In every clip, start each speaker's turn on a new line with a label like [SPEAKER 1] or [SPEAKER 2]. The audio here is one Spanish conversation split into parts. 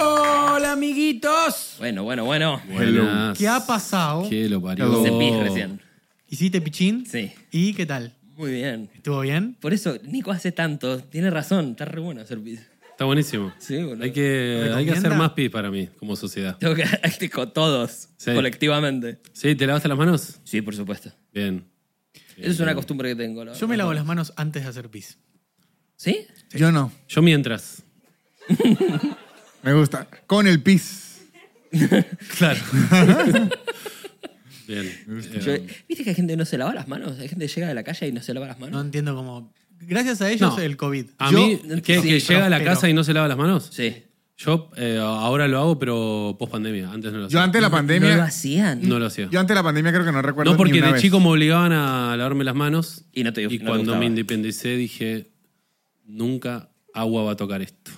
[SPEAKER 1] Hola, amiguitos.
[SPEAKER 2] Bueno, bueno, bueno.
[SPEAKER 3] Buenas.
[SPEAKER 1] ¿Qué ha pasado?
[SPEAKER 3] ¿Qué lo parió?
[SPEAKER 2] Se pis recién.
[SPEAKER 1] ¿Hiciste pichín?
[SPEAKER 2] Sí.
[SPEAKER 1] ¿Y qué tal?
[SPEAKER 2] Muy bien.
[SPEAKER 1] ¿Estuvo bien?
[SPEAKER 2] Por eso Nico hace tanto. Tiene razón. Está re bueno hacer pis.
[SPEAKER 3] Está buenísimo.
[SPEAKER 2] Sí, boludo.
[SPEAKER 3] Hay que, hay que
[SPEAKER 1] ¿Recomienda?
[SPEAKER 3] hacer más pis para mí, como sociedad.
[SPEAKER 2] Tengo que acti- con todos,
[SPEAKER 3] Sí.
[SPEAKER 2] colectivamente.
[SPEAKER 3] ¿Sí? ¿Te lavaste las manos?
[SPEAKER 2] Sí, por supuesto.
[SPEAKER 3] Bien.
[SPEAKER 2] Eso es una costumbre que tengo. la
[SPEAKER 1] Yo
[SPEAKER 2] verdad.
[SPEAKER 1] me lavo las manos antes de hacer pis.
[SPEAKER 2] ¿Sí?
[SPEAKER 4] Yo no.
[SPEAKER 3] Yo mientras.
[SPEAKER 4] Me gusta. Con el pis.
[SPEAKER 3] Claro. Bien.
[SPEAKER 2] Yo-
[SPEAKER 3] Eh,
[SPEAKER 2] ¿Viste que hay gente que no se lava las manos? Hay gente que llega de la calle y no se lava las
[SPEAKER 1] No
[SPEAKER 2] manos.
[SPEAKER 1] entiendo cómo. Gracias a ellos
[SPEAKER 3] No.
[SPEAKER 1] el COVID.
[SPEAKER 3] a
[SPEAKER 2] Yo-
[SPEAKER 3] mí, que,
[SPEAKER 2] sí,
[SPEAKER 3] que llega a la
[SPEAKER 1] prospero.
[SPEAKER 3] casa y no se lava las manos.
[SPEAKER 2] Sí.
[SPEAKER 3] Yo eh, ahora lo hago, pero post pandemia. Antes no lo
[SPEAKER 4] Yo
[SPEAKER 3] hacía.
[SPEAKER 4] antes de la
[SPEAKER 2] No lo
[SPEAKER 4] pandemia.
[SPEAKER 2] hacían.
[SPEAKER 3] No lo hacía.
[SPEAKER 4] Yo antes de la pandemia creo que no recuerdo.
[SPEAKER 3] No,
[SPEAKER 4] ni
[SPEAKER 3] porque
[SPEAKER 4] una
[SPEAKER 3] de
[SPEAKER 4] vez.
[SPEAKER 3] chico me obligaban a lavarme las manos.
[SPEAKER 2] Y no te- no te
[SPEAKER 3] cuando
[SPEAKER 2] gustaba.
[SPEAKER 3] me independicé dije, nunca agua va a tocar esto.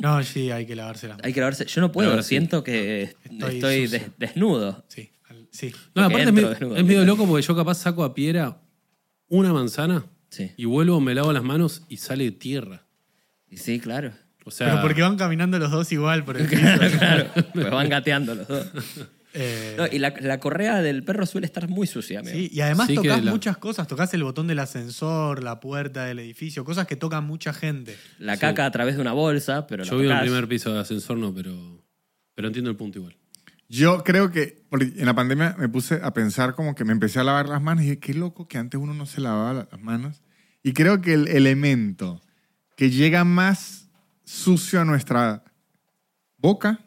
[SPEAKER 1] No, sí, hay que lavarse las manos.
[SPEAKER 2] Hay que lavarse. Yo no puedo.
[SPEAKER 3] Ahora sí.
[SPEAKER 2] Siento que
[SPEAKER 1] Estoy
[SPEAKER 2] estoy,
[SPEAKER 1] sucio.
[SPEAKER 2] des- desnudo.
[SPEAKER 1] Sí, al- sí.
[SPEAKER 3] No,
[SPEAKER 2] Porque
[SPEAKER 3] aparte es
[SPEAKER 2] entro
[SPEAKER 3] medio,
[SPEAKER 2] desnudo.
[SPEAKER 3] es medio loco porque yo capaz saco a piedra una manzana
[SPEAKER 2] Sí.
[SPEAKER 3] y vuelvo, me lavo las manos y sale tierra.
[SPEAKER 2] Y sí, claro.
[SPEAKER 3] O sea,
[SPEAKER 1] Pero porque van caminando los dos igual por el piso.
[SPEAKER 2] Claro. Pues van gateando los dos.
[SPEAKER 1] Eh,
[SPEAKER 2] No, y la, la correa del perro suele estar muy sucia, amigo.
[SPEAKER 1] sí, y además
[SPEAKER 3] Sí que
[SPEAKER 1] tocas
[SPEAKER 3] la-
[SPEAKER 1] muchas cosas. Tocas el botón del ascensor, la puerta del edificio, cosas que toca mucha gente.
[SPEAKER 2] La caca a través de una bolsa, pero la
[SPEAKER 3] yo vivo en el
[SPEAKER 2] tocás.
[SPEAKER 3] primer piso de ascensor, no, pero, pero entiendo el punto igual.
[SPEAKER 4] Yo creo que porque en la pandemia me puse a pensar como que me empecé a lavar las manos y dije, qué loco que antes uno no se lavaba la- las manos. Y creo que el elemento que llega más sucio a nuestra boca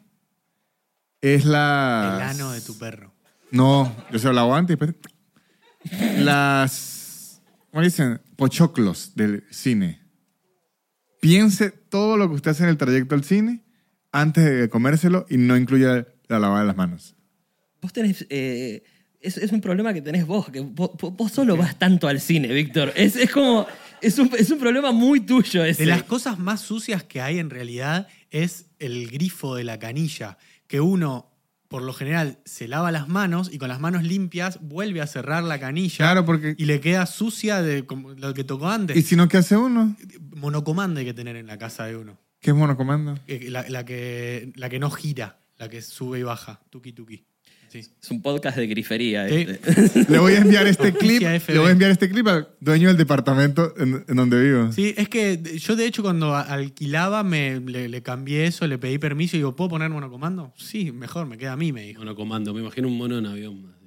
[SPEAKER 4] es la...
[SPEAKER 3] Ah,
[SPEAKER 1] El ano de tu perro.
[SPEAKER 4] No, yo se lo lavo antes. Pero... Las... ¿Cómo dicen? Pochoclos del cine. Piense todo lo que usted hace en el trayecto al cine antes de comérselo y no incluya la lavada de las manos.
[SPEAKER 2] Vos tenés. eh, es, es un problema que tenés vos, que vos, vos- vos solo vas tanto al cine, Víctor. Es, es como. Es un, es un problema muy tuyo ese.
[SPEAKER 1] De las cosas más sucias que hay en realidad es el grifo de la canilla, que uno por lo general se lava las manos y con las manos limpias vuelve a cerrar la canilla
[SPEAKER 4] Claro, porque...
[SPEAKER 1] y le queda sucia de como lo que tocó
[SPEAKER 4] ¿Y
[SPEAKER 1] antes.
[SPEAKER 4] si no, qué hace uno?
[SPEAKER 1] Monocomando hay que tener en la casa de uno.
[SPEAKER 4] ¿Qué es monocomando?
[SPEAKER 1] Eh, La, la que, la que no gira, la que sube y baja, tuki tuki. Sí.
[SPEAKER 2] Es un podcast de grifería.
[SPEAKER 1] Sí.
[SPEAKER 2] este.
[SPEAKER 4] Le voy a enviar este clip.
[SPEAKER 1] Noticia FB.
[SPEAKER 4] Le voy a enviar este clip al dueño del departamento en, en donde vivo.
[SPEAKER 1] Sí, es que de- yo de hecho cuando a- alquilaba me, le, le cambié eso, le pedí permiso y digo, ¿puedo poner monocomando? Sí, mejor, me queda a mí, me dijo.
[SPEAKER 3] Mono comando, me imagino un mono en avión. así.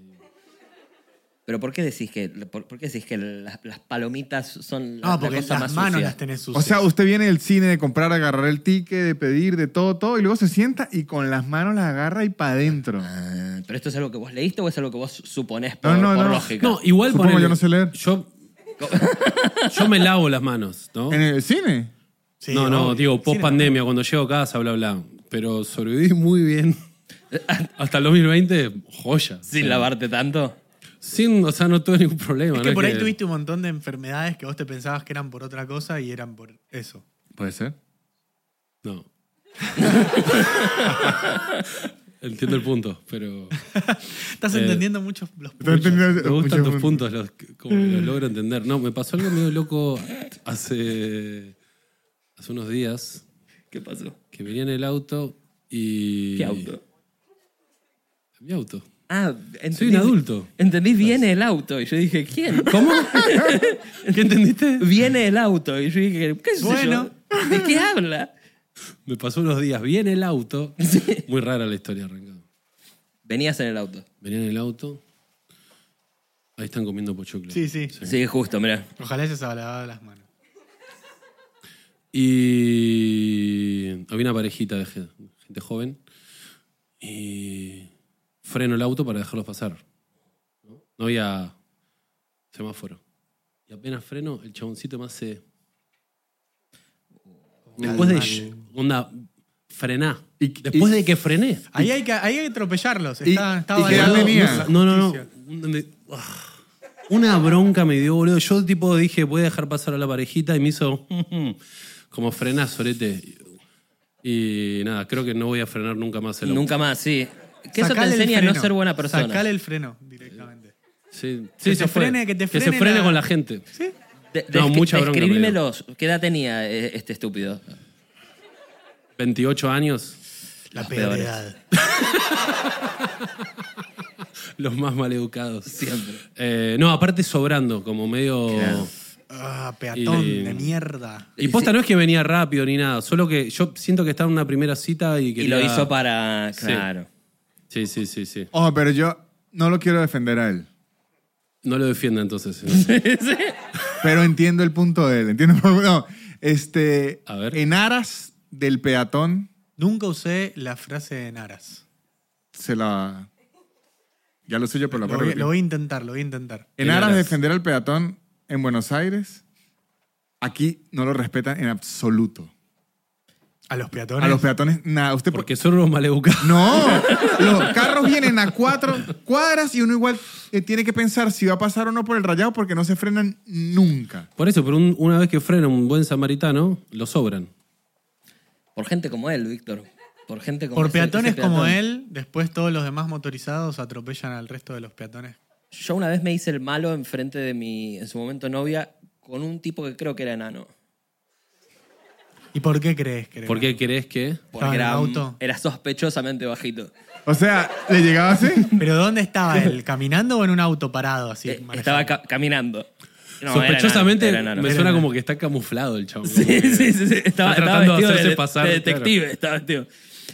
[SPEAKER 2] Pero ¿por qué decís que, por, por qué decís que las, las palomitas son la,
[SPEAKER 1] Ah,
[SPEAKER 2] la
[SPEAKER 1] porque
[SPEAKER 2] cosa más
[SPEAKER 1] las manos
[SPEAKER 2] sucia?
[SPEAKER 1] las tenés sucias.
[SPEAKER 4] O sea, usted viene del cine de comprar, agarrar el ticket, de pedir, de todo, todo, y luego se sienta y con las manos las agarra y para adentro.
[SPEAKER 2] Ah, ¿Pero esto es algo que vos leíste o es algo que vos suponés por,
[SPEAKER 4] No, no,
[SPEAKER 2] por
[SPEAKER 4] no.
[SPEAKER 2] lógica?
[SPEAKER 3] No, igual
[SPEAKER 4] Supongo
[SPEAKER 3] ponele,
[SPEAKER 4] yo no sé leer.
[SPEAKER 3] Yo, yo me lavo las manos, ¿no?
[SPEAKER 4] ¿En el cine?
[SPEAKER 1] Sí,
[SPEAKER 3] no, no,
[SPEAKER 1] obvio.
[SPEAKER 3] digo, post pandemia, cuando llego a casa, bla, bla. Pero sobreviví muy bien. Hasta el 2020, joya.
[SPEAKER 2] Sin
[SPEAKER 3] O sea,
[SPEAKER 2] lavarte tanto.
[SPEAKER 3] Sin, o sea, no tuve ningún problema.
[SPEAKER 1] Es
[SPEAKER 3] ¿no?
[SPEAKER 1] que por ahí tuviste un montón de enfermedades que vos te pensabas que eran por otra cosa y eran por eso.
[SPEAKER 4] Puede ser.
[SPEAKER 3] No. Entiendo el punto, pero.
[SPEAKER 1] Estás
[SPEAKER 2] Eh,
[SPEAKER 1] entendiendo muchos los
[SPEAKER 4] Estoy entendiendo-
[SPEAKER 3] Me gustan
[SPEAKER 4] mucho-
[SPEAKER 3] tus puntos, los, que- como que los logro entender. No, me pasó algo medio loco hace. hace unos días
[SPEAKER 2] ¿Qué pasó?
[SPEAKER 3] que venía en el auto y.
[SPEAKER 2] ¿Qué auto?
[SPEAKER 3] Mi auto.
[SPEAKER 2] Ah,
[SPEAKER 3] Soy un adulto.
[SPEAKER 2] Entendí, viene el auto. Y yo dije, ¿quién?
[SPEAKER 3] ¿Cómo? ¿Qué entendiste?
[SPEAKER 2] Viene el auto. Y yo dije, ¿qué sé
[SPEAKER 1] Bueno.
[SPEAKER 2] yo? ¿De qué habla?
[SPEAKER 3] Me pasó unos días. Viene el auto. Muy rara la historia arrancada.
[SPEAKER 2] Venías en el auto.
[SPEAKER 3] Venía en el auto. Ahí están comiendo pochoclo.
[SPEAKER 1] Sí, sí.
[SPEAKER 2] Sí, justo, mirá.
[SPEAKER 1] Ojalá se haya lavado las manos.
[SPEAKER 3] Y había una parejita de gen- gente joven. Y freno el auto para dejarlos pasar. ¿no? No había semáforo. Y apenas freno, el chaboncito me hace. Después de. Onda, frená.
[SPEAKER 4] Y-
[SPEAKER 3] Después
[SPEAKER 4] y-
[SPEAKER 3] de que frené.
[SPEAKER 1] Ahí hay que, ahí hay que atropellarlos.
[SPEAKER 4] Y-
[SPEAKER 1] Está,
[SPEAKER 4] y
[SPEAKER 1] estaba
[SPEAKER 4] que
[SPEAKER 1] de-
[SPEAKER 4] ande mía.
[SPEAKER 1] la
[SPEAKER 3] No, no, no.
[SPEAKER 1] justicia.
[SPEAKER 3] Me- ah. Una bronca me dio, boludo. Yo tipo dije, voy a dejar pasar a la parejita y me hizo como frená, sorete. Y nada, creo que no voy a frenar nunca más el auto.
[SPEAKER 2] Nunca más, sí. Que eso te
[SPEAKER 1] Sacale el
[SPEAKER 2] enseña a no
[SPEAKER 1] freno.
[SPEAKER 2] ser buena persona.
[SPEAKER 1] Sacale el freno directamente.
[SPEAKER 3] Sí,
[SPEAKER 1] Que
[SPEAKER 3] sí,
[SPEAKER 1] te
[SPEAKER 3] se fue.
[SPEAKER 1] frene, que te
[SPEAKER 3] se
[SPEAKER 1] frene
[SPEAKER 3] frene
[SPEAKER 1] la-
[SPEAKER 3] con la gente.
[SPEAKER 1] ¿Sí?
[SPEAKER 2] De,
[SPEAKER 3] No,
[SPEAKER 2] descri-
[SPEAKER 3] mucha bronca me dio.
[SPEAKER 2] describímelos. ¿Qué edad tenía eh, este estúpido?
[SPEAKER 3] 28 años,
[SPEAKER 1] La
[SPEAKER 2] Los
[SPEAKER 1] peor
[SPEAKER 2] peores.
[SPEAKER 1] edad.
[SPEAKER 3] los más maleducados.
[SPEAKER 2] Siempre.
[SPEAKER 3] Eh, no, aparte sobrando, como medio...
[SPEAKER 4] Claro.
[SPEAKER 1] Ah, peatón
[SPEAKER 3] Y-
[SPEAKER 1] de mierda.
[SPEAKER 3] Y posta no es que venía rápido ni nada, solo que yo siento que estaba en una primera cita y que...
[SPEAKER 2] Y lo hizo para. Claro.
[SPEAKER 3] Sí, sí, sí, sí.
[SPEAKER 4] Ojo, Oh, pero yo no lo quiero defender a él.
[SPEAKER 3] No lo defienda entonces.
[SPEAKER 4] Pero entiendo el punto de él. Entiendo el punto- no, este,
[SPEAKER 3] A ver.
[SPEAKER 4] En aras del peatón,
[SPEAKER 1] Nunca usé la frase de Naras.
[SPEAKER 4] se la. Ya lo sé yo, pero la
[SPEAKER 1] Lo
[SPEAKER 4] puedo
[SPEAKER 1] voy,
[SPEAKER 4] repetir.
[SPEAKER 1] lo voy a intentar, lo voy a intentar.
[SPEAKER 4] En
[SPEAKER 3] En
[SPEAKER 4] aras de
[SPEAKER 3] aras.
[SPEAKER 4] defender al peatón en Buenos Aires, aquí no lo respetan en absoluto.
[SPEAKER 1] A los peatones.
[SPEAKER 4] A los peatones, nada. Usted
[SPEAKER 3] Porque son unos maleducados.
[SPEAKER 4] No, los carros vienen a cuatro cuadras y uno igual eh, tiene que pensar si va a pasar o no por el rayado porque no se frenan nunca.
[SPEAKER 3] Por eso, pero un- una vez que frena un buen samaritano, lo sobran.
[SPEAKER 2] Por gente como él, Víctor. Por gente como
[SPEAKER 1] Por
[SPEAKER 2] ese- ese
[SPEAKER 1] peatones como
[SPEAKER 2] peatón.
[SPEAKER 1] él, después todos los demás motorizados atropellan al resto de los peatones.
[SPEAKER 2] Yo una vez me hice el malo enfrente de mi, en su momento, novia con un tipo que creo que era enano.
[SPEAKER 1] ¿Y por qué crees que era
[SPEAKER 3] ¿Por qué crees que?
[SPEAKER 1] Estaba
[SPEAKER 2] Porque
[SPEAKER 1] en el
[SPEAKER 2] era,
[SPEAKER 1] auto.
[SPEAKER 2] era sospechosamente bajito.
[SPEAKER 4] O sea, le llegaba así.
[SPEAKER 1] ¿Pero dónde estaba él? ¿Caminando o en un auto parado así?
[SPEAKER 2] Eh,
[SPEAKER 1] manejando?
[SPEAKER 2] estaba ca- caminando. No, era
[SPEAKER 3] Sospechosamente
[SPEAKER 2] enano, era enano.
[SPEAKER 3] me
[SPEAKER 1] Era
[SPEAKER 3] suena
[SPEAKER 1] enano.
[SPEAKER 3] como que está camuflado el chavo.
[SPEAKER 2] Sí, sí, sí, sí. Estaba,
[SPEAKER 3] Está
[SPEAKER 2] estaba
[SPEAKER 3] tratando de
[SPEAKER 2] vestido
[SPEAKER 3] hacerse
[SPEAKER 2] de,
[SPEAKER 3] pasar,
[SPEAKER 2] de detective. Estaba vestido.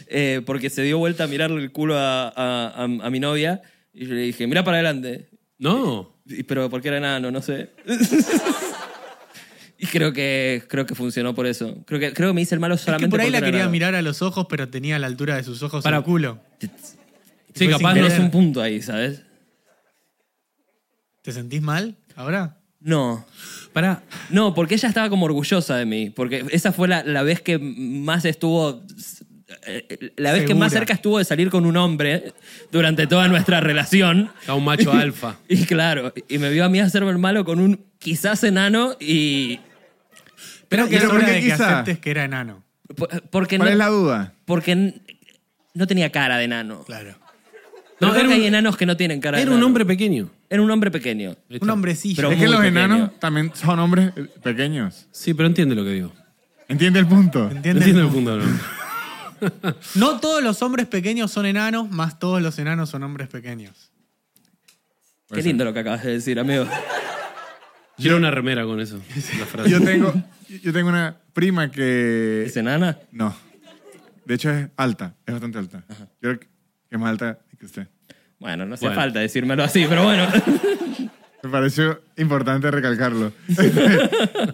[SPEAKER 2] Eh, porque se dio vuelta a mirarle el culo a, a- a- a mi novia y yo le dije, mira para adelante.
[SPEAKER 3] No.
[SPEAKER 2] Y- Pero porque era enano, no sé. y creo que, creo que funcionó por eso. Creo que, creo que me hice el malo
[SPEAKER 1] Es
[SPEAKER 2] solamente
[SPEAKER 1] que por ahí
[SPEAKER 2] porque
[SPEAKER 1] la
[SPEAKER 2] era
[SPEAKER 1] quería
[SPEAKER 2] enano.
[SPEAKER 1] mirar a los ojos, pero tenía a la altura de sus ojos
[SPEAKER 3] Para-
[SPEAKER 1] el culo.
[SPEAKER 3] Sí,
[SPEAKER 1] Fue sin
[SPEAKER 3] capaz no
[SPEAKER 2] Tenés
[SPEAKER 3] es
[SPEAKER 1] querer.
[SPEAKER 2] un
[SPEAKER 3] un...
[SPEAKER 2] punto ahí, ¿sabes?
[SPEAKER 1] ¿Te sentís mal ahora?
[SPEAKER 2] No.
[SPEAKER 3] Pará.
[SPEAKER 2] No, porque ella estaba como orgullosa de mí. Porque esa fue la, la vez que más estuvo. eh, La vez que más
[SPEAKER 1] Segura.
[SPEAKER 2] cerca estuvo de salir con un hombre durante toda nuestra relación.
[SPEAKER 3] Está un macho alfa.
[SPEAKER 2] Y claro, y me vio a mí hacerme el malo con un quizás enano y.
[SPEAKER 1] Pero que
[SPEAKER 4] pero
[SPEAKER 1] es
[SPEAKER 4] ¿por
[SPEAKER 1] hora
[SPEAKER 4] qué
[SPEAKER 1] de que
[SPEAKER 4] quizá?
[SPEAKER 1] aceptes que era enano.
[SPEAKER 2] po- Porque
[SPEAKER 4] ¿Cuál es la
[SPEAKER 2] no,
[SPEAKER 4] duda?
[SPEAKER 2] porque n- no tenía cara de enano.
[SPEAKER 1] Claro.
[SPEAKER 2] No,
[SPEAKER 3] No,
[SPEAKER 2] creo
[SPEAKER 3] era
[SPEAKER 2] que hay
[SPEAKER 3] un-
[SPEAKER 2] enanos que no tienen cara de
[SPEAKER 3] Era un
[SPEAKER 2] enano.
[SPEAKER 3] hombre pequeño.
[SPEAKER 2] Era un hombre pequeño.
[SPEAKER 3] Ahí
[SPEAKER 1] Un
[SPEAKER 3] está.
[SPEAKER 1] hombrecillo.
[SPEAKER 2] Pero
[SPEAKER 4] Es que
[SPEAKER 2] muy
[SPEAKER 4] los
[SPEAKER 2] pequeño.
[SPEAKER 4] enanos también son hombres eh, pequeños.
[SPEAKER 3] Sí, pero entiende lo que digo.
[SPEAKER 4] ¿Entiende el punto?
[SPEAKER 1] ¿Entiendes?
[SPEAKER 3] Entiende el punto. ¿no?
[SPEAKER 1] No todos los hombres pequeños son enanos, más todos los enanos son hombres pequeños.
[SPEAKER 2] Qué lindo lo que acabas de decir, amigo.
[SPEAKER 3] Quiero una remera con eso. La frase.
[SPEAKER 4] Yo tengo, yo tengo una prima que...
[SPEAKER 2] ¿Es enana?
[SPEAKER 4] No. De hecho es alta, es bastante alta. Yo creo que es más alta que usted.
[SPEAKER 2] Bueno, no hace
[SPEAKER 3] Bueno.
[SPEAKER 2] falta decírmelo así, pero bueno.
[SPEAKER 4] Me pareció importante recalcarlo.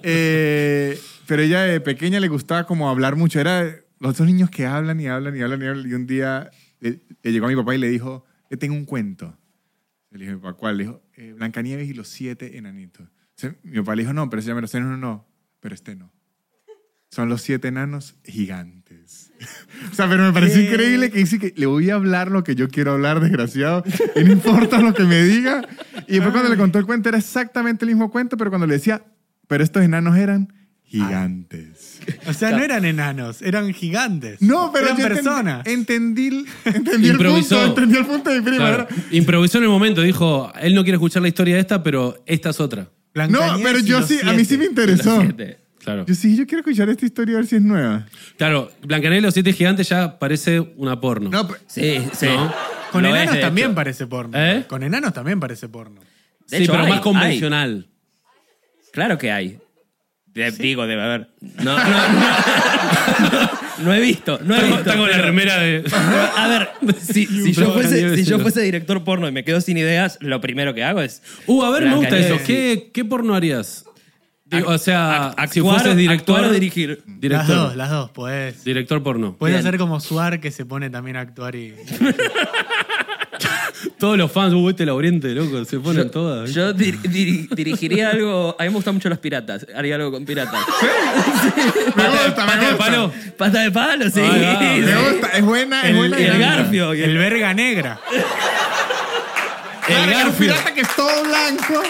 [SPEAKER 4] Eh, pero ella de pequeña le gustaba como hablar mucho. Era de los dos niños que hablan y hablan y hablan y hablan. Y un día le, le llegó a mi papá y le dijo, le tengo un cuento. Le dije, ¿para cuál? Le dijo, "Eh, Blancanieves y los siete enanitos. Entonces, mi papá le dijo, no, pero ese ya me lo sé. No, no, no, pero este no. Son los siete enanos gigantes. o sea, pero me pareció increíble que dice que le voy a hablar lo que yo quiero hablar, desgraciado. Y no importa lo que me diga. Y después cuando le contó el cuento era exactamente el mismo cuento, pero cuando le decía, pero estos enanos eran gigantes.
[SPEAKER 1] O sea, no eran enanos, eran gigantes.
[SPEAKER 4] No, pero
[SPEAKER 1] Ah. eran
[SPEAKER 4] yo enten-
[SPEAKER 1] personas.
[SPEAKER 4] entendí, el- entendí el
[SPEAKER 3] Improvisó.
[SPEAKER 4] punto, entendí el punto de mi prima.
[SPEAKER 3] Claro.
[SPEAKER 4] Era-
[SPEAKER 3] Improvisó en el momento. Dijo, él no quiere escuchar la historia de esta, pero esta es otra.
[SPEAKER 4] No,
[SPEAKER 1] Blancanieves
[SPEAKER 4] pero
[SPEAKER 1] y
[SPEAKER 4] yo
[SPEAKER 1] los
[SPEAKER 4] sí, a mí sí
[SPEAKER 1] siete.
[SPEAKER 4] me interesó.
[SPEAKER 2] Los siete.
[SPEAKER 3] Claro.
[SPEAKER 4] Yo sí, yo quiero escuchar esta historia a ver si es nueva.
[SPEAKER 3] Claro, Blancanieves y los siete gigantes ya parece una porno.
[SPEAKER 4] No, pero-
[SPEAKER 2] Sí, sí.
[SPEAKER 3] No.
[SPEAKER 1] Con
[SPEAKER 2] Lo es,
[SPEAKER 1] enanos
[SPEAKER 2] de
[SPEAKER 1] también
[SPEAKER 2] hecho.
[SPEAKER 1] parece porno.
[SPEAKER 3] ¿Eh?
[SPEAKER 1] Con enanos también parece porno.
[SPEAKER 2] De
[SPEAKER 3] sí,
[SPEAKER 2] hecho,
[SPEAKER 3] pero
[SPEAKER 2] hay,
[SPEAKER 3] más
[SPEAKER 2] hay.
[SPEAKER 3] convencional.
[SPEAKER 2] Claro que hay. De- Digo, debe haber. No, no, no, no, no he visto. No he
[SPEAKER 3] Está con-
[SPEAKER 2] visto.
[SPEAKER 3] está con la
[SPEAKER 2] pero-
[SPEAKER 3] remera de.
[SPEAKER 2] A ver, si,
[SPEAKER 3] un
[SPEAKER 2] si yo
[SPEAKER 3] Blanca
[SPEAKER 2] fuese,
[SPEAKER 3] Nieves
[SPEAKER 2] si
[SPEAKER 3] y
[SPEAKER 2] yo
[SPEAKER 3] los-
[SPEAKER 2] fuese director porno y me quedo sin ideas, lo primero que hago es.
[SPEAKER 3] Uh, a ver, me gusta
[SPEAKER 2] Blancanieves.
[SPEAKER 3] eso. ¿Qué, qué porno harías? Digo,
[SPEAKER 2] Ac-
[SPEAKER 3] o sea,
[SPEAKER 2] ac-
[SPEAKER 3] si
[SPEAKER 2] actuar-
[SPEAKER 3] fueses director.
[SPEAKER 2] actuar o dirigir.
[SPEAKER 1] Las dos,
[SPEAKER 3] Director.
[SPEAKER 1] las dos, podés.
[SPEAKER 3] Director porno.
[SPEAKER 1] Puedes
[SPEAKER 2] Bien.
[SPEAKER 1] hacer como Suar que se pone también a actuar y.
[SPEAKER 3] Todos los fans, uh, este lauriente, loco, se ponen todas.
[SPEAKER 2] "Uh, Yo dir- diri- dirigiría algo. A mí me gustan mucho los piratas. Haría algo con piratas.
[SPEAKER 4] me gusta, me
[SPEAKER 3] Pata de
[SPEAKER 4] gusta.
[SPEAKER 3] palo.
[SPEAKER 2] Pata de palo, sí.
[SPEAKER 3] Ahí va,
[SPEAKER 2] sí.
[SPEAKER 4] Me gusta, es buena, es buena.
[SPEAKER 2] el
[SPEAKER 4] dinámica.
[SPEAKER 2] Garfio. y el-
[SPEAKER 1] el verga negra.
[SPEAKER 3] El
[SPEAKER 4] Claro, que es un
[SPEAKER 3] Garfio.
[SPEAKER 4] pirata que es todo blanco.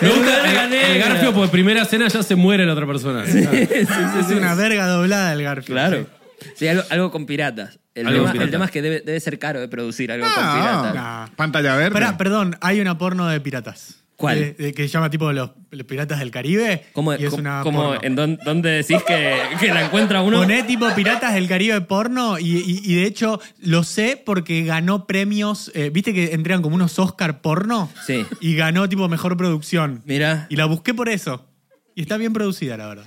[SPEAKER 3] Me
[SPEAKER 2] El
[SPEAKER 3] gusta el-
[SPEAKER 2] verga
[SPEAKER 3] el,
[SPEAKER 2] negra.
[SPEAKER 3] Garfio, porque primera cena ya se muere la otra persona. Ah,
[SPEAKER 1] Es una verga doblada el Garfield.
[SPEAKER 2] Claro. Sí, algo, algo con piratas. El,
[SPEAKER 3] Algo
[SPEAKER 2] tema,
[SPEAKER 3] con piratas.
[SPEAKER 2] el tema es que debe, debe ser caro de eh, producir algo con
[SPEAKER 4] Ah,
[SPEAKER 2] piratas.
[SPEAKER 1] pirata.
[SPEAKER 4] Pantalla verde.
[SPEAKER 1] Pará, perdón, hay una porno de piratas.
[SPEAKER 2] ¿Cuál?
[SPEAKER 1] Eh, eh, que se llama tipo Los, los Piratas del Caribe.
[SPEAKER 2] ¿Cómo,
[SPEAKER 1] y es
[SPEAKER 2] cómo-
[SPEAKER 1] una
[SPEAKER 2] cómo-
[SPEAKER 1] porno.
[SPEAKER 2] en dónde, dónde decís que, que la encuentra uno?
[SPEAKER 1] Poné tipo Piratas del Caribe porno y, y- y de hecho lo sé porque ganó premios. eh, ¿Viste que entregan como unos Oscar porno?
[SPEAKER 2] Sí.
[SPEAKER 1] Y ganó tipo mejor producción.
[SPEAKER 2] Mira,
[SPEAKER 1] Y la busqué por eso. Y está bien producida, la verdad.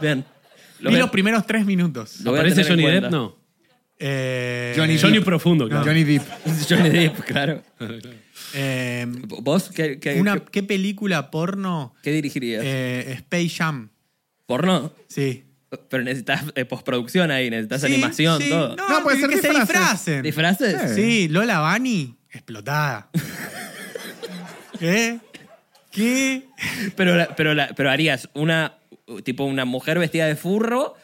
[SPEAKER 2] ven. Lo
[SPEAKER 1] Vi
[SPEAKER 2] ven.
[SPEAKER 1] los primeros tres minutos.
[SPEAKER 2] Lo voy a
[SPEAKER 3] ¿Aparece
[SPEAKER 2] tener en
[SPEAKER 3] Johnny
[SPEAKER 2] cuenta.
[SPEAKER 3] Depp? No.
[SPEAKER 1] Eh,
[SPEAKER 4] Johnny
[SPEAKER 3] Johnny
[SPEAKER 4] Depp.
[SPEAKER 3] Profundo, claro.
[SPEAKER 4] Johnny Depp.
[SPEAKER 2] Johnny Depp, claro.
[SPEAKER 1] eh,
[SPEAKER 2] ¿Vos qué, qué-
[SPEAKER 1] una,
[SPEAKER 2] qué-
[SPEAKER 1] ¿Qué película porno?
[SPEAKER 2] qué dirigirías?
[SPEAKER 1] Eh, Space Jam.
[SPEAKER 2] ¿Porno?
[SPEAKER 1] Sí.
[SPEAKER 2] Pero necesitas eh, postproducción ahí, necesitas
[SPEAKER 1] Sí,
[SPEAKER 2] animación,
[SPEAKER 1] sí.
[SPEAKER 2] todo.
[SPEAKER 1] No,
[SPEAKER 4] No, puede ser
[SPEAKER 1] que se disfracen.
[SPEAKER 4] disfraces.
[SPEAKER 2] ¿Disfraces?
[SPEAKER 4] Sí.
[SPEAKER 1] Sí, Lola Bunny, explotada. ¿Qué? ¿Qué?
[SPEAKER 2] Pero, la- pero, la- pero harías una, tipo una mujer vestida de furro.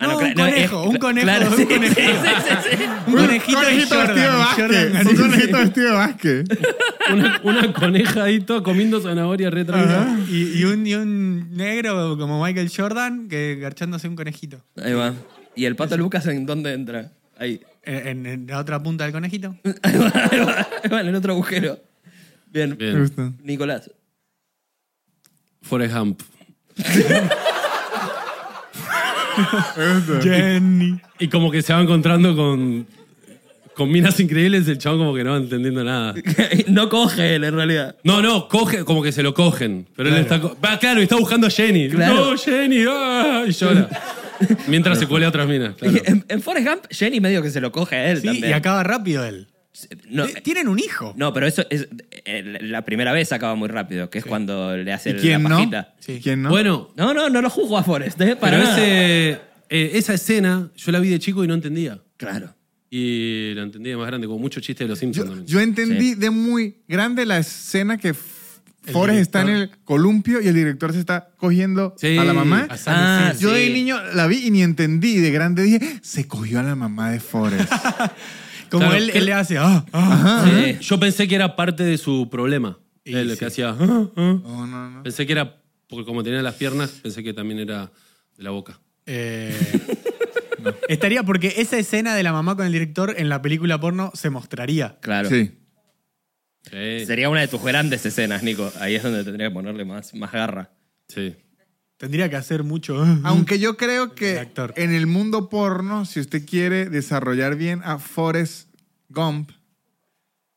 [SPEAKER 2] Ah,
[SPEAKER 1] No, un conejo, un conejo, un
[SPEAKER 2] sí,
[SPEAKER 1] conejo.
[SPEAKER 2] sí, sí, sí.
[SPEAKER 1] Un conejito, de Jordan,
[SPEAKER 4] vestido de
[SPEAKER 1] Jordan
[SPEAKER 4] básquet.
[SPEAKER 1] ganó.
[SPEAKER 4] Un conejito vestido de básquet.
[SPEAKER 3] Una, una coneja ahí toda comiendo zanahoria re tranquila.
[SPEAKER 1] Ajá. y, y un, y un negro como Michael Jordan que garchándose un conejito.
[SPEAKER 2] Ahí va. ¿Y el pato Lucas en dónde entra? Ahí.
[SPEAKER 1] Eh, En, en- en la otra punta del conejito.
[SPEAKER 2] Ahí va, ahí va, ahí va, en el otro agujero. Bien.
[SPEAKER 3] Bien.
[SPEAKER 4] Me gusta.
[SPEAKER 2] Nicolás.
[SPEAKER 3] Forrest Hump.
[SPEAKER 4] Me gusta.
[SPEAKER 1] Jenny.
[SPEAKER 3] Y como que se va encontrando con, con minas increíbles, el chabón como que no va entendiendo nada.
[SPEAKER 2] No coge él, en realidad.
[SPEAKER 3] No, no, coge, como que se lo cogen. Pero él está. co- Va, claro, y está buscando a Jenny.
[SPEAKER 2] Claro.
[SPEAKER 3] No, Jenny, ah, y llora. Mientras se cuele a otras minas. claro.
[SPEAKER 2] En, en Forrest Gump, Jenny medio que se lo coge a él
[SPEAKER 1] Sí,
[SPEAKER 2] también.
[SPEAKER 1] y acaba rápido él.
[SPEAKER 2] no,
[SPEAKER 1] Eh, Tienen un hijo.
[SPEAKER 2] no, pero eso es. eh, La primera vez acaba muy rápido, que es cuando le hace
[SPEAKER 4] ¿Y
[SPEAKER 2] la
[SPEAKER 4] quién no?
[SPEAKER 2] pajita.
[SPEAKER 1] Sí.
[SPEAKER 4] ¿Quién no?
[SPEAKER 3] Bueno,
[SPEAKER 2] No, no, no lo juzgo a Forrest, ¿eh? Para
[SPEAKER 3] pero
[SPEAKER 2] nada.
[SPEAKER 3] ese, eh, esa escena yo la vi de chico y no entendía.
[SPEAKER 2] Claro.
[SPEAKER 3] Y la entendí de más grande, como mucho chiste de los Simpsons
[SPEAKER 4] Yo,
[SPEAKER 3] también.
[SPEAKER 4] yo entendí de muy grande la escena que F-
[SPEAKER 1] El
[SPEAKER 4] Forrest está en
[SPEAKER 1] director.
[SPEAKER 4] el columpio y el director se está cogiendo a la mamá.
[SPEAKER 3] a San
[SPEAKER 2] Ah,
[SPEAKER 3] Isidro.
[SPEAKER 4] Yo de
[SPEAKER 2] sí.
[SPEAKER 4] niño la vi y ni entendí. Y de grande dije, se cogió a la mamá de Forrest.
[SPEAKER 1] Como
[SPEAKER 3] Claro,
[SPEAKER 1] él,
[SPEAKER 3] que-
[SPEAKER 1] él le hace. ah, ah.
[SPEAKER 3] Sí. Yo pensé que era parte de su problema.
[SPEAKER 1] Y
[SPEAKER 3] el
[SPEAKER 1] sí.
[SPEAKER 3] que hacía. "Ah, ah".
[SPEAKER 4] No, no, no.
[SPEAKER 3] Pensé que era, porque como tenía las piernas, pensé que también era de la boca.
[SPEAKER 1] Eh, Estaría porque esa escena de la mamá con el director en la película porno se mostraría.
[SPEAKER 2] Claro.
[SPEAKER 4] Sí.
[SPEAKER 3] Sí.
[SPEAKER 2] Sería una de tus grandes escenas, Nico. Ahí es donde tendría que ponerle más, más garra.
[SPEAKER 3] Sí.
[SPEAKER 1] Tendría que hacer mucho. ah, ah.
[SPEAKER 4] Aunque yo creo
[SPEAKER 1] El
[SPEAKER 4] que
[SPEAKER 1] actor.
[SPEAKER 4] en el mundo porno, si usted quiere desarrollar bien a Forrest Gump,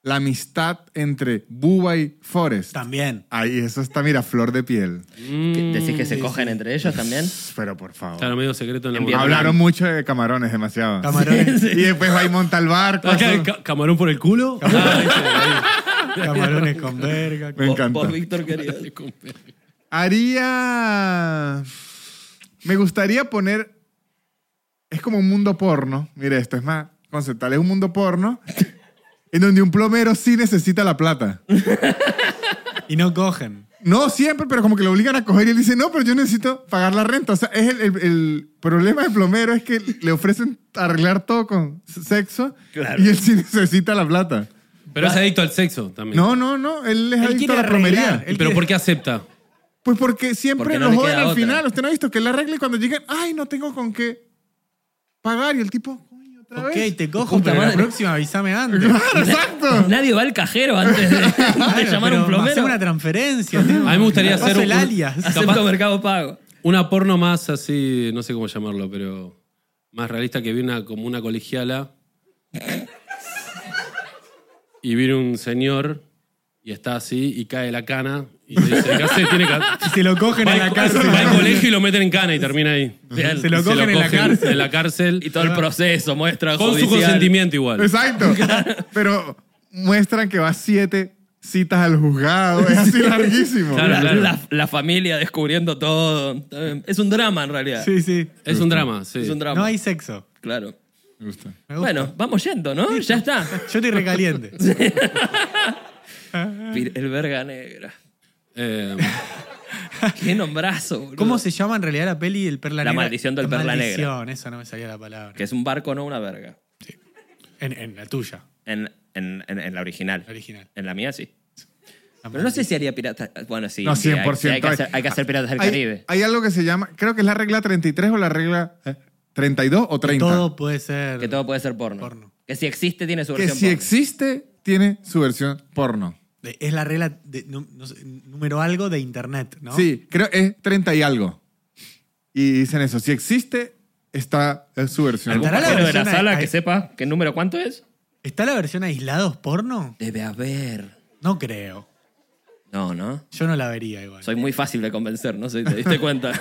[SPEAKER 4] la amistad entre Bubba y Forrest.
[SPEAKER 1] También.
[SPEAKER 4] Ahí, eso está, mira, flor de piel.
[SPEAKER 2] ¿Qué- ¿Decís que se cogen entre ellos también?
[SPEAKER 4] Pero por favor.
[SPEAKER 3] Claro, medio secreto en la
[SPEAKER 2] En
[SPEAKER 3] boca.
[SPEAKER 4] Hablaron mucho de camarones, demasiado.
[SPEAKER 1] Camarones.
[SPEAKER 4] Y después va a monta el barco.
[SPEAKER 3] Ah, ¿qué? ¿Ca- ¿Camarón por el culo?
[SPEAKER 1] Camarones con verga.
[SPEAKER 4] Me
[SPEAKER 2] Vos-
[SPEAKER 4] encanta.
[SPEAKER 2] Vos, Víctor, querido.
[SPEAKER 4] Haría. Me gustaría poner. Es como un mundo porno. Mire, esto es más conceptual. Es un mundo porno en donde un plomero sí necesita la plata.
[SPEAKER 1] Y no cogen.
[SPEAKER 4] No siempre, pero como que lo obligan a coger y él dice, no, pero yo necesito pagar la renta. O sea, es el, el- el problema del plomero es que le ofrecen arreglar todo con sexo
[SPEAKER 2] Claro.
[SPEAKER 4] y él sí necesita la plata.
[SPEAKER 3] Pero es adicto al sexo también.
[SPEAKER 4] No, no, no, él es
[SPEAKER 1] Él
[SPEAKER 4] adicto
[SPEAKER 1] quiere
[SPEAKER 4] a la plomería.
[SPEAKER 1] arreglar. él
[SPEAKER 3] ¿Pero
[SPEAKER 1] quiere-
[SPEAKER 3] por qué acepta?
[SPEAKER 4] Pues porque siempre
[SPEAKER 2] Porque no
[SPEAKER 4] lo
[SPEAKER 2] le
[SPEAKER 4] joden
[SPEAKER 2] queda
[SPEAKER 4] al
[SPEAKER 2] otra.
[SPEAKER 4] final. Usted no ha visto que él arregla y cuando llegan, ay, no tengo con qué pagar. Y el tipo, coño, otra
[SPEAKER 1] Ok,
[SPEAKER 4] vez.
[SPEAKER 1] te cojo,
[SPEAKER 2] Puta
[SPEAKER 1] pero
[SPEAKER 2] madre.
[SPEAKER 1] la próxima avísame antes.
[SPEAKER 4] Claro, exacto.
[SPEAKER 2] Nadie va al cajero antes de, de
[SPEAKER 1] Claro,
[SPEAKER 2] llamar a
[SPEAKER 1] Ah, pero
[SPEAKER 2] un
[SPEAKER 1] haceme
[SPEAKER 2] plomero.
[SPEAKER 1] una transferencia. tío.
[SPEAKER 3] A mí me gustaría
[SPEAKER 1] Paso
[SPEAKER 3] hacer
[SPEAKER 1] el
[SPEAKER 3] un-
[SPEAKER 1] alias.
[SPEAKER 2] Acepto
[SPEAKER 3] Capaz-
[SPEAKER 2] mercado pago.
[SPEAKER 3] Una porno más así, no sé cómo llamarlo, pero más realista que vi una, como una colegiala y viene un señor y está así y cae la cana y le dice, ¿qué hace? Tiene ca-
[SPEAKER 1] Y se lo cogen
[SPEAKER 3] Va
[SPEAKER 1] en
[SPEAKER 3] al-
[SPEAKER 1] la cárcel.
[SPEAKER 3] Va al colegio y lo meten en cana y termina ahí.
[SPEAKER 1] Se lo
[SPEAKER 3] Y
[SPEAKER 1] cogen en la cárcel. Ah.
[SPEAKER 3] en la cárcel.
[SPEAKER 2] Y todo el proceso, muestra
[SPEAKER 3] Con su
[SPEAKER 2] judicial.
[SPEAKER 3] consentimiento igual.
[SPEAKER 4] Exacto. Pero muestran que va a siete citas al juzgado. Es así larguísimo.
[SPEAKER 3] Claro.
[SPEAKER 2] La, la- la familia descubriendo todo. Está bien. Es un drama, en realidad.
[SPEAKER 1] Sí, sí.
[SPEAKER 3] Es un drama, sí.
[SPEAKER 2] Es un drama.
[SPEAKER 1] No hay sexo.
[SPEAKER 2] Claro.
[SPEAKER 4] Me gusta.
[SPEAKER 1] Me gusta.
[SPEAKER 2] Bueno, vamos yendo, ¿no? Ya está.
[SPEAKER 1] Yo estoy recaliente.
[SPEAKER 2] Pir- El verga negra.
[SPEAKER 3] Eh,
[SPEAKER 2] Qué nombrazo, boludo.
[SPEAKER 1] ¿Cómo se llama en realidad la peli El Perla
[SPEAKER 2] La
[SPEAKER 1] Negra?
[SPEAKER 2] maldición del Perla Negra.
[SPEAKER 1] Maldición, eso no me salía la palabra.
[SPEAKER 2] Que es un barco, no una verga.
[SPEAKER 1] En, en la tuya,
[SPEAKER 2] En, en- en- en la original.
[SPEAKER 1] la original.
[SPEAKER 2] En la mía, sí.
[SPEAKER 1] La
[SPEAKER 2] Pero no sé si haría piratas. Bueno, sí.
[SPEAKER 4] No,
[SPEAKER 2] sí, hay-
[SPEAKER 4] 100%.
[SPEAKER 2] sí, Hay, que hacer, hay que hacer piratas del
[SPEAKER 4] Hay-
[SPEAKER 2] Caribe.
[SPEAKER 4] Hay algo que se llama, creo que es la regla 33 o la regla eh, 32 o 30.
[SPEAKER 1] Todo puede ser.
[SPEAKER 2] Que todo puede ser porno.
[SPEAKER 1] Porno.
[SPEAKER 2] Que si existe, tiene su
[SPEAKER 4] que
[SPEAKER 2] versión
[SPEAKER 4] si
[SPEAKER 2] porno.
[SPEAKER 4] existe, tiene su versión porno.
[SPEAKER 1] De- Es la regla de nu- no sé, número algo de internet, ¿no?
[SPEAKER 4] Sí, creo es 30 y algo. Y dicen eso. Si existe, está es su versión.
[SPEAKER 1] Estará la
[SPEAKER 2] Pero de la
[SPEAKER 1] versión ahí-
[SPEAKER 2] sala
[SPEAKER 1] ahí-
[SPEAKER 2] que sepa qué número cuánto es?
[SPEAKER 1] ¿Está la versión aislados porno?
[SPEAKER 2] Debe haber.
[SPEAKER 1] No creo.
[SPEAKER 2] No, no.
[SPEAKER 1] Yo no la vería igual.
[SPEAKER 2] Soy muy fácil de convencer, no sé si te diste cuenta.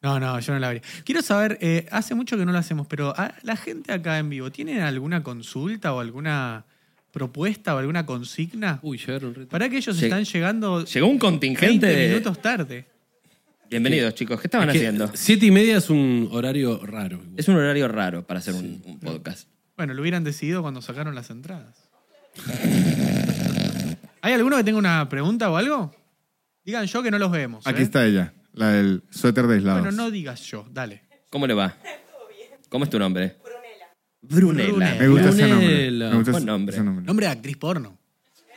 [SPEAKER 1] No, no, yo no la vería. Quiero saber, eh, hace mucho que no lo hacemos, pero a la gente acá en vivo, ¿tienen alguna consulta o alguna propuesta o alguna consigna?
[SPEAKER 3] Uy, llegaron re-
[SPEAKER 1] Para que ellos
[SPEAKER 2] Lleg-
[SPEAKER 1] están llegando
[SPEAKER 2] Llegó un
[SPEAKER 1] 20
[SPEAKER 2] contingente
[SPEAKER 3] eh,
[SPEAKER 2] de...
[SPEAKER 1] minutos tarde.
[SPEAKER 2] Bienvenidos, chicos. ¿Qué estaban
[SPEAKER 3] Es que
[SPEAKER 2] haciendo?
[SPEAKER 3] Siete y media es un horario raro. igual.
[SPEAKER 2] Es un horario raro para hacer un, un podcast.
[SPEAKER 1] Bueno, lo hubieran decidido cuando sacaron las entradas. ¿Hay alguno que tenga una pregunta o algo? Digan yo que no los vemos.
[SPEAKER 4] Aquí
[SPEAKER 1] ¿eh?
[SPEAKER 4] está ella, la del suéter de aislados.
[SPEAKER 1] Bueno, no digas yo, dale.
[SPEAKER 2] ¿Cómo le va? ¿Cómo es tu nombre? Brunela. Brunela.
[SPEAKER 4] Me gusta ese nombre.
[SPEAKER 3] Brunella.
[SPEAKER 4] Me gusta
[SPEAKER 2] Buen
[SPEAKER 4] ese-
[SPEAKER 2] nombre.
[SPEAKER 4] ese nombre.
[SPEAKER 1] Nombre de actriz porno.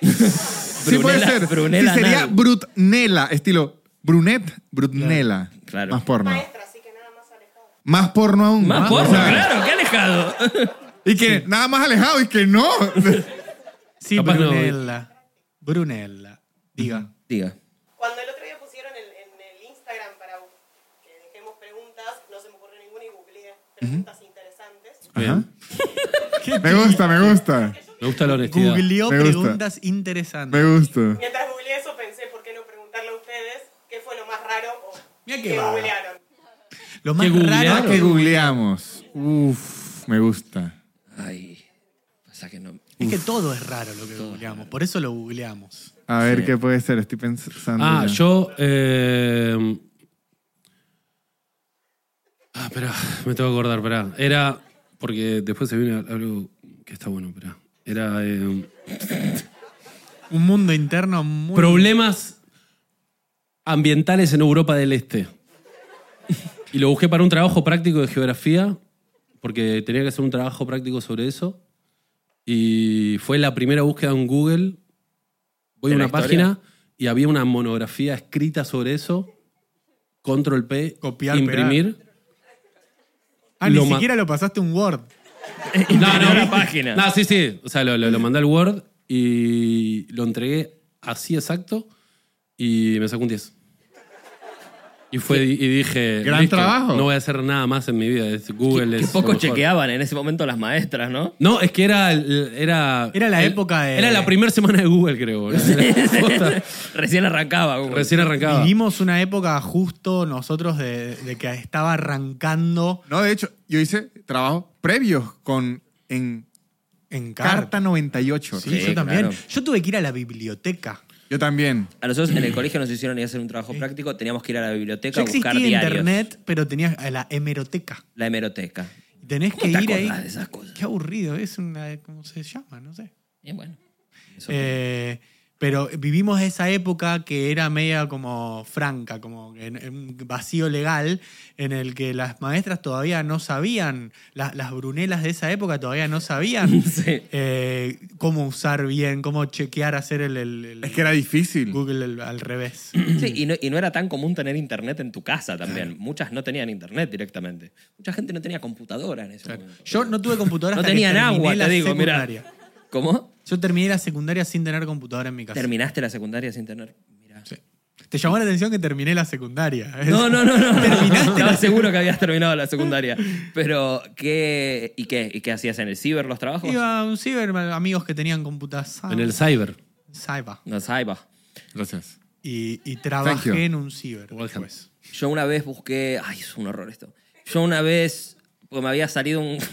[SPEAKER 4] Sí puede
[SPEAKER 2] Brunella-
[SPEAKER 4] ser.
[SPEAKER 2] Brunella
[SPEAKER 4] sí, sería
[SPEAKER 2] Nal.
[SPEAKER 4] Brutnella, estilo Brunet, Brutnella.
[SPEAKER 2] Claro.
[SPEAKER 4] Más porno. Más porno aún.
[SPEAKER 2] Más
[SPEAKER 4] O
[SPEAKER 2] porno,
[SPEAKER 4] sea,
[SPEAKER 2] Ah, claro, qué alejado.
[SPEAKER 4] Y que nada más alejado y que no.
[SPEAKER 1] Sí,
[SPEAKER 3] Capaz no.
[SPEAKER 1] Brunella. Brunella. Diga.
[SPEAKER 2] Diga.
[SPEAKER 5] Cuando el otro día pusieron el- en el Instagram para que dejemos preguntas, no se me ocurrió ninguna y googleé preguntas interesantes.
[SPEAKER 4] Ajá. me gusta, me gusta.
[SPEAKER 3] Me gusta la honestidad.
[SPEAKER 1] Googleó
[SPEAKER 4] Me gusta.
[SPEAKER 1] preguntas interesantes.
[SPEAKER 4] Me gusta.
[SPEAKER 5] Mientras googleé eso pensé, ¿por qué no preguntarle a ustedes qué fue lo más raro o
[SPEAKER 1] Mirá qué
[SPEAKER 5] que
[SPEAKER 1] vaga.
[SPEAKER 5] googlearon?
[SPEAKER 1] Lo más
[SPEAKER 3] ¿Qué googlearon?
[SPEAKER 1] raro
[SPEAKER 4] Que
[SPEAKER 1] que
[SPEAKER 4] googleamos. Uf, me gusta.
[SPEAKER 2] Ay, pasa que no.
[SPEAKER 1] es que todo es raro lo que googleamos, por eso lo googleamos.
[SPEAKER 4] A ver qué puede ser, estoy pensando.
[SPEAKER 3] Ah,
[SPEAKER 4] ya.
[SPEAKER 3] yo. eh, Ah, espera, me tengo que acordar, espera. Era. Porque después se viene algo que está bueno, espera. Era. eh,
[SPEAKER 1] Un mundo interno muy...
[SPEAKER 3] problemas ambientales en Europa del Este. Y lo busqué para un trabajo práctico de geografía, porque tenía que hacer un trabajo práctico sobre eso. Y fue la primera búsqueda en Google. Voy
[SPEAKER 2] ¿De
[SPEAKER 3] a
[SPEAKER 2] la
[SPEAKER 3] una
[SPEAKER 2] historia?
[SPEAKER 3] página y había una monografía escrita sobre eso. Control P,
[SPEAKER 1] Copiar,
[SPEAKER 3] imprimir.
[SPEAKER 1] ah, ni
[SPEAKER 3] lo ma-
[SPEAKER 1] siquiera lo pasaste un Word.
[SPEAKER 3] No, no,
[SPEAKER 2] la página.
[SPEAKER 3] No, sí, sí. O sea, lo, lo- lo mandé al Word y lo entregué así exacto y me sacó un 10. Y, fue, y dije...
[SPEAKER 4] Gran
[SPEAKER 3] "Listo,
[SPEAKER 4] trabajo".
[SPEAKER 3] No voy a hacer nada más en mi vida. es- Google
[SPEAKER 2] Que
[SPEAKER 3] es... lo
[SPEAKER 2] poco
[SPEAKER 3] mejor.
[SPEAKER 2] chequeaban en ese momento las maestras, ¿no?
[SPEAKER 3] No, es que era... el- Era,
[SPEAKER 1] Era la
[SPEAKER 3] el-
[SPEAKER 1] época de-
[SPEAKER 3] Era la primera semana de Google, creo.
[SPEAKER 2] Recién arrancaba. Google.
[SPEAKER 3] Recién arrancaba.
[SPEAKER 1] Vivimos una época justo nosotros de, de que estaba arrancando
[SPEAKER 4] No, de hecho, yo hice trabajos previos con en
[SPEAKER 1] en carta.
[SPEAKER 4] Carta 98.
[SPEAKER 1] Sí,
[SPEAKER 2] Sí,
[SPEAKER 1] yo también.
[SPEAKER 2] claro.
[SPEAKER 1] Yo tuve que ir a la biblioteca.
[SPEAKER 4] Yo también.
[SPEAKER 2] A nosotros en el colegio nos hicieron ir a hacer un trabajo práctico, teníamos que ir a la biblioteca
[SPEAKER 1] Ya
[SPEAKER 2] a buscar
[SPEAKER 1] existía
[SPEAKER 2] diarios.
[SPEAKER 1] internet, pero tenías a la hemeroteca.
[SPEAKER 2] La hemeroteca.
[SPEAKER 1] Tenés
[SPEAKER 2] ¿Cómo
[SPEAKER 1] que
[SPEAKER 2] te
[SPEAKER 1] ir ahí.
[SPEAKER 2] acordás de esas cosas?
[SPEAKER 1] Qué aburrido, es una. ¿Cómo se llama? No sé.
[SPEAKER 2] Bien, bueno. Eso-
[SPEAKER 1] Eh, pero vivimos esa época que era media como franca, como en, en un vacío legal, en el que las maestras todavía no sabían, la- las brunelas de esa época todavía no sabían
[SPEAKER 2] Sí.
[SPEAKER 1] eh, cómo usar bien, cómo chequear, hacer el, el- el
[SPEAKER 4] Es que era difícil.
[SPEAKER 1] Google el- al revés.
[SPEAKER 2] Sí, y no, y no era tan común tener internet en tu casa también. Muchas no tenían internet directamente. Mucha gente no tenía computadora en ese momento.
[SPEAKER 1] Yo no tuve computadora
[SPEAKER 2] No
[SPEAKER 1] hasta que
[SPEAKER 2] tenían
[SPEAKER 1] terminé
[SPEAKER 2] agua,
[SPEAKER 1] la
[SPEAKER 2] te digo, mira.
[SPEAKER 1] secundaria.
[SPEAKER 2] ¿Cómo?
[SPEAKER 1] Yo terminé la secundaria sin tener computadora en mi casa.
[SPEAKER 2] Terminaste la secundaria sin tener. Mirá.
[SPEAKER 1] Sí. Te llamó la atención que terminé la secundaria.
[SPEAKER 2] No, no, no, no.
[SPEAKER 1] Terminaste
[SPEAKER 2] Estaba
[SPEAKER 1] la-
[SPEAKER 2] seguro que habías terminado la secundaria. Pero, ¿qué, y, qué, ¿y qué hacías en el ciber los trabajos?
[SPEAKER 1] Iba a un ciber, amigos que tenían computación.
[SPEAKER 3] En el cyber.
[SPEAKER 1] Cyber.
[SPEAKER 2] No, saiba.
[SPEAKER 4] Gracias.
[SPEAKER 1] Y, y
[SPEAKER 4] Thank you.
[SPEAKER 1] trabajé en un ciber.
[SPEAKER 3] Welcome.
[SPEAKER 1] después.
[SPEAKER 2] Yo una vez busqué. Ay, es un horror esto. Yo una vez. Porque me había salido un.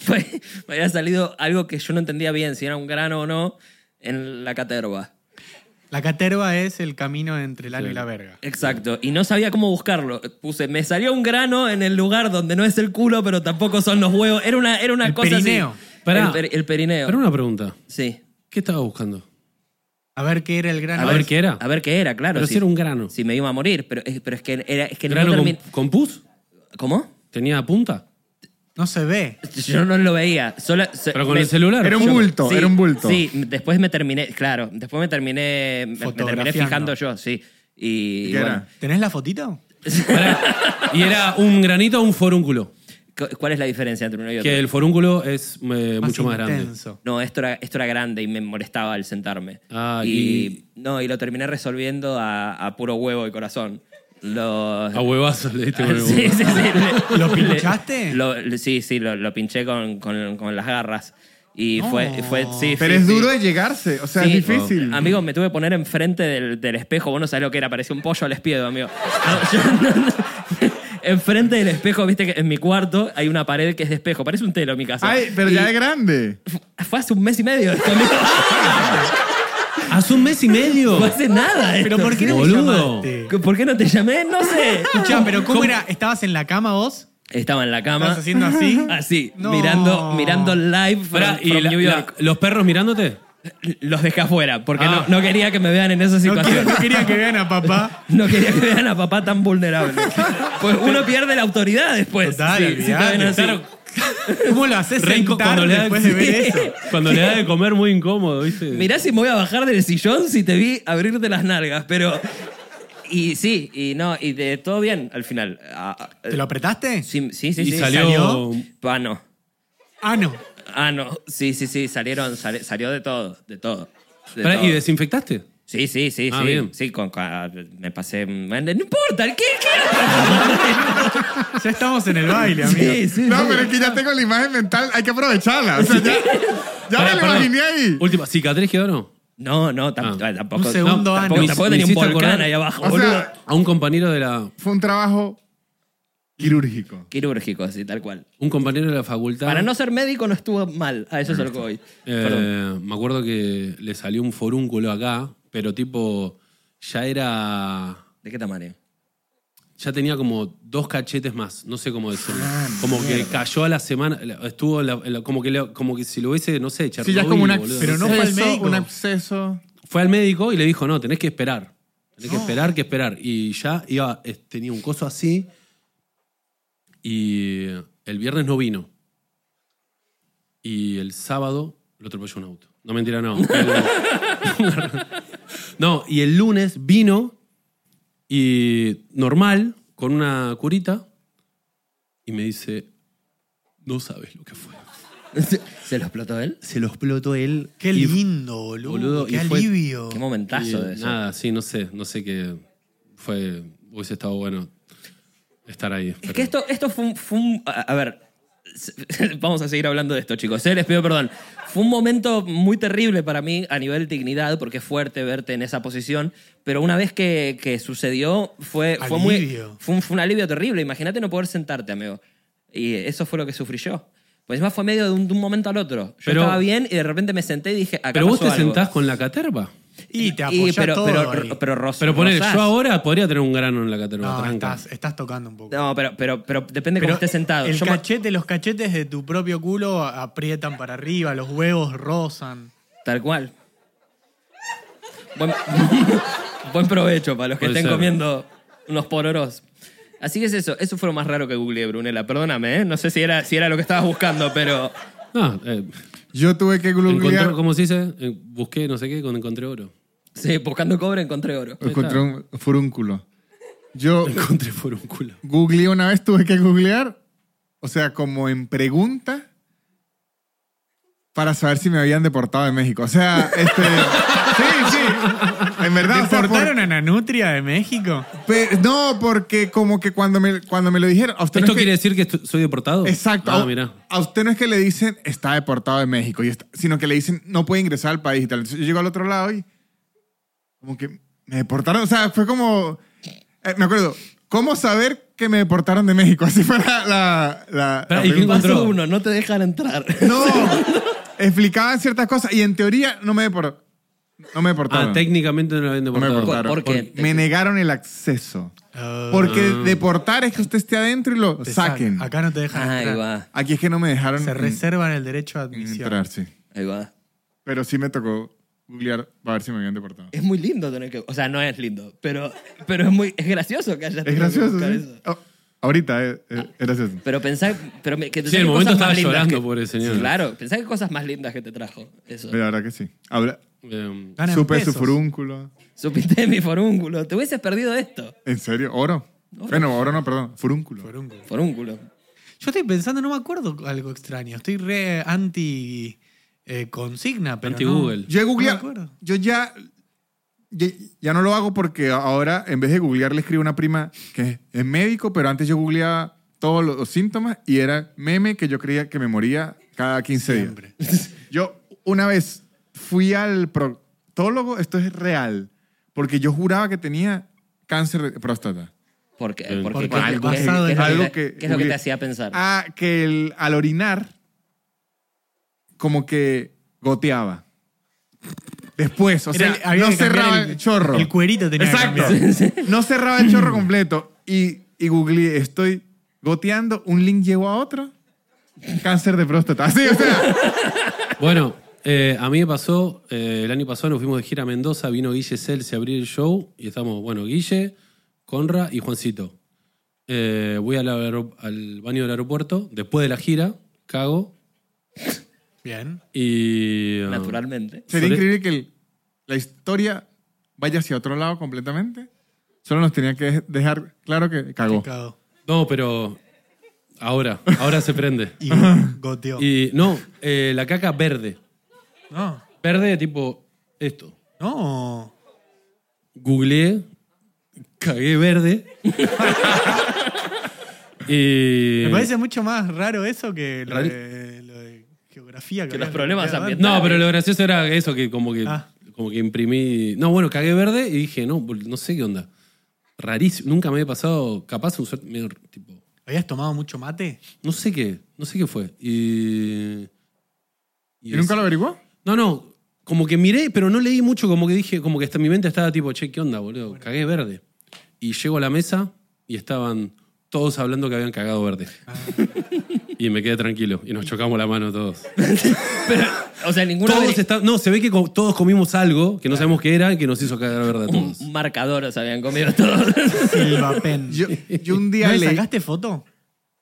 [SPEAKER 2] fue- me había salido algo que yo no entendía bien, si era un grano o no, en la caterva.
[SPEAKER 1] La caterva es el camino entre el ano y la verga.
[SPEAKER 2] Exacto. Y no sabía cómo buscarlo. Puse, me salió un grano en el lugar donde no es el culo, pero tampoco son los huevos. Era una, era una
[SPEAKER 1] El
[SPEAKER 2] cosa. así.
[SPEAKER 1] perineo.
[SPEAKER 3] Pará.
[SPEAKER 2] El, per- el perineo.
[SPEAKER 3] Pero una pregunta.
[SPEAKER 2] Sí.
[SPEAKER 3] ¿Qué estaba buscando?
[SPEAKER 1] A ver qué era el gran.
[SPEAKER 3] A ver qué era.
[SPEAKER 2] A ver qué era, claro.
[SPEAKER 3] Pero si era un grano.
[SPEAKER 2] Si me iba a morir, pero es, pero es que era. Es que no
[SPEAKER 3] ¿Grano con,
[SPEAKER 2] termin-
[SPEAKER 3] con pus?
[SPEAKER 2] ¿Cómo?
[SPEAKER 3] ¿Tenía punta?
[SPEAKER 1] No se ve.
[SPEAKER 2] Yo no lo veía. Solo, se-
[SPEAKER 3] ¿Pero con
[SPEAKER 2] me-
[SPEAKER 3] el celular?
[SPEAKER 4] Era un
[SPEAKER 3] Yo-
[SPEAKER 4] bulto,
[SPEAKER 2] Sí,
[SPEAKER 4] era un bulto.
[SPEAKER 2] Sí, después me terminé, claro, después me terminé, me- me terminé
[SPEAKER 1] Fotografiando.
[SPEAKER 2] fijando yo, sí. Y,
[SPEAKER 4] ¿Qué
[SPEAKER 2] y bueno.
[SPEAKER 4] era?
[SPEAKER 1] ¿Tenés la fotito?
[SPEAKER 3] Pará. ¿Y era un granito o un forúnculo?
[SPEAKER 2] cu- ¿Cuál es la diferencia entre uno y otro?
[SPEAKER 3] Que el forúnculo es eh, mucho más grande.
[SPEAKER 1] intenso.
[SPEAKER 2] No, esto era, esto era grande y me molestaba al sentarme.
[SPEAKER 3] Ah,
[SPEAKER 2] y, no, y lo terminé resolviendo a, a puro huevo y corazón. Lo-
[SPEAKER 3] A huevazos le diste con el
[SPEAKER 2] sí, sí,
[SPEAKER 3] huevo.
[SPEAKER 2] sí. le-
[SPEAKER 1] ¿Lo
[SPEAKER 2] le-
[SPEAKER 1] pinchaste?
[SPEAKER 2] lo- le- sí, sí, lo, lo pinché con, con- con las garras. Y
[SPEAKER 1] No.
[SPEAKER 2] fue, fue sí,
[SPEAKER 4] Pero
[SPEAKER 2] sí,
[SPEAKER 4] es
[SPEAKER 2] sí.
[SPEAKER 4] duro de llegarse, o sea,
[SPEAKER 2] Sí. oh,
[SPEAKER 4] es difícil.
[SPEAKER 2] Amigo, me tuve que poner enfrente del, del espejo. Vos no sabés lo que era, parecía un pollo al espiedo, amigo. No, yo no- no. Enfrente del espejo, viste que en mi cuarto hay una pared que es de espejo. Parece un telo mi casa.
[SPEAKER 4] Ay, pero ya
[SPEAKER 2] Y
[SPEAKER 4] es grande.
[SPEAKER 2] Fue hace un mes y medio esto, amigo.
[SPEAKER 3] ¿Hace un mes y medio?
[SPEAKER 2] No hace nada esto.
[SPEAKER 1] Pero ¿por qué no me
[SPEAKER 3] Boludo.
[SPEAKER 1] llamaste?
[SPEAKER 2] ¿Por qué no te llamé? No sé.
[SPEAKER 1] Escuchá, pero ¿cómo era? ¿Estabas en la cama vos?
[SPEAKER 2] Estaba en la cama.
[SPEAKER 1] ¿Estabas haciendo así?
[SPEAKER 2] Así,
[SPEAKER 1] No.
[SPEAKER 2] mirando, mirando live from,
[SPEAKER 3] Pará, ¿y
[SPEAKER 2] from
[SPEAKER 3] la-
[SPEAKER 2] New
[SPEAKER 3] la-
[SPEAKER 2] York.
[SPEAKER 3] los perros mirándote?
[SPEAKER 2] Los dejé afuera, porque
[SPEAKER 3] Ah.
[SPEAKER 2] no, no quería que me vean en esa
[SPEAKER 1] No, quiero-
[SPEAKER 2] situación.
[SPEAKER 1] no quería que vean a papá.
[SPEAKER 2] No quería que vean a papá tan vulnerable. Pues uno pierde la autoridad después.
[SPEAKER 1] Total,
[SPEAKER 2] Sí, sí,
[SPEAKER 1] olvidate.
[SPEAKER 2] también así.
[SPEAKER 3] Claro,
[SPEAKER 1] ¿Cómo lo haces
[SPEAKER 3] re inco-
[SPEAKER 1] sentar después de ver eso?
[SPEAKER 3] cuando le da de comer muy incómodo, ¿viste?
[SPEAKER 2] Mirá si me voy a bajar del sillón si te vi abrirte las nalgas, pero... Y sí, y no, y de todo bien al final. Ah, ah,
[SPEAKER 1] ¿Te lo apretaste?
[SPEAKER 2] sí, sí, sí.
[SPEAKER 3] y
[SPEAKER 2] sí.
[SPEAKER 3] salió,
[SPEAKER 1] salió.
[SPEAKER 2] Ah, no.
[SPEAKER 1] Ah, no.
[SPEAKER 2] Ah, no. Sí, sí, sí, salieron, sale- salió de todo, de todo. de
[SPEAKER 3] Pará,
[SPEAKER 2] todo.
[SPEAKER 3] ¿Y desinfectaste?
[SPEAKER 2] Sí, sí, sí,
[SPEAKER 3] Ah,
[SPEAKER 2] sí.
[SPEAKER 3] bien.
[SPEAKER 2] Sí, con, con- ah, me pasé. No importa, ¿qué? qué?
[SPEAKER 1] Ya estamos en el baile, amigo.
[SPEAKER 2] Sí, sí.
[SPEAKER 4] No,
[SPEAKER 2] sí.
[SPEAKER 4] pero es que ya tengo la imagen mental, hay que aprovecharla. O sea, ya, ya
[SPEAKER 3] Pará,
[SPEAKER 4] me
[SPEAKER 3] pará.
[SPEAKER 4] la imaginé ahí.
[SPEAKER 3] Última, ¿cicatriz quedó o no?
[SPEAKER 2] No, no, tam-
[SPEAKER 3] Ah.
[SPEAKER 2] tampoco.
[SPEAKER 1] Un segundo
[SPEAKER 2] no,
[SPEAKER 1] ano.
[SPEAKER 2] tampoco,
[SPEAKER 1] Me-
[SPEAKER 2] tampoco
[SPEAKER 3] me
[SPEAKER 2] tenía un
[SPEAKER 3] hiciste
[SPEAKER 2] volcán
[SPEAKER 3] acordar-
[SPEAKER 2] ahí abajo,
[SPEAKER 4] O sea,
[SPEAKER 2] boludo.
[SPEAKER 3] A un compañero de la,
[SPEAKER 4] Fue un trabajo quirúrgico.
[SPEAKER 2] Quirúrgico, así, tal cual.
[SPEAKER 3] un compañero de la facultad.
[SPEAKER 2] Para no ser médico no estuvo mal. A eso es a lo que voy.
[SPEAKER 3] Eh,
[SPEAKER 2] Perdón.
[SPEAKER 3] me acuerdo que le salió un forúnculo acá, pero tipo, ya era.
[SPEAKER 2] ¿De qué tamaño?
[SPEAKER 3] Ya tenía como dos cachetes más, no sé cómo decirlo.
[SPEAKER 4] Ah,
[SPEAKER 3] Como que cayó a la semana, estuvo la- la- como, que le- como que si lo hubiese, no sé,
[SPEAKER 4] Sí, ya es
[SPEAKER 3] Chernobyl,
[SPEAKER 4] como un ac-
[SPEAKER 3] boludo.
[SPEAKER 1] Pero no fue al médico.
[SPEAKER 4] un absceso.
[SPEAKER 3] Fue al médico y le dijo, no, tenés que esperar. Tenés que esperar, que esperar. Y ya iba, eh, tenía un coso así. Y el viernes no vino. Y el sábado lo atropelló un auto. No mentira, no. no, y el lunes vino y normal, con una curita, y me dice, no sabes lo que fue.
[SPEAKER 2] ¿Se lo explotó él?
[SPEAKER 3] Se lo explotó él.
[SPEAKER 1] Qué
[SPEAKER 3] y-
[SPEAKER 1] lindo, boludo.
[SPEAKER 3] Boludo,
[SPEAKER 1] Qué
[SPEAKER 3] y fue-
[SPEAKER 1] alivio.
[SPEAKER 2] Qué
[SPEAKER 3] Oh, Y
[SPEAKER 2] momentazo de eso.
[SPEAKER 3] Nada, sí, no sé, no sé qué fue, hubiese estado bueno estar ahí.
[SPEAKER 2] Es
[SPEAKER 3] pero-
[SPEAKER 2] que esto, esto fue un. fue un- a, a ver. Vamos a seguir hablando de esto, chicos. ¿eh? Les pido perdón. Fue un momento muy terrible para mí a nivel dignidad, porque es fuerte verte en esa posición. Pero una vez que, que sucedió, fue, fue muy.
[SPEAKER 1] Alivio.
[SPEAKER 2] Fue un, fue un alivio terrible. Imagínate no poder sentarte, amigo. Y eso fue lo que sufrí yo. Pues más fue medio de un, de un momento al otro. Yo
[SPEAKER 3] Pero-
[SPEAKER 2] estaba bien y de repente me senté y dije. Acá
[SPEAKER 3] pero vos te
[SPEAKER 2] pasó algo.
[SPEAKER 3] sentás con la caterva.
[SPEAKER 1] Y te
[SPEAKER 2] Y-
[SPEAKER 1] apoyó
[SPEAKER 2] pero,
[SPEAKER 1] todo
[SPEAKER 2] pero,
[SPEAKER 1] ahí.
[SPEAKER 2] pero, rozás-
[SPEAKER 3] Pero ponele,
[SPEAKER 2] rozás.
[SPEAKER 3] yo ahora podría tener un grano en la caterva,
[SPEAKER 1] no,
[SPEAKER 3] tranca.
[SPEAKER 1] estás, estás tocando un poco.
[SPEAKER 2] No, pero, pero, pero depende de
[SPEAKER 1] Pero
[SPEAKER 2] cómo estés sentado.
[SPEAKER 1] El
[SPEAKER 2] Yo me-
[SPEAKER 1] cachete, los cachetes de tu propio culo aprietan para arriba, los huevos rozan.
[SPEAKER 2] Tal cual. Buen, buen provecho para los que
[SPEAKER 3] Puede
[SPEAKER 2] estén
[SPEAKER 3] ser.
[SPEAKER 2] comiendo unos pororos. Así que es eso. Eso fue lo más raro que googleé, Brunela. Perdóname, ¿eh? No sé si era, si era lo que estabas buscando, pero...
[SPEAKER 3] No, eh,
[SPEAKER 4] Yo tuve que
[SPEAKER 3] encontré,
[SPEAKER 4] googlear.
[SPEAKER 3] ¿cómo se dice? Eh, Busqué no sé qué, cuando encontré oro.
[SPEAKER 2] Sí, buscando cobre encontré oro.
[SPEAKER 4] Encontré un furúnculo. Yo
[SPEAKER 3] Encontré forúnculo.
[SPEAKER 4] googleé una vez, tuve que googlear, o sea, como en pregunta, para saber si me habían deportado de México. O sea, este. sí, sí. En verdad, o sea, por-
[SPEAKER 1] ¿Deportaron a Nanutria de México?
[SPEAKER 4] pe- no, porque como que cuando me, cuando me lo dijeron. a usted no
[SPEAKER 3] ¿Esto
[SPEAKER 4] es que-
[SPEAKER 3] quiere decir que estu- soy deportado?
[SPEAKER 4] Exacto.
[SPEAKER 3] Ah,
[SPEAKER 4] A-
[SPEAKER 3] mirá.
[SPEAKER 4] A usted no es que le dicen está deportado de México, y está- sino que le dicen no puede ingresar al país y tal. Entonces, yo llego al otro lado y como que me deportaron. O sea, fue como. eh, me acuerdo, ¿cómo saber que me deportaron de México? Así fue la. la, la-
[SPEAKER 3] Pero,
[SPEAKER 4] la
[SPEAKER 3] ¿y qué
[SPEAKER 4] pregunta.
[SPEAKER 3] encontró?
[SPEAKER 2] Paso uno, no te dejan entrar.
[SPEAKER 4] No, explicaban ciertas cosas y en teoría no me deportaron. No me deportaron.
[SPEAKER 3] Ah, técnicamente no lo habían
[SPEAKER 4] no me
[SPEAKER 3] deportado.
[SPEAKER 4] deportaron.
[SPEAKER 2] ¿Por qué?
[SPEAKER 4] Porque me negaron el acceso.
[SPEAKER 1] Ah,
[SPEAKER 4] Porque deportar es que usted esté adentro y lo
[SPEAKER 1] te
[SPEAKER 4] saquen.
[SPEAKER 1] sacan. Acá no te
[SPEAKER 3] Ah,
[SPEAKER 1] dejan
[SPEAKER 2] Ahí
[SPEAKER 1] entrar.
[SPEAKER 2] va,
[SPEAKER 4] Aquí es que no me dejaron
[SPEAKER 1] Se
[SPEAKER 4] en-
[SPEAKER 1] reservan el derecho a
[SPEAKER 4] en
[SPEAKER 1] admisión.
[SPEAKER 4] Mm. entrar, sí.
[SPEAKER 2] ahí va.
[SPEAKER 4] Pero sí me tocó googlear para ver si me habían deportado.
[SPEAKER 2] Es muy lindo tener que... O sea, no es lindo, pero, pero es muy es gracioso que hayas
[SPEAKER 4] Es
[SPEAKER 2] tenido que
[SPEAKER 4] gracioso,
[SPEAKER 2] buscar
[SPEAKER 4] ¿sí?
[SPEAKER 2] eso.
[SPEAKER 4] Oh, ahorita, eh, eh,
[SPEAKER 1] Ah.
[SPEAKER 4] es gracioso.
[SPEAKER 2] Pero pensá... Pero me- que te
[SPEAKER 3] Sí,
[SPEAKER 2] saquen
[SPEAKER 3] en el momento
[SPEAKER 2] cosas
[SPEAKER 3] estaba
[SPEAKER 2] más lindas
[SPEAKER 3] llorando,
[SPEAKER 2] que-
[SPEAKER 3] pobre señora.
[SPEAKER 2] Sí, Claro, pensá qué cosas más lindas que te trajo eso.
[SPEAKER 4] Pero la verdad que sí. Ahora,
[SPEAKER 3] Eh,
[SPEAKER 1] Ganan
[SPEAKER 4] supe su
[SPEAKER 1] pesos.
[SPEAKER 4] furúnculo.
[SPEAKER 2] Supiste de mi forúnculo. Te hubieses perdido esto.
[SPEAKER 4] ¿En serio? ¿Oro? Bueno, oro no, perdón. Furúnculo.
[SPEAKER 1] Forúnculo.
[SPEAKER 2] Forúnculo.
[SPEAKER 1] Yo estoy pensando, no me acuerdo algo extraño. Estoy re anti eh, consigna, pero. no-
[SPEAKER 3] Anti-Google.
[SPEAKER 4] Yo he
[SPEAKER 1] No me
[SPEAKER 4] googleado.
[SPEAKER 1] acuerdo.
[SPEAKER 4] yo ya, ya. ya no lo hago porque ahora, en vez de googlear, le escribo a una prima que es, es médico, pero antes yo googleaba todos los, los síntomas y era meme que yo creía que me moría cada 15
[SPEAKER 1] Siempre.
[SPEAKER 4] días. Yo una vez fui al proctólogo, esto es real, porque yo juraba que tenía cáncer de próstata.
[SPEAKER 2] ¿Por qué?
[SPEAKER 3] Bien.
[SPEAKER 2] Porque,
[SPEAKER 1] Porque
[SPEAKER 2] ¿qué-
[SPEAKER 1] algo
[SPEAKER 2] qué- qué-
[SPEAKER 1] basado
[SPEAKER 2] qué es
[SPEAKER 1] en
[SPEAKER 2] lo
[SPEAKER 4] algo
[SPEAKER 2] que te-
[SPEAKER 4] que
[SPEAKER 2] ¿Qué es lo que te
[SPEAKER 4] googleé.
[SPEAKER 2] hacía pensar?
[SPEAKER 4] Ah, que el- al orinar, como que goteaba. Después, o
[SPEAKER 1] Era
[SPEAKER 4] sea,
[SPEAKER 1] el- había
[SPEAKER 4] no
[SPEAKER 1] que cambiar
[SPEAKER 4] cerraba el, chorro.
[SPEAKER 1] El cuerito tenía que
[SPEAKER 4] Exacto.
[SPEAKER 1] cambiar.
[SPEAKER 4] No cerraba el chorro completo. Y, y googleé, estoy goteando, un link llegó a otro. Cáncer de próstata. Así, o sea.
[SPEAKER 3] Bueno, eh, a mí me pasó, eh, el año pasado nos fuimos de gira a Mendoza, vino Guille Celse a abrir el show y estamos, bueno, Guille, Conra y Juancito. Eh, voy al, aero- al baño del aeropuerto, después de la gira, cago
[SPEAKER 1] Bien.
[SPEAKER 3] y... eh,
[SPEAKER 2] Naturalmente.
[SPEAKER 4] Sería
[SPEAKER 3] Sobre-
[SPEAKER 4] increíble que el- la historia vaya hacia otro lado completamente. Solo nos tenía que dejar claro que cagó.
[SPEAKER 1] Cagó.
[SPEAKER 3] No, pero ahora, ahora se prende.
[SPEAKER 1] Y goteó.
[SPEAKER 3] Y no, eh, la caca verde.
[SPEAKER 1] No.
[SPEAKER 3] Verde tipo esto.
[SPEAKER 1] No.
[SPEAKER 3] Googleé, cagué verde. y...
[SPEAKER 2] Eh,
[SPEAKER 1] Me parece mucho más raro eso que lo,
[SPEAKER 3] Rari-
[SPEAKER 1] de, lo de geografía.
[SPEAKER 2] Que los
[SPEAKER 1] habías
[SPEAKER 2] problemas
[SPEAKER 1] planteado
[SPEAKER 2] ambientales.
[SPEAKER 3] No, pero lo gracioso era eso, que como que,
[SPEAKER 1] Ah.
[SPEAKER 3] como que imprimí. No, bueno, cagué verde y dije, no, bol- no sé qué onda. Rarísimo. Nunca me había pasado capaz un suerte medio tipo.
[SPEAKER 1] antes. ¿Habías tomado mucho mate?
[SPEAKER 3] No sé qué, no sé qué fue. Y.
[SPEAKER 4] ¿Y nunca lo averiguó?
[SPEAKER 3] No, no. Como que miré, pero no leí mucho, como que dije, como que hasta mi mente estaba tipo, che, ¿qué onda, boludo? Cagué verde. Y llego a la mesa y estaban todos hablando que habían cagado verde.
[SPEAKER 4] Ah.
[SPEAKER 3] y me quedé tranquilo. Y nos chocamos la mano todos.
[SPEAKER 2] Pero, o sea, ninguna
[SPEAKER 3] todos está- no, se ve que co- todos comimos algo que no sabemos qué era y que nos hizo cagar verde a
[SPEAKER 2] un,
[SPEAKER 3] todos.
[SPEAKER 2] un marcador se habían comido todos.
[SPEAKER 1] Silvapen.
[SPEAKER 4] Yo, yo un
[SPEAKER 1] ¿No
[SPEAKER 4] día
[SPEAKER 1] le
[SPEAKER 4] leí.
[SPEAKER 1] sacaste foto?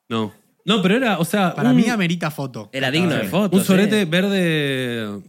[SPEAKER 3] No. No, pero era, o sea.
[SPEAKER 1] Para
[SPEAKER 3] un,
[SPEAKER 1] mí amerita foto.
[SPEAKER 2] Uh, Era digno de fotos.
[SPEAKER 3] Un sorete
[SPEAKER 2] eh.
[SPEAKER 3] verde.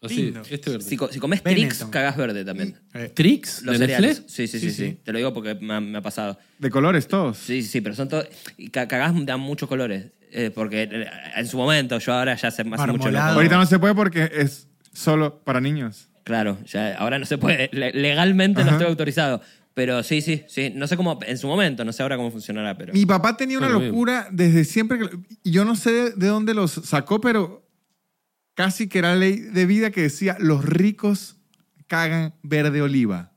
[SPEAKER 3] Así,
[SPEAKER 1] Lindo.
[SPEAKER 3] este verde.
[SPEAKER 2] Si, co- si comes
[SPEAKER 1] Benetton.
[SPEAKER 2] Trix, cagás verde también.
[SPEAKER 1] Eh,
[SPEAKER 3] ¿Trix?
[SPEAKER 2] Los
[SPEAKER 3] ¿De
[SPEAKER 2] cereales. Sí
[SPEAKER 3] Nestlé?
[SPEAKER 2] sí, sí, sí, Te lo digo porque me ha, me ha pasado.
[SPEAKER 4] De colores todos.
[SPEAKER 2] Sí, sí, sí, pero son todos. Y ca- cagás dan muchos colores. Eh, porque eh, en su momento, yo ahora ya hace más mucho no
[SPEAKER 1] Marmolado.
[SPEAKER 2] como.
[SPEAKER 4] Ahorita no se puede porque es solo para niños.
[SPEAKER 2] Claro, ya ahora no se puede. Le- legalmente no estoy autorizado. Pero sí, sí, sí. No sé cómo. En su momento, no sé ahora cómo funcionará, pero.
[SPEAKER 4] Mi papá tenía una
[SPEAKER 3] Está bien.
[SPEAKER 4] locura desde siempre. que- y yo no sé de dónde los sacó, pero casi que era ley de vida que decía: los ricos cagan verde oliva.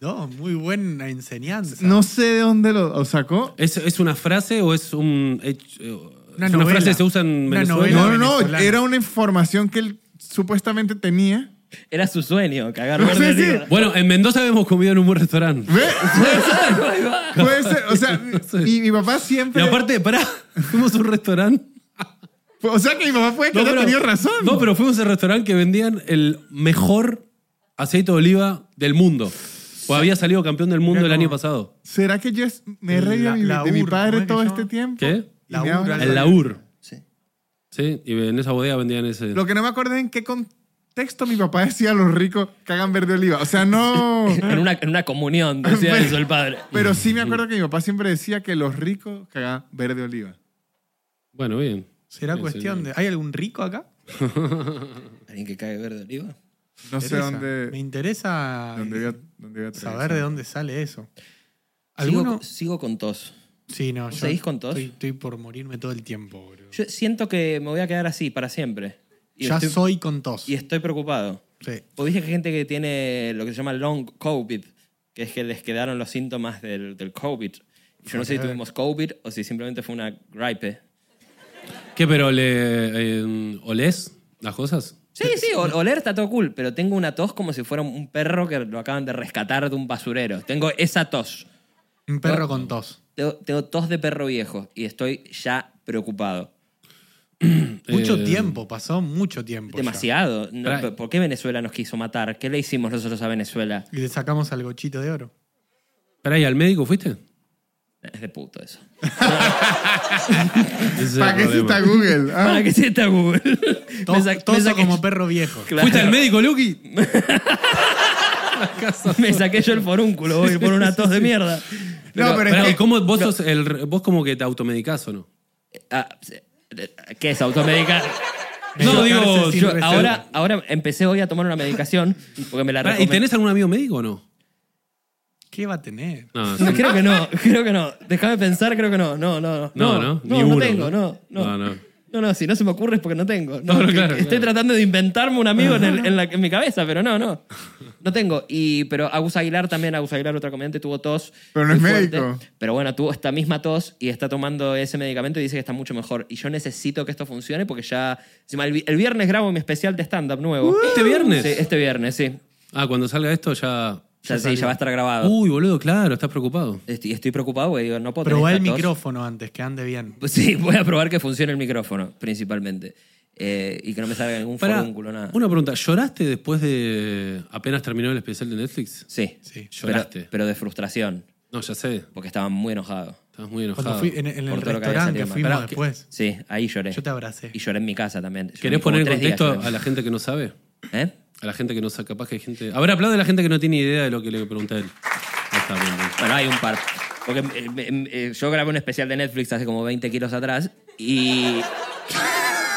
[SPEAKER 1] no, muy buena enseñanza.
[SPEAKER 4] No sé de dónde lo lo sacó.
[SPEAKER 3] ¿Es, es una frase o es un. hecho- eh,
[SPEAKER 1] Una
[SPEAKER 3] es
[SPEAKER 1] novela.
[SPEAKER 3] frase que se usa en
[SPEAKER 1] Una
[SPEAKER 3] Venezuela?
[SPEAKER 1] novela.
[SPEAKER 4] No, no, no.
[SPEAKER 1] venezolano.
[SPEAKER 4] Era una información que él supuestamente tenía.
[SPEAKER 2] Era su sueño, cagar
[SPEAKER 4] No,
[SPEAKER 2] verde.
[SPEAKER 4] sí, sí.
[SPEAKER 2] arriba.
[SPEAKER 3] Bueno, en Mendoza habíamos comido en un buen restaurante.
[SPEAKER 4] ¿Ve?
[SPEAKER 2] Ahí va.
[SPEAKER 4] Puede ser. O sea, y mi papá
[SPEAKER 3] Y
[SPEAKER 4] siempre.
[SPEAKER 3] aparte, pará, fuimos a un restaurante.
[SPEAKER 4] o sea, que mi papá puede que haya tenido razón.
[SPEAKER 3] No, pero fuimos al restaurante que vendían el mejor aceite de oliva del mundo. O había salido campeón del mundo el
[SPEAKER 1] Mirá
[SPEAKER 3] año
[SPEAKER 1] cómo-
[SPEAKER 3] pasado.
[SPEAKER 4] ¿Será que yo es- me he reído
[SPEAKER 1] La-
[SPEAKER 4] de mi- de
[SPEAKER 1] laur, ¿cómo
[SPEAKER 4] mi padre
[SPEAKER 1] es que
[SPEAKER 4] todo
[SPEAKER 1] se
[SPEAKER 4] este
[SPEAKER 1] llama?
[SPEAKER 4] tiempo?
[SPEAKER 3] ¿Qué?
[SPEAKER 4] Y me
[SPEAKER 1] Laur,
[SPEAKER 4] habla-
[SPEAKER 1] algo
[SPEAKER 3] El laur.
[SPEAKER 2] Sí.
[SPEAKER 3] Sí, y en esa bodega vendían ese.
[SPEAKER 4] Lo que no me acuerdo es en qué contexto mi papá decía a los ricos que hagan verde oliva. O sea, no.
[SPEAKER 2] En una, en una comunión, decía eso el padre.
[SPEAKER 4] Pero sí me acuerdo que mi papá siempre decía que los ricos que hagan verde oliva.
[SPEAKER 3] Bueno, bien.
[SPEAKER 1] Será
[SPEAKER 3] Bien,
[SPEAKER 1] cuestión
[SPEAKER 3] sí.
[SPEAKER 1] de. ¿Hay algún rico acá?
[SPEAKER 2] ¿Alguien que cague verde arriba?
[SPEAKER 4] No sé
[SPEAKER 1] Interesa. Me
[SPEAKER 4] dónde,
[SPEAKER 1] interesa
[SPEAKER 4] dónde voy a, dónde voy a traer
[SPEAKER 1] eh. saber
[SPEAKER 4] eso.
[SPEAKER 1] de dónde sale eso.
[SPEAKER 2] Sigo,
[SPEAKER 1] ¿Alguno?
[SPEAKER 2] sigo con tos.
[SPEAKER 1] Sí, no, yo.
[SPEAKER 2] seguís con tos?
[SPEAKER 1] Estoy, estoy por morirme todo el tiempo, boludo.
[SPEAKER 2] Yo siento que me voy a quedar así para siempre. Y
[SPEAKER 1] Ya
[SPEAKER 2] estoy,
[SPEAKER 1] soy con tos.
[SPEAKER 2] Y estoy preocupado.
[SPEAKER 1] Sí.
[SPEAKER 2] Vos dije que hay gente que tiene lo que se llama long COVID, que es que les quedaron los síntomas del, del COVID. Yo no sé si tuvimos COVID o si simplemente fue una gripe.
[SPEAKER 3] ¿Qué, pero le. eh, ¿Olés las cosas?
[SPEAKER 2] Sí, sí, ol- oler está todo cool, pero tengo una tos como si fuera un perro que lo acaban de rescatar de un basurero. Tengo esa tos.
[SPEAKER 1] Un perro con tos.
[SPEAKER 2] Tengo, tengo tos de perro viejo y estoy ya preocupado.
[SPEAKER 1] Mucho
[SPEAKER 3] Eh,
[SPEAKER 1] tiempo, pasó mucho tiempo. ya.
[SPEAKER 2] Demasiado. No,
[SPEAKER 3] Pará.
[SPEAKER 2] p- ¿Por qué Venezuela nos quiso matar? ¿Qué le hicimos nosotros a Venezuela?
[SPEAKER 1] Y le sacamos al gochito de oro.
[SPEAKER 3] Pará, ¿y al médico fuiste?
[SPEAKER 2] Es de puto eso.
[SPEAKER 3] Ese es el
[SPEAKER 4] ¿Para qué
[SPEAKER 3] problema.
[SPEAKER 4] cita Google? Ah,
[SPEAKER 2] ¿Para qué se está Google?
[SPEAKER 1] To-
[SPEAKER 2] Me sa- me
[SPEAKER 1] toso
[SPEAKER 2] saqué-
[SPEAKER 1] como perro viejo.
[SPEAKER 2] Claro.
[SPEAKER 3] ¿Fuiste al médico, Lucky?
[SPEAKER 2] Me saqué yo el forúnculo voy por una tos de mierda.
[SPEAKER 4] No, pero es
[SPEAKER 3] Pará,
[SPEAKER 4] que-
[SPEAKER 3] ¿y cómo vos, sos el- vos como que te automedicás o no?
[SPEAKER 2] ah, ¿Qué es automedicar?
[SPEAKER 1] Medicarse
[SPEAKER 2] No, digo,
[SPEAKER 1] sin
[SPEAKER 2] yo
[SPEAKER 1] receta.
[SPEAKER 2] ahora, ahora empecé hoy a tomar una medicación porque me la
[SPEAKER 3] Pará, ¿Y
[SPEAKER 2] recomendó.
[SPEAKER 3] tenés algún amigo médico o no?
[SPEAKER 1] ¿Qué va a tener?
[SPEAKER 3] No,
[SPEAKER 2] No, creo que no, creo que no. Déjame pensar, creo que no. No, no, no.
[SPEAKER 3] No, no,
[SPEAKER 2] no,
[SPEAKER 3] ni uno,
[SPEAKER 2] tengo,
[SPEAKER 3] ¿no?
[SPEAKER 2] no, no.
[SPEAKER 3] No, no.
[SPEAKER 2] No, no, si no se me ocurre es porque no tengo.
[SPEAKER 3] No,
[SPEAKER 2] No,
[SPEAKER 3] no,
[SPEAKER 2] que-
[SPEAKER 3] claro,
[SPEAKER 2] que Estoy
[SPEAKER 3] claro.
[SPEAKER 2] tratando de inventarme un amigo en, el- en la- en mi cabeza, pero no, no. No tengo. Y, pero Agus Aguilar también, Agus Aguilar, otra comediante, tuvo tos.
[SPEAKER 4] Pero no
[SPEAKER 2] muy
[SPEAKER 4] es
[SPEAKER 2] fuerte.
[SPEAKER 4] médico.
[SPEAKER 2] Pero bueno, tuvo esta misma tos y está tomando ese medicamento y dice que está mucho mejor. Y yo necesito que esto funcione porque ya. encima el, vi- el viernes grabo mi especial de stand-up nuevo.
[SPEAKER 3] ¿Este viernes?
[SPEAKER 2] Sí, este viernes, sí.
[SPEAKER 3] Ah, cuando salga esto ya.
[SPEAKER 2] Ya, sí, ya va a estar grabado.
[SPEAKER 3] Uy, boludo, claro, estás preocupado.
[SPEAKER 2] Estoy, estoy preocupado, güey. digo, No puedo tener
[SPEAKER 1] Probá el
[SPEAKER 2] esta tos.
[SPEAKER 1] micrófono antes, que ande bien.
[SPEAKER 2] Pues Sí, voy a probar que funcione el micrófono, principalmente. Eh, y que no me salga ningún
[SPEAKER 3] Pará,
[SPEAKER 2] forúnculo, nada.
[SPEAKER 3] Una pregunta, ¿lloraste después de apenas terminó el especial de Netflix?
[SPEAKER 2] Sí.
[SPEAKER 1] Sí.
[SPEAKER 2] Pero-
[SPEAKER 3] Lloraste.
[SPEAKER 2] Pero, de frustración,
[SPEAKER 3] No, ya sé,
[SPEAKER 2] porque estaba muy enojado.
[SPEAKER 3] estabas muy enojado.
[SPEAKER 1] Cuando fui en, en el
[SPEAKER 2] Por todo lo que había salido
[SPEAKER 1] restaurante que
[SPEAKER 2] mal.
[SPEAKER 1] fuimos
[SPEAKER 3] Pará, que-
[SPEAKER 1] después.
[SPEAKER 2] Sí, ahí lloré.
[SPEAKER 1] Yo te abracé.
[SPEAKER 2] Y lloré en mi casa también. Lloré
[SPEAKER 3] ¿Querés
[SPEAKER 2] como
[SPEAKER 3] poner en
[SPEAKER 2] tres días
[SPEAKER 3] contexto
[SPEAKER 2] lloré.
[SPEAKER 3] a la gente que no sabe?
[SPEAKER 2] ¿Eh?
[SPEAKER 3] A la gente que no sabe, capaz que hay gente. A ver, aplaude a la gente que no tiene idea de lo que le pregunté a él. Ahí está, bien, bien.
[SPEAKER 2] Bueno, hay un par. Porque eh, me- me- eh, yo grabé un especial de Netflix hace como 20 kilos atrás y...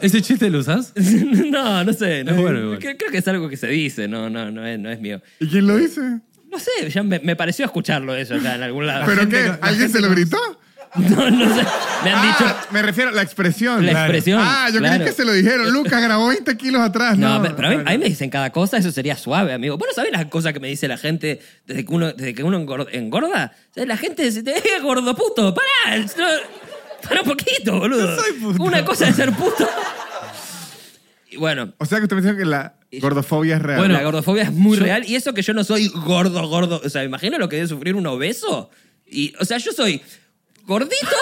[SPEAKER 3] ¿Ese chiste lo usás?
[SPEAKER 2] no, no sé. no-
[SPEAKER 3] Es bueno, es bueno.
[SPEAKER 2] Creo, creo que es algo que se dice, no, no, no, es, no es mío.
[SPEAKER 4] ¿Y quién lo dice?
[SPEAKER 2] No sé, ya me, me pareció escucharlo eso acá en algún lado.
[SPEAKER 4] ¿Pero
[SPEAKER 1] gente
[SPEAKER 4] qué?
[SPEAKER 1] no- la
[SPEAKER 4] ¿Alguien
[SPEAKER 1] gente
[SPEAKER 4] se lo
[SPEAKER 1] no-
[SPEAKER 4] gritó?
[SPEAKER 2] No, no sé. Me han dicho...
[SPEAKER 4] Ah, me refiero a la expresión.
[SPEAKER 2] La expresión,
[SPEAKER 4] Ah, yo creí
[SPEAKER 2] claro.
[SPEAKER 4] que se lo dijeron. Lucas grabó 20 kilos atrás.
[SPEAKER 2] No,
[SPEAKER 4] No,
[SPEAKER 2] pero- pero a mí, a mí me dicen cada cosa, eso sería suave, amigo. Vos no sabés las cosas que me dice la gente desde que uno, desde que uno engor- engorda. O sea, la gente dice, te ves gordo puto, pará. no- pará un poquito, boludo.
[SPEAKER 1] soy puto.
[SPEAKER 2] Una cosa es ser puto. Y bueno,
[SPEAKER 4] O sea que usted me dijo que la gordofobia es real.
[SPEAKER 3] Bueno,
[SPEAKER 2] la gordofobia es muy
[SPEAKER 3] yo-
[SPEAKER 2] real. Y eso que yo no soy gordo, gordo. O sea, imagino lo que debe sufrir un obeso. Y, o sea, yo soy gordito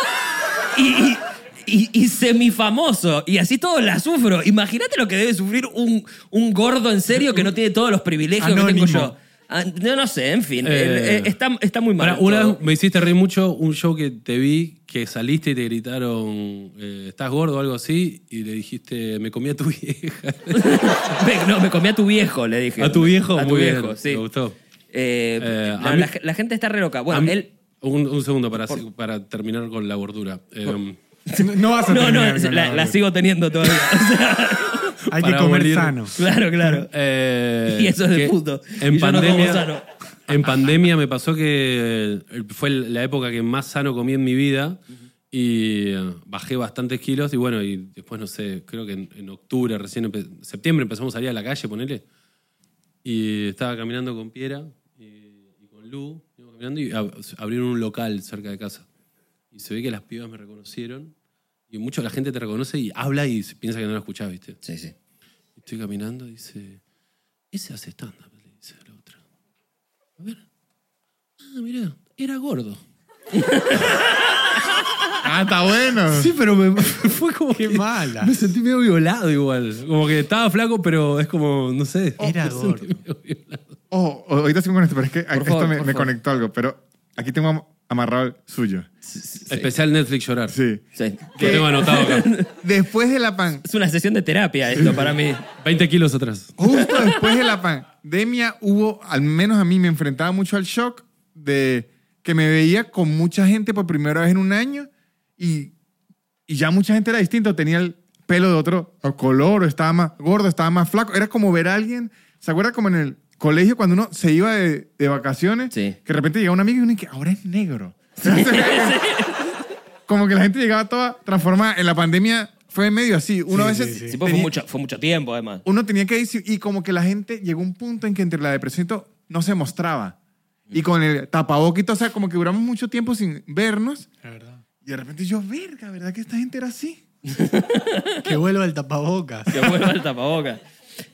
[SPEAKER 2] y, y- y- y semifamoso. Y así todo la sufro. Imagínate lo que debe sufrir un, un gordo en serio que no tiene todos los privilegios
[SPEAKER 1] Anónimo.
[SPEAKER 2] que tengo yo. Ah, No, no sé, en fin.
[SPEAKER 3] Eh,
[SPEAKER 2] Eh, está, está muy mal.
[SPEAKER 3] Pará, una
[SPEAKER 2] todo.
[SPEAKER 3] vez me hiciste reír mucho un show que te vi que saliste y te gritaron, eh, ¿estás gordo o algo así? Y le dijiste, me comí a tu vieja.
[SPEAKER 2] Me- no, me comí a tu viejo, le dije.
[SPEAKER 3] ¿A tu viejo?
[SPEAKER 2] A tu
[SPEAKER 3] Muy bien,
[SPEAKER 2] viejo, sí.
[SPEAKER 3] me gustó.
[SPEAKER 2] Eh,
[SPEAKER 3] Eh, a
[SPEAKER 2] la,
[SPEAKER 3] mí-
[SPEAKER 2] la- la gente está re loca.
[SPEAKER 3] A
[SPEAKER 2] Bueno,
[SPEAKER 3] mí-
[SPEAKER 2] él.
[SPEAKER 3] un, un segundo para, para terminar con la gordura. Eh,
[SPEAKER 1] No, no vas a
[SPEAKER 2] No, no,
[SPEAKER 1] terminar con
[SPEAKER 2] la,
[SPEAKER 1] la-
[SPEAKER 2] la sigo teniendo todavía. O sea,
[SPEAKER 1] Hay que
[SPEAKER 3] para
[SPEAKER 1] comer
[SPEAKER 3] abolir-
[SPEAKER 1] sano.
[SPEAKER 2] claro, claro.
[SPEAKER 3] Eh,
[SPEAKER 2] Y eso es de
[SPEAKER 3] que
[SPEAKER 2] puto.
[SPEAKER 3] En
[SPEAKER 2] Y yo no como
[SPEAKER 3] pandemia,
[SPEAKER 2] sano.
[SPEAKER 3] en pandemia me pasó que eh, fue la época que más sano comí en mi vida y eh, bajé bastantes kilos y bueno, y después no sé, creo que en, en octubre, recién empe- septiembre empezamos a salir a la calle, ponele. Y estaba caminando con Piera eh, y, con Lu, íbamos caminando y ab- abrieron un local cerca de casa. Y se ve que las pibas me reconocieron y mucho la gente te reconoce y habla y se piensa que no lo escuchás, ¿viste?
[SPEAKER 2] Sí, sí.
[SPEAKER 3] Estoy caminando, dice. Ese hace stand-up, le dice a la otra. A ver. Ah, mirá, era gordo.
[SPEAKER 4] Ah, está bueno.
[SPEAKER 3] Sí, pero me, fue como.
[SPEAKER 1] Qué
[SPEAKER 3] que
[SPEAKER 1] mala.
[SPEAKER 3] Me sentí medio violado igual. Como que estaba flaco, pero es como, no sé.
[SPEAKER 1] Era
[SPEAKER 3] me sentí
[SPEAKER 1] gordo.
[SPEAKER 3] medio violado.
[SPEAKER 4] Oh, oh, ahorita sigo con esto, pero es que esto
[SPEAKER 2] favor,
[SPEAKER 4] me,
[SPEAKER 2] por
[SPEAKER 4] me
[SPEAKER 2] favor.
[SPEAKER 4] conectó algo. Pero aquí tengo am- amarrado el suyo.
[SPEAKER 3] Especial Netflix llorar.
[SPEAKER 4] Sí.
[SPEAKER 2] Sí.
[SPEAKER 3] Lo tengo anotado acá.
[SPEAKER 4] Después de la pan,
[SPEAKER 2] Es una sesión de terapia esto para mí.
[SPEAKER 3] 20 kilos atrás.
[SPEAKER 4] justo después de la pandemia hubo, al menos a mí me enfrentaba mucho al shock de que me veía con mucha gente por primera vez en un año y, y ya mucha gente era distinta, tenía el pelo de otro color, o estaba más gordo, estaba más flaco, era como ver a alguien, ¿se acuerda como en el colegio cuando uno se iba de, de vacaciones?
[SPEAKER 2] Sí.
[SPEAKER 4] Que de repente llegaba un amigo y uno que ahora es negro. como que la gente llegaba toda transformada. En la pandemia fue medio así.
[SPEAKER 1] Sí,
[SPEAKER 4] Uno a veces
[SPEAKER 1] sí, sí.
[SPEAKER 2] Sí, pues fue,
[SPEAKER 4] tenía-
[SPEAKER 2] mucho, fue mucho tiempo, además.
[SPEAKER 4] uno tenía que decir, y como que la gente llegó a un punto en que entre la depresión y todo, no se mostraba. Y con el tapaboquito, o sea, como que duramos mucho tiempo sin vernos.
[SPEAKER 1] La verdad.
[SPEAKER 4] Y de repente yo, verga, ¿verdad que esta gente era así?
[SPEAKER 1] Que vuelva el tapabocas.
[SPEAKER 2] Que vuelva el tapabocas.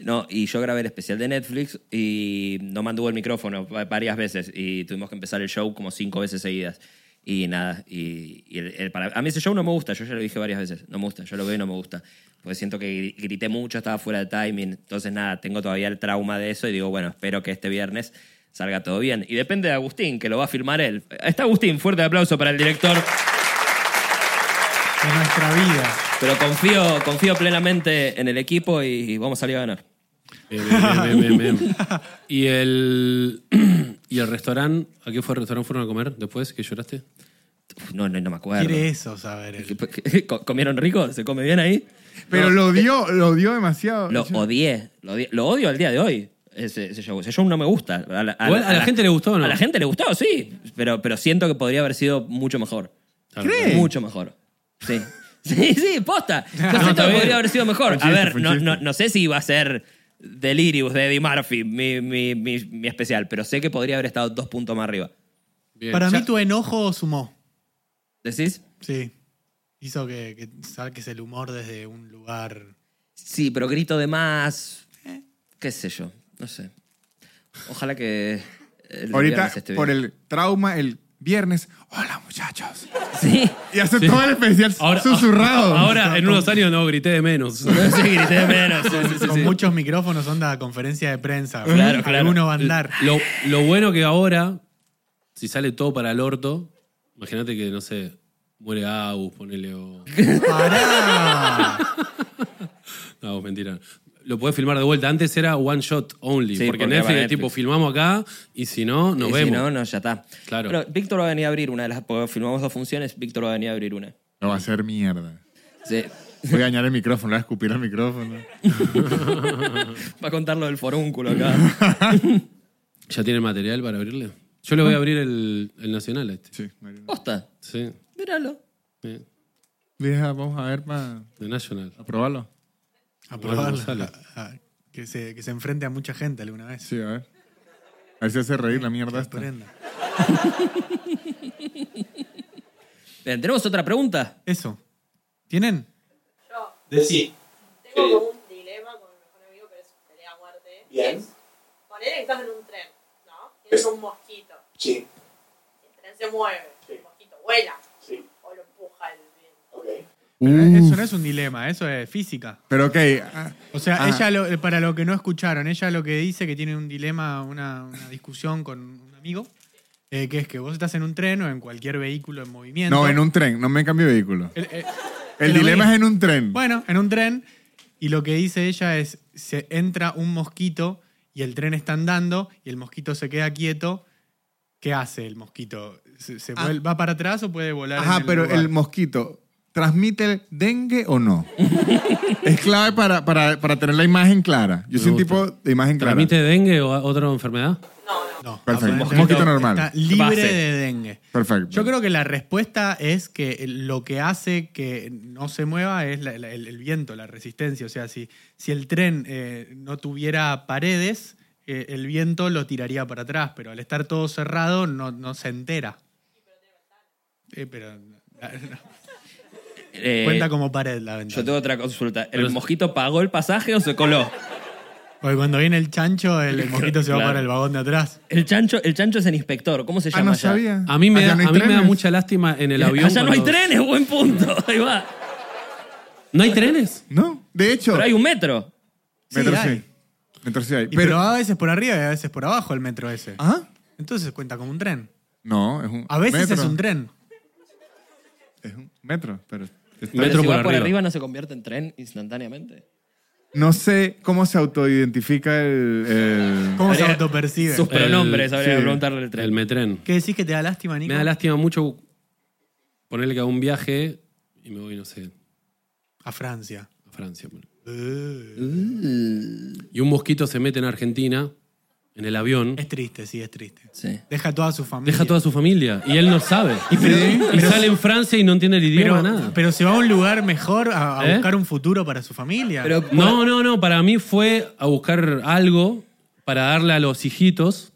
[SPEAKER 2] No, y yo grabé el especial de Netflix y no mantuvo el micrófono va- varias veces y tuvimos que empezar el show como cinco veces seguidas. Y nada, y, y el- el- para, a mí ese show no me gusta, yo ya lo dije varias veces, no me gusta, yo lo veo y no me gusta, porque siento que gri- grité mucho, estaba fuera de timing, entonces nada, tengo todavía el trauma de eso y digo, bueno, espero que este viernes salga todo bien. Y depende de Agustín, que lo va a filmar él. Está Agustín, fuerte aplauso para el director.
[SPEAKER 1] En nuestra vida.
[SPEAKER 2] Pero confío, confío plenamente en el equipo y vamos a salir a ganar.
[SPEAKER 3] Bien, bien, bien, bien, bien. Y el. ¿Y el restaurante? ¿A qué fue el restaurante fueron a comer después que lloraste?
[SPEAKER 2] no, no, no me acuerdo.
[SPEAKER 1] Quiere eso saber. él.
[SPEAKER 2] Co- ¿Comieron rico? ¿Se come bien ahí?
[SPEAKER 4] Pero lo odió, lo odió demasiado.
[SPEAKER 2] Lo
[SPEAKER 4] Yo-
[SPEAKER 2] odié, lo, odié- lo odio al día de hoy. Ese, ese show, ese show no me gusta. A la,
[SPEAKER 3] Igual a la gente le gustó, ¿no?
[SPEAKER 2] A la gente le gustó, sí. Pero, pero siento que podría haber sido mucho mejor.
[SPEAKER 3] Claro.
[SPEAKER 4] ¿Crees?
[SPEAKER 2] Mucho mejor. Sí. Sí, sí, posta. Yo siento
[SPEAKER 3] está
[SPEAKER 2] que
[SPEAKER 3] bien.
[SPEAKER 2] podría haber sido mejor.
[SPEAKER 4] Fue
[SPEAKER 2] a
[SPEAKER 4] un
[SPEAKER 2] ver,
[SPEAKER 4] chiste,
[SPEAKER 2] no,
[SPEAKER 4] fue un
[SPEAKER 2] no,
[SPEAKER 4] chiste.
[SPEAKER 2] no sé si iba a ser Delirious de Eddie Murphy, mi, mi, mi, mi especial, pero sé que podría haber estado dos puntos más arriba.
[SPEAKER 3] Bien,
[SPEAKER 1] Para
[SPEAKER 3] ya-
[SPEAKER 1] mí tu enojo sumó.
[SPEAKER 2] ¿Decís?
[SPEAKER 1] Sí. Hizo que, que saques el humor desde un lugar.
[SPEAKER 2] Sí, pero grito de más. ¿Qué sé yo? No sé. Ojalá que. el
[SPEAKER 4] Ahorita,
[SPEAKER 2] viernes esté
[SPEAKER 4] por
[SPEAKER 2] bien.
[SPEAKER 4] el trauma, el viernes. Hola, muchachos.
[SPEAKER 2] Sí.
[SPEAKER 4] Y hace todo el especial
[SPEAKER 3] Ahora-
[SPEAKER 4] susurrado.
[SPEAKER 3] Ahora, en unos años no, grité de menos.
[SPEAKER 2] Sí, grité de menos. Sí, sí, sí,
[SPEAKER 1] Con
[SPEAKER 2] sí.
[SPEAKER 1] muchos micrófonos onda conferencia de prensa.
[SPEAKER 2] Claro, claro.
[SPEAKER 1] Alguno va a andar.
[SPEAKER 3] Lo, lo bueno que ahora, si sale todo para el orto, imagínate que, no sé, muere Agus, ponele o.
[SPEAKER 1] ¡Pará!
[SPEAKER 3] No, Agus, mentira. Lo podés filmar de vuelta. Antes era one shot only.
[SPEAKER 2] Sí,
[SPEAKER 3] porque
[SPEAKER 2] porque
[SPEAKER 3] en Netflix,
[SPEAKER 2] va
[SPEAKER 3] es tipo,
[SPEAKER 2] Netflix.
[SPEAKER 3] filmamos acá y si no, nos
[SPEAKER 2] Y
[SPEAKER 3] vemos.
[SPEAKER 2] Si no, no, ya está.
[SPEAKER 3] Claro.
[SPEAKER 2] Pero Víctor va a venir a abrir una de las. Porque filmamos dos funciones, Víctor va a venir a abrir una.
[SPEAKER 4] No va a ser mierda.
[SPEAKER 2] Sí.
[SPEAKER 4] Voy a dañar el micrófono, voy a escupir el micrófono.
[SPEAKER 2] Va a contar lo del forúnculo acá.
[SPEAKER 3] ¿Ya tiene material para abrirle? Yo le
[SPEAKER 2] Ah.
[SPEAKER 3] voy a abrir el, el Nacional a este.
[SPEAKER 4] Sí, Mariano.
[SPEAKER 2] Posta,
[SPEAKER 3] Sí.
[SPEAKER 2] míralo.
[SPEAKER 3] eh,
[SPEAKER 4] Deja, vamos a ver para
[SPEAKER 3] De Nacional.
[SPEAKER 4] probarlo.
[SPEAKER 1] A
[SPEAKER 3] Bueno,
[SPEAKER 1] probarlo.
[SPEAKER 3] Gonzalo.
[SPEAKER 1] A- a- que, se, que se enfrente a mucha gente alguna vez.
[SPEAKER 4] Sí, a ver. A ver si hace reír la mierda esta.
[SPEAKER 1] Aprenda.
[SPEAKER 2] Bien, tenemos otra pregunta.
[SPEAKER 1] Eso. ¿Tienen?
[SPEAKER 5] Yo
[SPEAKER 1] Decí.
[SPEAKER 5] tengo como un dilema con mi mejor amigo, pero es pelea a muerte.
[SPEAKER 6] Bien.
[SPEAKER 5] Es poner que estás en un tren, ¿no? Tienes un mosquito.
[SPEAKER 6] Sí,
[SPEAKER 5] El tren se mueve.
[SPEAKER 6] Sí.
[SPEAKER 5] El mosquito vuela
[SPEAKER 6] sí,
[SPEAKER 5] o lo empuja el viento.
[SPEAKER 6] ok.
[SPEAKER 1] Pero Eso
[SPEAKER 4] Uf,
[SPEAKER 1] no es un dilema, eso es física.
[SPEAKER 4] pero ok. ah,
[SPEAKER 1] O sea,
[SPEAKER 4] Ah.
[SPEAKER 1] ella, lo- para lo que no escucharon, ella lo que dice que tiene un dilema, una, una discusión con un amigo, eh, que es que vos estás en un tren o en cualquier vehículo en movimiento.
[SPEAKER 4] No, en un tren, no me cambio de vehículo.
[SPEAKER 1] El- eh,
[SPEAKER 4] El
[SPEAKER 1] lo
[SPEAKER 4] dilema
[SPEAKER 1] mismo.
[SPEAKER 4] es en un tren.
[SPEAKER 1] Bueno, en un tren. Y lo que dice ella es, se entra un mosquito y el tren está andando y el mosquito se queda quieto. ¿Qué hace el mosquito? ¿Se, se
[SPEAKER 4] Ah.
[SPEAKER 1] vuel- ¿Va para atrás o puede volar? en
[SPEAKER 4] Ajá,
[SPEAKER 1] el
[SPEAKER 4] pero
[SPEAKER 1] lugar?
[SPEAKER 4] el mosquito, ¿transmite el dengue o no? es clave para, para, para tener la imagen clara. Yo soy un
[SPEAKER 3] gusta.
[SPEAKER 4] tipo de imagen clara.
[SPEAKER 3] ¿Transmite dengue o a- otra enfermedad?
[SPEAKER 5] No, no.
[SPEAKER 1] No,
[SPEAKER 4] Perfecto.
[SPEAKER 1] aparentemente
[SPEAKER 4] Mosquito normal.
[SPEAKER 1] Está libre
[SPEAKER 2] Base.
[SPEAKER 1] de dengue.
[SPEAKER 4] Perfecto.
[SPEAKER 1] Yo creo que la respuesta es que lo que hace que no se mueva es la- la- el, el viento, la resistencia. O sea, si, si el tren eh, no tuviera paredes, eh, el viento lo tiraría para atrás, pero al estar todo cerrado no, no se entera. Eh, pero
[SPEAKER 2] Eh,
[SPEAKER 1] cuenta como pared la
[SPEAKER 2] Yo
[SPEAKER 1] ventana.
[SPEAKER 2] tengo otra consulta. ¿El mosquito pagó el pasaje o se coló?
[SPEAKER 1] Porque cuando viene el chancho, el, el mosquito se va
[SPEAKER 2] Claro.
[SPEAKER 1] para el vagón de atrás.
[SPEAKER 2] El chancho, el chancho es el inspector. ¿Cómo se
[SPEAKER 4] Ah,
[SPEAKER 2] llama?
[SPEAKER 4] no
[SPEAKER 2] allá?
[SPEAKER 4] sabía.
[SPEAKER 3] A mí me,
[SPEAKER 4] Allá
[SPEAKER 3] da,
[SPEAKER 4] no hay
[SPEAKER 3] a mí me da
[SPEAKER 4] trenes.
[SPEAKER 3] mucha lástima en el avión.
[SPEAKER 2] Allá no hay
[SPEAKER 3] cuando-
[SPEAKER 2] trenes, buen punto. Ahí va.
[SPEAKER 3] ¿No hay trenes?
[SPEAKER 4] No, de hecho.
[SPEAKER 2] Pero hay un metro.
[SPEAKER 1] Sí,
[SPEAKER 4] Metro
[SPEAKER 1] hay.
[SPEAKER 4] sí. Metro sí hay.
[SPEAKER 1] Y
[SPEAKER 4] Pero,
[SPEAKER 1] pero a veces por arriba y a veces por abajo el metro ese.
[SPEAKER 4] ¿Ah?
[SPEAKER 1] Entonces cuenta como un tren.
[SPEAKER 4] No, es un
[SPEAKER 1] A veces
[SPEAKER 4] metro.
[SPEAKER 1] es un tren.
[SPEAKER 4] Es un metro, pero... está-
[SPEAKER 2] Pero
[SPEAKER 3] Metro
[SPEAKER 2] si
[SPEAKER 3] por
[SPEAKER 2] va por
[SPEAKER 3] arriba.
[SPEAKER 2] arriba no se convierte en tren instantáneamente.
[SPEAKER 4] No sé cómo se autoidentifica el... el-
[SPEAKER 1] ¿Cómo se
[SPEAKER 2] Habría-
[SPEAKER 1] autopercibe?
[SPEAKER 2] Sus pronombres,
[SPEAKER 3] El-
[SPEAKER 2] habría que
[SPEAKER 4] sí.
[SPEAKER 2] preguntarle al tren.
[SPEAKER 3] El metren.
[SPEAKER 1] ¿Qué decís que te da lástima, Nico?
[SPEAKER 3] Me da lástima mucho ponerle que hago un viaje y me voy, no sé,
[SPEAKER 1] A Francia.
[SPEAKER 3] a Francia. ponele.
[SPEAKER 1] Uh,
[SPEAKER 3] Y un mosquito se mete en Argentina, en el avión,
[SPEAKER 1] Es triste, sí, es triste.
[SPEAKER 2] Sí.
[SPEAKER 1] Deja toda su familia.
[SPEAKER 3] deja a toda su familia y él no sabe. Y,
[SPEAKER 1] pero-
[SPEAKER 3] sale en Francia y no entiende el idioma,
[SPEAKER 1] pero,
[SPEAKER 3] nada.
[SPEAKER 1] pero se va a un lugar mejor a, a
[SPEAKER 3] ¿Eh?
[SPEAKER 1] buscar un futuro para su familia.
[SPEAKER 2] Pero,
[SPEAKER 3] no, no, no, para mí fue a buscar algo para darle a los hijitos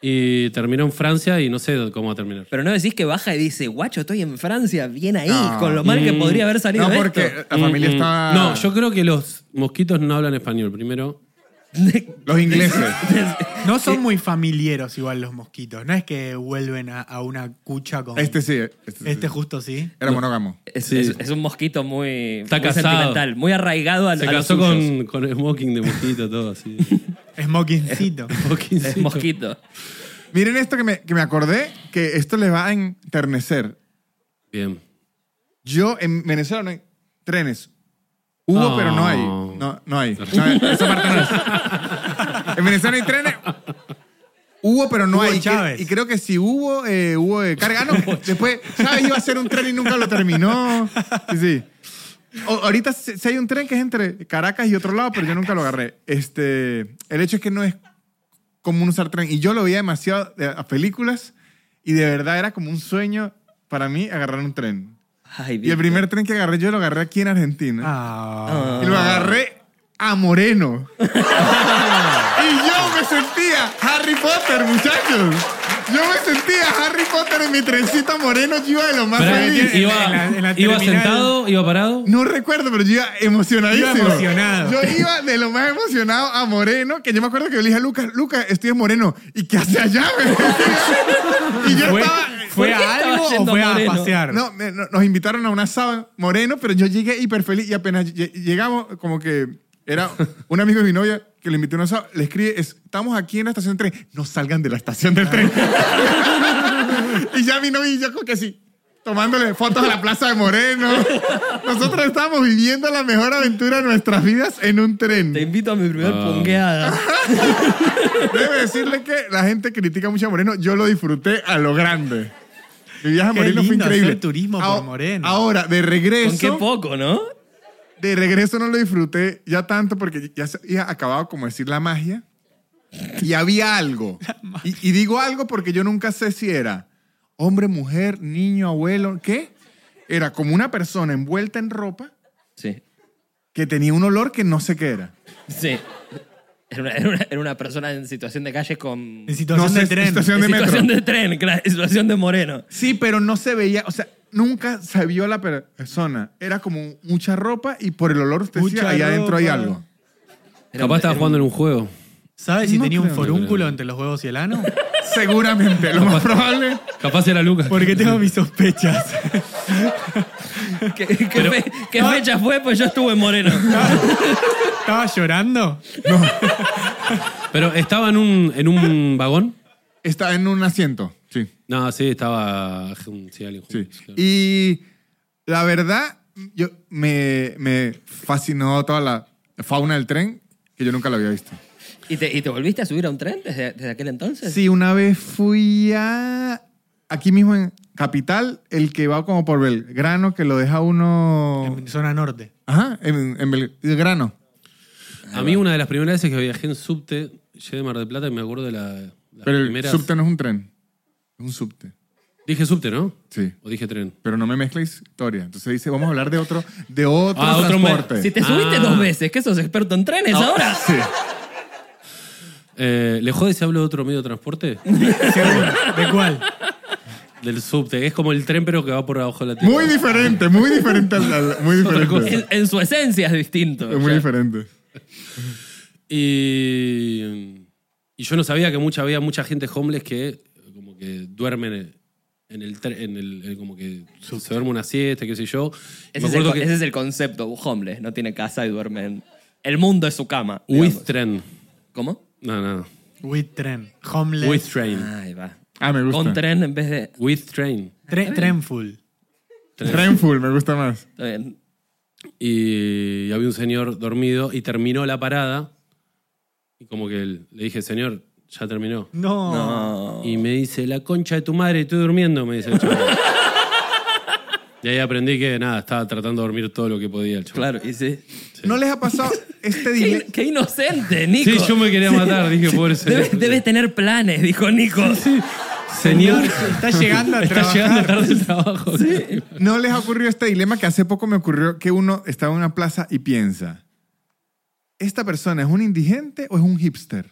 [SPEAKER 3] y terminó en Francia y no sé cómo va a terminar.
[SPEAKER 2] pero no decís que baja y dice, guacho, estoy en Francia, bien ahí,
[SPEAKER 4] No.
[SPEAKER 2] con lo mal que podría haber salido
[SPEAKER 4] No, porque
[SPEAKER 2] esto.
[SPEAKER 4] la familia
[SPEAKER 3] Mm, mm.
[SPEAKER 1] Ah.
[SPEAKER 4] está...
[SPEAKER 3] No, yo creo que los mosquitos no hablan español primero.
[SPEAKER 4] Los ingleses.
[SPEAKER 1] no son muy familiares igual los mosquitos. No es que vuelven a, a una cucha con...
[SPEAKER 4] Este sí. Este, sí.
[SPEAKER 1] Este justo sí.
[SPEAKER 4] Era monógamo.
[SPEAKER 2] Es,
[SPEAKER 3] Sí.
[SPEAKER 2] es- es un mosquito muy,
[SPEAKER 3] Está
[SPEAKER 2] muy
[SPEAKER 3] casado.
[SPEAKER 2] sentimental, muy arraigado al
[SPEAKER 3] Se casó con, con el smoking de mosquito, todo así.
[SPEAKER 1] Smokingcito.
[SPEAKER 3] Smoking.
[SPEAKER 2] mosquito.
[SPEAKER 4] Miren esto que me, que me acordé, que esto les va a enternecer.
[SPEAKER 3] Bien.
[SPEAKER 4] Yo en Venezuela no hay trenes. Hubo,
[SPEAKER 3] Oh.
[SPEAKER 4] pero no hay. No, no hay. No hay. Esa parte no es. En Venezuela hay trenes. Hubo, pero no
[SPEAKER 1] Hugo
[SPEAKER 4] hay. Y cre-
[SPEAKER 1] Chávez.
[SPEAKER 4] Y creo que si hubo, eh, hubo eh, Cargano. después, Chávez iba a hacer un tren y nunca lo terminó. Sí, sí. O- ahorita sí sí hay un tren que es entre Caracas y otro lado, pero yo nunca lo agarré. Este, el hecho es que no es común usar tren. Y yo lo veía demasiado eh, a películas y de verdad era como un sueño para mí agarrar un tren.
[SPEAKER 2] Ay,
[SPEAKER 4] Y el
[SPEAKER 2] Víctor.
[SPEAKER 4] primer tren que agarré yo lo agarré aquí en Argentina.
[SPEAKER 1] Ah.
[SPEAKER 4] Y lo agarré a Moreno. y yo me sentía Harry Potter, muchachos. Yo me sentía Harry Potter en mi trencito a Moreno. Yo iba de lo más
[SPEAKER 3] Pará,
[SPEAKER 4] feliz.
[SPEAKER 1] en
[SPEAKER 3] iba,
[SPEAKER 1] la- en la- en la
[SPEAKER 3] iba
[SPEAKER 1] terminal.
[SPEAKER 3] sentado, iba parado.
[SPEAKER 4] No recuerdo, pero yo iba emocionadísimo.
[SPEAKER 1] Iba emocionado.
[SPEAKER 4] Yo iba de lo más emocionado a Moreno, que yo me acuerdo que yo le dije a Lucas, Lucas, estoy en Moreno. ¿Y qué hace allá? me decía. y yo
[SPEAKER 1] ¿Fue,
[SPEAKER 4] estaba...
[SPEAKER 2] ¿Por
[SPEAKER 1] fue
[SPEAKER 2] qué estaba
[SPEAKER 1] a algo o
[SPEAKER 2] yendo
[SPEAKER 1] fue a
[SPEAKER 2] Moreno?
[SPEAKER 1] pasear?
[SPEAKER 4] No, me- no- nos invitaron a una sábana moreno, pero yo llegué hiper feliz y apenas lle- llegamos, como que era un amigo de mi novia que le invitó a una sábana, le escribe, es- estamos aquí en la estación del tren, no salgan de la estación del tren. y ya mi novia y yo como que sí, tomándole fotos a la plaza de Moreno. Nosotros estábamos viviendo la mejor aventura de nuestras vidas en un tren.
[SPEAKER 2] Te invito a mi primer
[SPEAKER 3] Ah.
[SPEAKER 2] pongueada.
[SPEAKER 4] Debo decirle que la gente critica mucho a Moreno. Yo lo disfruté a lo grande. Mi viaje a
[SPEAKER 1] Qué
[SPEAKER 4] Moreno fue
[SPEAKER 1] lindo
[SPEAKER 4] increíble.
[SPEAKER 1] hacer turismo por
[SPEAKER 4] Ahora-
[SPEAKER 1] Moreno.
[SPEAKER 4] Ahora, de
[SPEAKER 2] Con qué
[SPEAKER 4] regreso.
[SPEAKER 2] poco, ¿no?
[SPEAKER 4] De regreso no lo disfruté ya tanto porque ya se había acabado, como decir, la magia. Y había algo. Y, y digo algo porque yo nunca sé si era hombre, mujer, niño, abuelo, ¿qué? Era como una persona envuelta en ropa
[SPEAKER 2] Sí.
[SPEAKER 4] que tenía un olor que no sé qué era.
[SPEAKER 2] Sí. Era una, era una- era una persona en situación de calle con.
[SPEAKER 1] En situación
[SPEAKER 4] No sé,
[SPEAKER 1] de tren.
[SPEAKER 4] situación-
[SPEAKER 2] en
[SPEAKER 4] de metro.
[SPEAKER 2] situación de tren, claro, en situación de moreno.
[SPEAKER 4] Sí, pero no se veía, o sea, nunca se vio la per- persona. Era como mucha ropa y por el olor usted decía,
[SPEAKER 1] Mucha
[SPEAKER 4] ahí adentro hay
[SPEAKER 1] ropa.
[SPEAKER 4] algo.
[SPEAKER 2] Era un-
[SPEAKER 3] Capaz estaba
[SPEAKER 2] era
[SPEAKER 3] jugando en un juego.
[SPEAKER 1] ¿Sabes si
[SPEAKER 4] No
[SPEAKER 1] tenía un
[SPEAKER 4] creo.
[SPEAKER 1] forúnculo entre los huevos y el ano?
[SPEAKER 4] Seguramente, lo más probable.
[SPEAKER 3] Capaz era Lucas.
[SPEAKER 1] Porque tengo mis sospechas.
[SPEAKER 2] un- ¿Qué, qué fe- qué fecha fue? Pues yo estuve en Moreno.
[SPEAKER 1] ¿Estaba llorando?
[SPEAKER 3] Pero estaba en un, en un vagón.
[SPEAKER 4] Está en un asiento, sí.
[SPEAKER 3] No, sí, estaba. Sí, alguien jugó.
[SPEAKER 4] Sí.
[SPEAKER 3] claro.
[SPEAKER 4] Y la verdad, yo, me, me fascinó toda la fauna del tren que yo nunca la había visto.
[SPEAKER 2] ¿Y te, y te volviste a subir a un tren desde, desde aquel entonces?
[SPEAKER 4] Sí, una vez fui a. Aquí mismo en Capital, el que va como por Belgrano, que lo deja uno.
[SPEAKER 1] En zona norte.
[SPEAKER 4] Ajá, en, en Belgrano.
[SPEAKER 3] A mí, una de las primeras veces que viajé en subte, llegué de Mar del Plata y me acuerdo de la, las
[SPEAKER 4] Pero el
[SPEAKER 3] primeras.
[SPEAKER 4] subte no es un tren, es un subte.
[SPEAKER 3] Dije subte, ¿no?
[SPEAKER 4] Sí.
[SPEAKER 3] O dije tren.
[SPEAKER 4] Pero no me mezcla historia. Entonces dice, vamos a hablar de otro, de otro
[SPEAKER 3] Ah, otro me-
[SPEAKER 4] transporte.
[SPEAKER 2] Si te subiste
[SPEAKER 3] Ah.
[SPEAKER 2] dos veces, que sos experto en trenes ahora.
[SPEAKER 4] Sí.
[SPEAKER 3] Eh, ¿Le jode si hablo de otro medio de transporte?
[SPEAKER 1] Seguro. ¿De cuál?
[SPEAKER 3] Del subte. Es como el tren, pero que va por abajo de la tierra.
[SPEAKER 4] Muy diferente, muy diferente. al- al- muy diferente.
[SPEAKER 2] En, en su esencia es distinto.
[SPEAKER 4] Es muy
[SPEAKER 2] Ya.
[SPEAKER 4] diferente.
[SPEAKER 3] Y, y yo no sabía que mucha, había mucha gente homeless que eh, como que duermen en- en el, tre- en el, eh, como que se duerme una siesta, qué sé yo. Y
[SPEAKER 2] Ese,
[SPEAKER 3] me
[SPEAKER 2] es el,
[SPEAKER 3] acuerdo
[SPEAKER 2] con- ese
[SPEAKER 3] que
[SPEAKER 2] es el concepto, un homeless. No tiene casa y duerme en... El mundo es su cama.
[SPEAKER 3] with
[SPEAKER 2] digamos.
[SPEAKER 3] tren.
[SPEAKER 2] ¿Cómo?
[SPEAKER 3] No, no.
[SPEAKER 1] With tren. Homeless.
[SPEAKER 3] With train.
[SPEAKER 2] Ahí va.
[SPEAKER 4] Ah, me gusta.
[SPEAKER 2] Con tren en vez de...
[SPEAKER 3] With train.
[SPEAKER 1] Tre- Trenful.
[SPEAKER 4] Renful, me gusta más.
[SPEAKER 2] Está bien.
[SPEAKER 3] y había un señor dormido y terminó la parada y como que él- le dije, señor, ya terminó.
[SPEAKER 1] No.
[SPEAKER 2] No.
[SPEAKER 3] Y me dice, la concha de tu madre, estoy durmiendo, me dice el chaval. y ahí aprendí que nada, estaba tratando de dormir todo lo que podía el chaval.
[SPEAKER 2] Claro, y sí.
[SPEAKER 4] ¿No les ha pasado este dilema?
[SPEAKER 2] Qué, qué inocente, Nico.
[SPEAKER 3] Sí, yo me quería matar, dije, pobre señor.
[SPEAKER 2] Debes, debes tener planes, dijo Nico.
[SPEAKER 3] Señor,
[SPEAKER 1] Está llegando a
[SPEAKER 3] está
[SPEAKER 1] trabajar.
[SPEAKER 3] llegando tarde el trabajo.
[SPEAKER 4] ¿No les ha ocurrido este dilema que hace poco me ocurrió que uno está en una plaza y piensa, ¿esta persona es un indigente o es un hipster?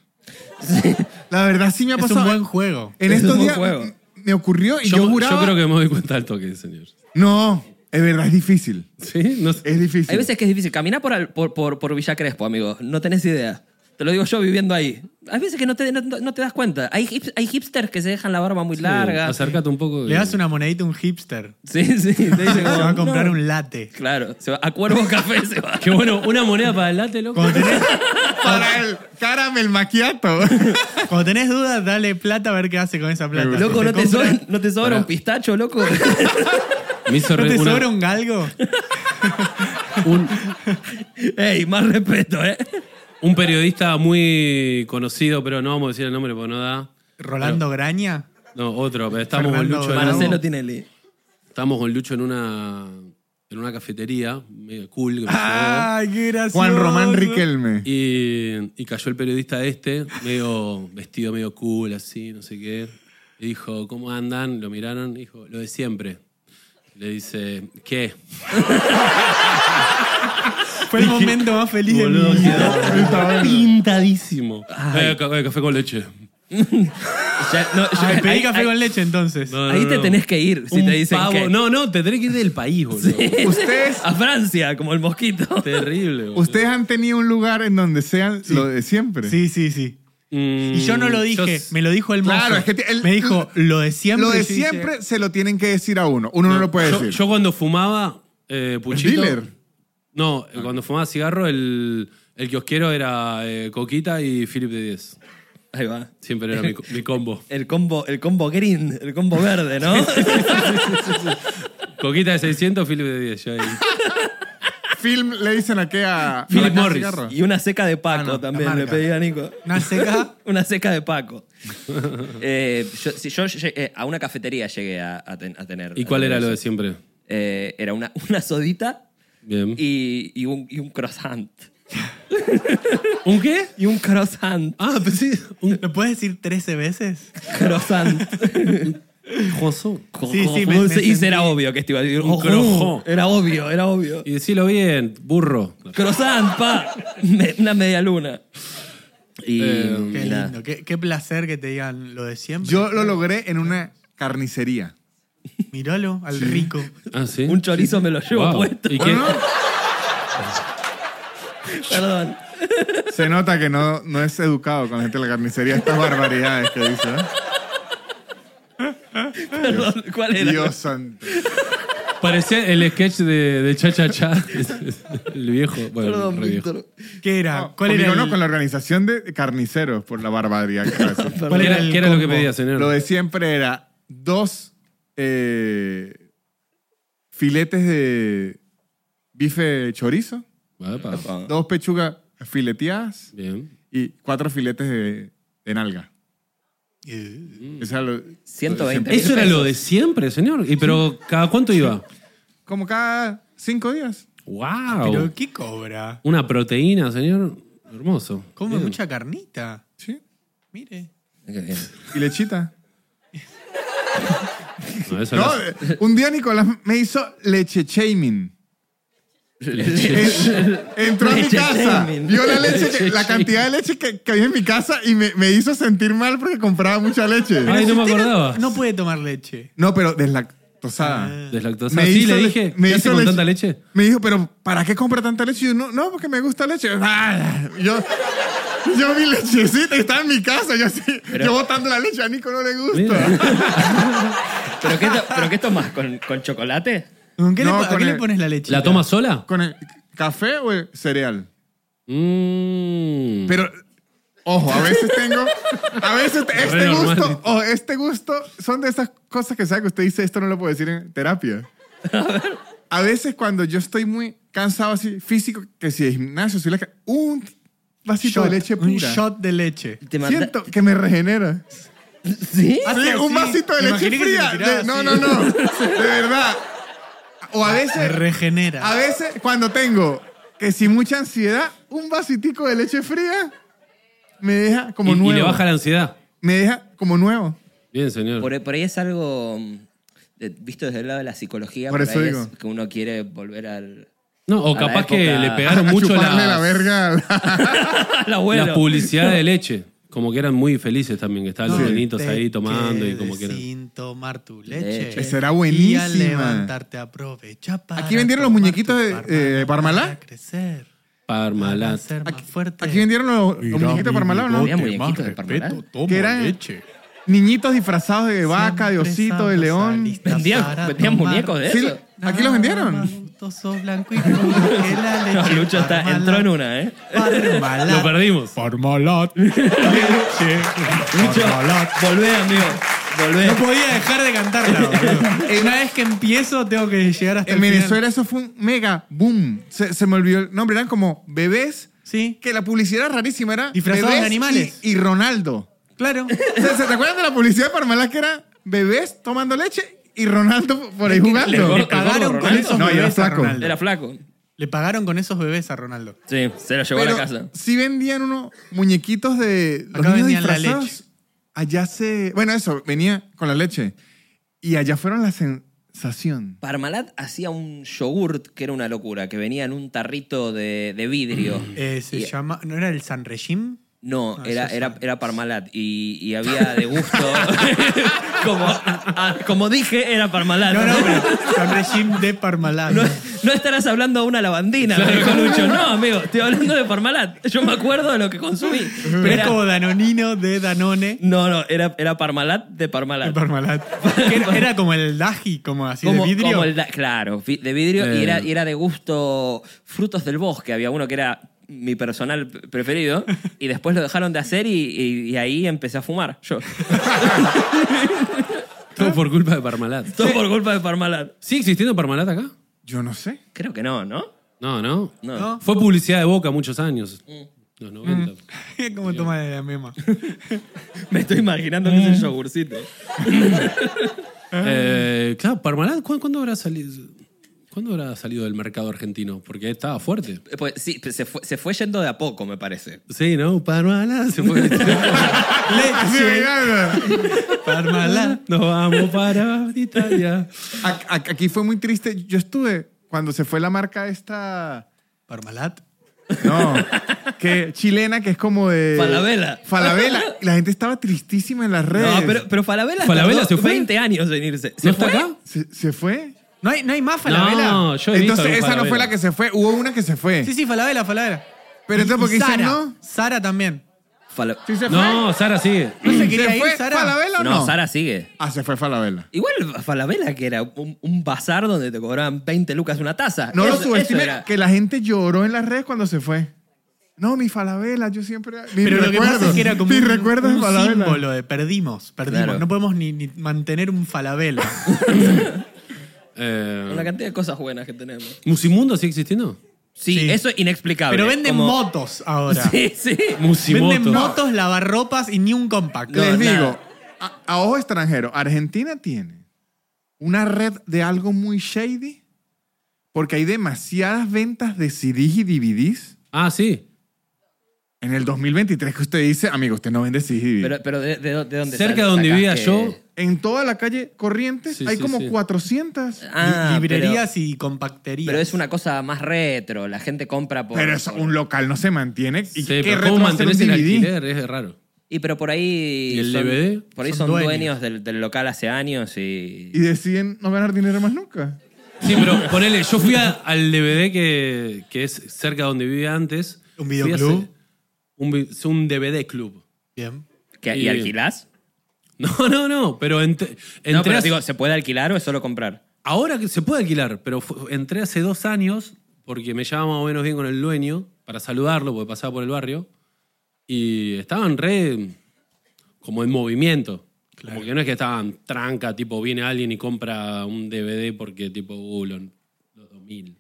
[SPEAKER 4] La verdad sí me ha
[SPEAKER 1] Es
[SPEAKER 4] pasado.
[SPEAKER 1] un buen juego.
[SPEAKER 4] en
[SPEAKER 2] es
[SPEAKER 4] estos
[SPEAKER 2] un buen
[SPEAKER 4] días
[SPEAKER 2] juego.
[SPEAKER 4] m- me ocurrió y
[SPEAKER 3] Yo,
[SPEAKER 4] yo, juraba...
[SPEAKER 3] yo creo que me doy cuenta al toque, señor.
[SPEAKER 4] No, es verdad, es difícil.
[SPEAKER 3] ¿Sí? No sé.
[SPEAKER 4] Es difícil.
[SPEAKER 2] Hay veces que es difícil. Caminar por, al- por, por, por Villa Crespo, amigo. No tenés idea. Te lo digo yo viviendo ahí. Hay veces que no te, no, no te das cuenta. Hay, hip- hay hipsters que se dejan la barba muy larga.
[SPEAKER 3] Acércate un poco.
[SPEAKER 1] Le das una monedita a un hipster.
[SPEAKER 2] Sí, sí. Te
[SPEAKER 1] Se
[SPEAKER 2] dicen como,
[SPEAKER 1] va a comprar
[SPEAKER 2] "No".
[SPEAKER 1] un latte.
[SPEAKER 2] Claro. Se va, a Cuervo Café se va.
[SPEAKER 3] Qué bueno, una moneda para el late, loco.
[SPEAKER 1] Cuando tenés,
[SPEAKER 4] Para el caramel maquiato.
[SPEAKER 1] cuando tenés dudas, dale plata a ver qué hace con esa plata.
[SPEAKER 4] gusta.
[SPEAKER 2] Loco,
[SPEAKER 1] Si
[SPEAKER 2] ¿no te,
[SPEAKER 1] compra-
[SPEAKER 2] sobra, ¿no te sobra un pistacho, loco?
[SPEAKER 3] Me hizo
[SPEAKER 1] ¿No
[SPEAKER 3] re-
[SPEAKER 1] te
[SPEAKER 3] una-
[SPEAKER 1] sobra un galgo?
[SPEAKER 3] un,
[SPEAKER 2] Ey, más respeto, ¿eh?
[SPEAKER 3] un periodista muy conocido, pero no vamos a decir el nombre porque no da,
[SPEAKER 1] Rolando Graña.
[SPEAKER 3] No, otro, pero estamos con
[SPEAKER 1] Fernando
[SPEAKER 3] Lucho. en
[SPEAKER 1] Bravo.
[SPEAKER 3] un-
[SPEAKER 2] Marcelo Tinelli.
[SPEAKER 3] Estábamos con Lucho en una, en una cafetería, medio cool. que nos
[SPEAKER 1] ¡Ay, qué gracioso!
[SPEAKER 4] Juan Román Riquelme.
[SPEAKER 3] llevó, y, y cayó el periodista este, medio vestido, medio cool, así, no sé qué. Y dijo, ¿cómo andan? Lo miraron, dijo, lo de siempre. Le dice, ¿qué?
[SPEAKER 1] Fue el momento más feliz de
[SPEAKER 3] Boludo,
[SPEAKER 1] mi vida.
[SPEAKER 3] quedó pintadísimo. Eh, ca- eh, café con leche.
[SPEAKER 2] Ya- no, ya-
[SPEAKER 1] Ay, pedí
[SPEAKER 2] ahí-
[SPEAKER 1] café
[SPEAKER 2] ahí-
[SPEAKER 1] con leche entonces.
[SPEAKER 3] No, no,
[SPEAKER 2] Ahí te
[SPEAKER 3] no.
[SPEAKER 2] tenés que ir si
[SPEAKER 3] Un
[SPEAKER 2] te dicen
[SPEAKER 3] pavo-
[SPEAKER 2] que.
[SPEAKER 3] No, no, te tenés que ir del país, boludo.
[SPEAKER 4] Ustedes,
[SPEAKER 2] A Francia, como el mosquito.
[SPEAKER 3] Terrible, boludo.
[SPEAKER 4] ustedes han tenido un lugar en donde sean lo de siempre.
[SPEAKER 1] Sí, sí, sí.
[SPEAKER 3] Mm,
[SPEAKER 1] Y yo no lo
[SPEAKER 3] yo
[SPEAKER 1] dije,
[SPEAKER 3] s-
[SPEAKER 1] me lo dijo el mozo.
[SPEAKER 4] Claro, es que te- el-
[SPEAKER 1] me dijo, lo de siempre.
[SPEAKER 4] Lo de
[SPEAKER 1] Yo dije,
[SPEAKER 4] siempre se lo tienen que decir a uno. Uno no, lo puede
[SPEAKER 3] yo,
[SPEAKER 4] decir.
[SPEAKER 3] yo cuando fumaba eh, puchito.
[SPEAKER 4] dealer?
[SPEAKER 3] No, eh, cuando fumaba cigarro, el, el kiosquero era eh, Coquita y Philip de 10.
[SPEAKER 2] Ahí va.
[SPEAKER 3] Siempre era mi, co- mi combo.
[SPEAKER 2] El combo, el combo green, el combo verde, ¿no?
[SPEAKER 3] Coquita de 600, Philip de 10. yo ahí.
[SPEAKER 4] Film le dicen a qué a. a la
[SPEAKER 3] Philip
[SPEAKER 4] caja de
[SPEAKER 3] Morris.
[SPEAKER 4] cigarro.
[SPEAKER 2] y una seca de Paco
[SPEAKER 1] Ah, no, la
[SPEAKER 2] también, le
[SPEAKER 1] marca.
[SPEAKER 2] pedí a Nico.
[SPEAKER 1] Una seca.
[SPEAKER 2] Una seca de Paco. Eh, yo, si yo llegué- a una cafetería llegué a, a ten- a tener.
[SPEAKER 3] ¿Y cuál
[SPEAKER 2] a tener
[SPEAKER 3] era lo de
[SPEAKER 2] eso.
[SPEAKER 3] siempre?
[SPEAKER 2] Eh, era una, una sodita
[SPEAKER 3] Bien.
[SPEAKER 2] y, y un, y un croissant.
[SPEAKER 3] ¿Un qué?
[SPEAKER 2] Y un croissant.
[SPEAKER 3] Ah, pensé. Un
[SPEAKER 1] ¿Lo puedes decir 13 veces?
[SPEAKER 2] Croissant.
[SPEAKER 3] croissant.
[SPEAKER 1] Sí, sí, me- me
[SPEAKER 2] y será
[SPEAKER 1] sentí-
[SPEAKER 2] obvio que esto iba a decir.
[SPEAKER 3] Un
[SPEAKER 2] "Ojú".
[SPEAKER 3] crojo.
[SPEAKER 2] Era obvio, era obvio.
[SPEAKER 3] Y decilo bien, burro.
[SPEAKER 2] Croissant, pa. Me- una media luna. Y
[SPEAKER 3] Eh,
[SPEAKER 1] Qué
[SPEAKER 2] nada.
[SPEAKER 1] lindo. Qué, qué placer que te digan lo de siempre.
[SPEAKER 4] Yo lo logré en una carnicería.
[SPEAKER 1] Míralo al rico.
[SPEAKER 3] Ah, sí.
[SPEAKER 2] un chorizo me lo llevo
[SPEAKER 3] Wow.
[SPEAKER 2] puesto.
[SPEAKER 3] ¿Y qué?
[SPEAKER 2] Perdón.
[SPEAKER 4] Se nota que no, no es educado con la gente de la carnicería estas barbaridades que dice. ¿eh?
[SPEAKER 2] Perdón. ¿Cuál era?
[SPEAKER 4] Dios santo.
[SPEAKER 3] Parecía el sketch de, de Cha Cha Cha. el viejo. Bueno,
[SPEAKER 2] Perdón,
[SPEAKER 3] re viejo.
[SPEAKER 2] Víctor.
[SPEAKER 1] ¿Qué era? Ah, ¿Cuál
[SPEAKER 4] Conmigo
[SPEAKER 1] era? el-
[SPEAKER 4] no, con la organización de carniceros por la barbaridad que hacen.
[SPEAKER 1] ¿Cuál
[SPEAKER 3] ¿Qué
[SPEAKER 1] era
[SPEAKER 3] era,
[SPEAKER 1] el
[SPEAKER 3] qué era lo que
[SPEAKER 1] combo?
[SPEAKER 3] pedías, señor?
[SPEAKER 4] Lo de siempre era dos eh, filetes de bife chorizo,
[SPEAKER 3] Epa.
[SPEAKER 4] dos pechugas fileteadas
[SPEAKER 3] Bien.
[SPEAKER 4] y cuatro filetes de, de nalga.
[SPEAKER 1] Eh,
[SPEAKER 4] O sea, lo-
[SPEAKER 2] 120.
[SPEAKER 4] lo de siempre.
[SPEAKER 3] Eso era lo de siempre, señor. ¿Y pero cada cuánto iba?
[SPEAKER 4] Como cada cinco días.
[SPEAKER 3] ¡Wow!
[SPEAKER 1] ¿Pero qué cobra?
[SPEAKER 3] Una proteína, señor. Hermoso.
[SPEAKER 1] Come
[SPEAKER 3] Bien.
[SPEAKER 1] mucha carnita.
[SPEAKER 4] Sí.
[SPEAKER 1] Mire.
[SPEAKER 2] Qué bien.
[SPEAKER 4] Y lechita.
[SPEAKER 3] No, eso
[SPEAKER 4] No,
[SPEAKER 3] era-
[SPEAKER 4] eh, un día Nicolás me hizo leche shaming. En- Entró a mi
[SPEAKER 2] Leche
[SPEAKER 4] casa,
[SPEAKER 2] shaming.
[SPEAKER 4] vio la leche, que- la cantidad de leche que, que había en mi casa y me, me hizo sentir mal porque compraba mucha leche.
[SPEAKER 3] Ay, no me
[SPEAKER 1] Usted
[SPEAKER 3] acordaba.
[SPEAKER 1] No puede tomar leche.
[SPEAKER 4] No, pero deslactosada.
[SPEAKER 3] Deslactosada. Sí, le
[SPEAKER 4] le-
[SPEAKER 3] dije. ¿Qué hace con
[SPEAKER 4] leche-
[SPEAKER 3] tanta leche?
[SPEAKER 4] Me dijo, pero ¿para qué compra tanta leche? Y yo, no, no, porque me gusta leche. Ah, yo, yo mi lechecita y estaba en mi casa. Yo, así, yo botando la leche, a Nico no le gusta.
[SPEAKER 2] ¿Pero, qué, to- pero qué tomás? ¿Con, con chocolate?
[SPEAKER 1] ¿Con qué,
[SPEAKER 4] No,
[SPEAKER 1] le, po- a
[SPEAKER 4] con
[SPEAKER 1] qué
[SPEAKER 4] el-
[SPEAKER 1] le pones la leche?
[SPEAKER 3] ¿La toma sola?
[SPEAKER 4] ¿Con el café o el cereal?
[SPEAKER 3] Mm.
[SPEAKER 4] Pero, ojo, a veces tengo. A veces te- este
[SPEAKER 3] normal.
[SPEAKER 4] gusto. O este gusto son de esas cosas que sabe que usted dice, esto no lo puedo decir en terapia. A veces cuando yo estoy muy cansado así, físico, que si de gimnasio, si la ca- un vasito de leche
[SPEAKER 1] Un
[SPEAKER 4] pura.
[SPEAKER 1] shot de leche.
[SPEAKER 2] ¿Te manda-
[SPEAKER 4] Siento que me regenera.
[SPEAKER 2] ¿Sí?
[SPEAKER 1] Ah,
[SPEAKER 4] Sí,
[SPEAKER 1] sí,
[SPEAKER 4] un
[SPEAKER 1] sí.
[SPEAKER 4] vasito de leche
[SPEAKER 1] Imaginé que se
[SPEAKER 4] fría.
[SPEAKER 1] lo tiraba
[SPEAKER 4] De- no,
[SPEAKER 1] así.
[SPEAKER 4] no, no. De verdad. O a
[SPEAKER 1] Se
[SPEAKER 4] veces.
[SPEAKER 1] regenera.
[SPEAKER 4] A veces cuando tengo que si mucha ansiedad, un vasitico de leche fría me deja como
[SPEAKER 3] y, y
[SPEAKER 4] nuevo.
[SPEAKER 3] le baja la ansiedad.
[SPEAKER 4] Me deja como nuevo.
[SPEAKER 3] Bien, señor.
[SPEAKER 2] Por, por ahí es algo mm, de- visto desde el lado de la psicología.
[SPEAKER 4] Por
[SPEAKER 2] Por,
[SPEAKER 4] eso
[SPEAKER 2] ahí
[SPEAKER 4] digo.
[SPEAKER 2] es que uno quiere volver al.
[SPEAKER 3] No, o
[SPEAKER 2] a la
[SPEAKER 3] capaz que
[SPEAKER 2] época-
[SPEAKER 3] le pegaron
[SPEAKER 4] A
[SPEAKER 3] mucho
[SPEAKER 4] chuparle la
[SPEAKER 3] las-
[SPEAKER 4] verga.
[SPEAKER 2] al
[SPEAKER 3] las
[SPEAKER 2] abuelo.
[SPEAKER 3] publicidades de leche. Como que eran muy felices también, que estaban
[SPEAKER 1] No
[SPEAKER 3] los
[SPEAKER 1] te
[SPEAKER 3] nenitos ahí tomando y como que eran.
[SPEAKER 1] Sin tomar tu leche.
[SPEAKER 2] Leche.
[SPEAKER 4] Esa era
[SPEAKER 1] Y
[SPEAKER 4] buenísima.
[SPEAKER 1] al levantarte aprovecha para
[SPEAKER 4] Aquí vendieron los
[SPEAKER 1] tomar
[SPEAKER 4] muñequitos
[SPEAKER 1] tu
[SPEAKER 4] de-
[SPEAKER 1] Parmalat
[SPEAKER 4] eh, Parmalat.
[SPEAKER 1] para crecer. Para
[SPEAKER 3] Parmalat.
[SPEAKER 1] ser más
[SPEAKER 4] Aquí-
[SPEAKER 1] fuerte.
[SPEAKER 4] Aquí vendieron los, los muñequitos para malado, ¿no?
[SPEAKER 2] bigote. Había muñequitos de Parmalat.
[SPEAKER 4] Que eran niñitos disfrazados de vaca, de osito, de león.
[SPEAKER 2] Vendían- vendían muñecos de
[SPEAKER 4] Sí,
[SPEAKER 2] eso.
[SPEAKER 4] aquí los vendieron.
[SPEAKER 1] Sos blanco y negro, que la leche
[SPEAKER 2] No, Lucho está-
[SPEAKER 1] Parmalat.
[SPEAKER 2] entró en una, ¿eh?
[SPEAKER 1] Parmalat.
[SPEAKER 3] Lo perdimos.
[SPEAKER 1] Parmalat. Leche.
[SPEAKER 2] Lucho,
[SPEAKER 1] Parmalat.
[SPEAKER 2] volvé, amigo. Volvé.
[SPEAKER 1] No podía dejar de cantarla. boludo. Una vez que empiezo, tengo que llegar hasta
[SPEAKER 4] En
[SPEAKER 1] el final.
[SPEAKER 4] Venezuela eso fue un mega boom. Se, se me olvidó el nombre. Eran como bebés
[SPEAKER 1] Sí.
[SPEAKER 4] que la publicidad era rarísima. Era
[SPEAKER 1] Disfrazados de
[SPEAKER 4] bebés
[SPEAKER 1] animales.
[SPEAKER 4] Y, y Ronaldo.
[SPEAKER 1] Claro.
[SPEAKER 4] ¿Se, se- te acuerdan de la publicidad de Parmalat que era bebés tomando leche y Ronaldo por ahí
[SPEAKER 2] Le
[SPEAKER 4] jugando?
[SPEAKER 2] gordo-
[SPEAKER 1] Le
[SPEAKER 2] el gordo
[SPEAKER 1] pagaron con
[SPEAKER 2] Ronaldo?
[SPEAKER 1] esos
[SPEAKER 4] No, yo era
[SPEAKER 1] bebés a
[SPEAKER 4] flaco.
[SPEAKER 1] Ronaldo.
[SPEAKER 2] Era flaco.
[SPEAKER 1] Le pagaron con esos bebés a Ronaldo.
[SPEAKER 2] Sí, se la llevó a la casa.
[SPEAKER 4] sí vendían unos muñequitos de los
[SPEAKER 1] Acá
[SPEAKER 4] niños
[SPEAKER 1] vendían la
[SPEAKER 4] disfrazados.
[SPEAKER 1] leche.
[SPEAKER 4] Allá se... Bueno, eso, venía con la leche. Y allá fueron la sensación.
[SPEAKER 2] Parmalat hacía un yogurt que era una locura, que venía en un tarrito de, de vidrio.
[SPEAKER 1] Eh, se
[SPEAKER 2] Y-
[SPEAKER 1] llama. ¿No era el San Regime?
[SPEAKER 2] No,
[SPEAKER 1] Ah,
[SPEAKER 2] era,
[SPEAKER 1] eso
[SPEAKER 2] era,
[SPEAKER 1] sabe.
[SPEAKER 2] era Parmalat y, y había de gusto. como, ah, como dije, era Parmalat.
[SPEAKER 1] No, no, pero San Regime de Parmalat.
[SPEAKER 2] No- no estarás hablando de una lavandina, me dijo Lucho. No, amigo, estoy hablando de Parmalat. Yo me acuerdo de lo que consumí.
[SPEAKER 1] pero
[SPEAKER 2] Era-
[SPEAKER 1] es como Danonino de Danone
[SPEAKER 2] No, no, era, era Parmalat de
[SPEAKER 1] de
[SPEAKER 2] Parmalat.
[SPEAKER 1] Parmalat. Que era, era como el Daji, como así
[SPEAKER 2] Como-
[SPEAKER 1] de vidrio.
[SPEAKER 2] como el da- claro, vi- de vidrio y,
[SPEAKER 3] Eh.
[SPEAKER 2] era, y era de gusto frutos del bosque. Había uno que era mi personal p- preferido y después lo dejaron de hacer y, y- y ahí empecé a fumar yo.
[SPEAKER 3] Todo por culpa de Parmalat.
[SPEAKER 2] Todo por culpa de Parmalat.
[SPEAKER 3] ¿Sigue existiendo Parmalat acá?
[SPEAKER 4] Yo no sé.
[SPEAKER 2] Creo que no, ¿no?
[SPEAKER 3] No, no. Mm.
[SPEAKER 2] No.
[SPEAKER 1] ¿No?
[SPEAKER 3] Fue publicidad de Boca muchos años. Los 90.
[SPEAKER 1] como toma de la mema.
[SPEAKER 2] Me estoy imaginando que es el yogurcito.
[SPEAKER 3] Eh, claro, Parmalat, ¿cu- ¿cuándo habrá salido? ¿Cuándo habrá salido del mercado argentino? Porque estaba fuerte.
[SPEAKER 2] Eh, Pues sí, pues se fue, se fue yendo de a poco, me parece.
[SPEAKER 3] Sí, ¿no? Parmalat se fue.
[SPEAKER 4] Así
[SPEAKER 1] Leche,
[SPEAKER 4] bailando.
[SPEAKER 1] Parmalat.
[SPEAKER 3] Nos vamos para Italia.
[SPEAKER 4] Ac- ac- Aquí fue muy triste. Yo estuve cuando se fue la marca esta...
[SPEAKER 1] Parmalat.
[SPEAKER 4] No, que chilena que es como de...
[SPEAKER 2] Falabella.
[SPEAKER 4] Falabella. Y la gente estaba tristísima en las redes.
[SPEAKER 2] No, pero, pero Falabella,
[SPEAKER 3] Falabella
[SPEAKER 2] tardó
[SPEAKER 3] se fue.
[SPEAKER 2] 20 años en irse. ¿Se
[SPEAKER 3] ¿No está
[SPEAKER 2] fue?
[SPEAKER 3] acá?
[SPEAKER 4] ¿Se, se fue?
[SPEAKER 1] No hay, no hay más Falabella.
[SPEAKER 3] No, yo he visto
[SPEAKER 4] entonces
[SPEAKER 3] algún
[SPEAKER 4] esa no fue
[SPEAKER 3] Falabella.
[SPEAKER 4] la que se fue. Hubo una que se fue.
[SPEAKER 1] Sí, sí, Falabella, Falabella.
[SPEAKER 4] Pero entonces,
[SPEAKER 1] Y- y
[SPEAKER 4] ¿por qué
[SPEAKER 1] Sara,
[SPEAKER 4] dicen no?
[SPEAKER 1] Sara también.
[SPEAKER 2] Fala-
[SPEAKER 4] ¿Sí se
[SPEAKER 3] No, Sara sigue.
[SPEAKER 1] ¿No se
[SPEAKER 4] fue?
[SPEAKER 1] quería
[SPEAKER 4] ¿Se
[SPEAKER 1] ir,
[SPEAKER 4] fue
[SPEAKER 1] Sara?
[SPEAKER 4] Falabella o no?
[SPEAKER 2] No, Sara sigue.
[SPEAKER 4] Ah, se fue Falabella.
[SPEAKER 2] Igual Falabella, que era un, un bazar donde te cobraban 20 lucas una taza.
[SPEAKER 4] No lo
[SPEAKER 2] Eso- eso
[SPEAKER 4] subestime,
[SPEAKER 2] era.
[SPEAKER 4] que la gente lloró en las redes cuando se fue. No, mi Falabella, yo siempre... mi
[SPEAKER 1] Pero lo que
[SPEAKER 4] recuerdo,
[SPEAKER 1] pasa es que era como
[SPEAKER 4] mi
[SPEAKER 1] un,
[SPEAKER 4] recuerdo es
[SPEAKER 1] un
[SPEAKER 4] Falabella.
[SPEAKER 1] símbolo de perdimos, perdimos.
[SPEAKER 2] Claro.
[SPEAKER 1] No podemos ni, ni mantener un Falabella.
[SPEAKER 3] Eh,
[SPEAKER 2] Una cantidad de cosas buenas que tenemos.
[SPEAKER 3] ¿Musimundo sigue existiendo?
[SPEAKER 2] Sí,
[SPEAKER 1] Sí.
[SPEAKER 2] eso es inexplicable.
[SPEAKER 1] Pero venden
[SPEAKER 2] Como-
[SPEAKER 1] motos ahora.
[SPEAKER 2] Sí, sí.
[SPEAKER 3] Musimoto.
[SPEAKER 1] Venden motos, lavarropas y ni un compact.
[SPEAKER 2] No,
[SPEAKER 4] Les
[SPEAKER 2] nada.
[SPEAKER 4] digo, a, a ojo extranjero, Argentina tiene una red de algo muy shady porque hay demasiadas ventas de CDs y DVDs
[SPEAKER 3] Ah, sí.
[SPEAKER 4] en el 2023 que usted dice, amigo, usted no vende CDs y DVDs.
[SPEAKER 2] Pero, pero de, de- de dónde sal-
[SPEAKER 3] Cerca de donde
[SPEAKER 2] sacás
[SPEAKER 3] vivía
[SPEAKER 2] que-
[SPEAKER 3] yo.
[SPEAKER 4] en toda la calle Corrientes
[SPEAKER 3] Sí,
[SPEAKER 4] hay
[SPEAKER 3] sí,
[SPEAKER 4] como
[SPEAKER 3] sí.
[SPEAKER 4] 400.
[SPEAKER 2] Ah,
[SPEAKER 1] Li-
[SPEAKER 2] librerías.
[SPEAKER 1] librerías y compacterías.
[SPEAKER 2] Pero, es una cosa más retro. La gente compra por.
[SPEAKER 4] Pero eso,
[SPEAKER 2] por-
[SPEAKER 4] un local no se mantiene. ¿Y
[SPEAKER 3] Sí,
[SPEAKER 4] qué
[SPEAKER 3] pero
[SPEAKER 4] red
[SPEAKER 3] ¿cómo
[SPEAKER 4] va a hacer un
[SPEAKER 3] mantenés el
[SPEAKER 4] DVD?
[SPEAKER 3] alquiler? Es raro.
[SPEAKER 2] Y pero por ahí.
[SPEAKER 3] ¿Y el
[SPEAKER 2] son-
[SPEAKER 3] DVD?
[SPEAKER 2] Por ahí son,
[SPEAKER 1] Son
[SPEAKER 2] dueños,
[SPEAKER 1] dueños.
[SPEAKER 2] del, del local hace años y.
[SPEAKER 4] Y deciden no ganar dinero más nunca.
[SPEAKER 3] Sí, pero ponele, yo fui a- al DVD que, que es cerca de donde vivía antes.
[SPEAKER 1] ¿Un
[SPEAKER 3] Fui a hacer-
[SPEAKER 1] videoclub?
[SPEAKER 3] Un, vi- es un DVD club.
[SPEAKER 1] Bien.
[SPEAKER 2] que- y,
[SPEAKER 3] Y-
[SPEAKER 2] alquilás?
[SPEAKER 3] No, no, no, pero ent- entré
[SPEAKER 2] no, pero
[SPEAKER 3] hace-
[SPEAKER 2] digo, ¿se puede alquilar o es solo comprar?
[SPEAKER 3] ahora que se puede alquilar, pero fu- entré hace dos años porque me llevaba más o menos bien con el dueño para saludarlo porque pasaba por el barrio y estaban re como en movimiento. Como que no es que estaban tranca, tipo viene alguien y compra un DVD porque tipo uh, Google los 2000.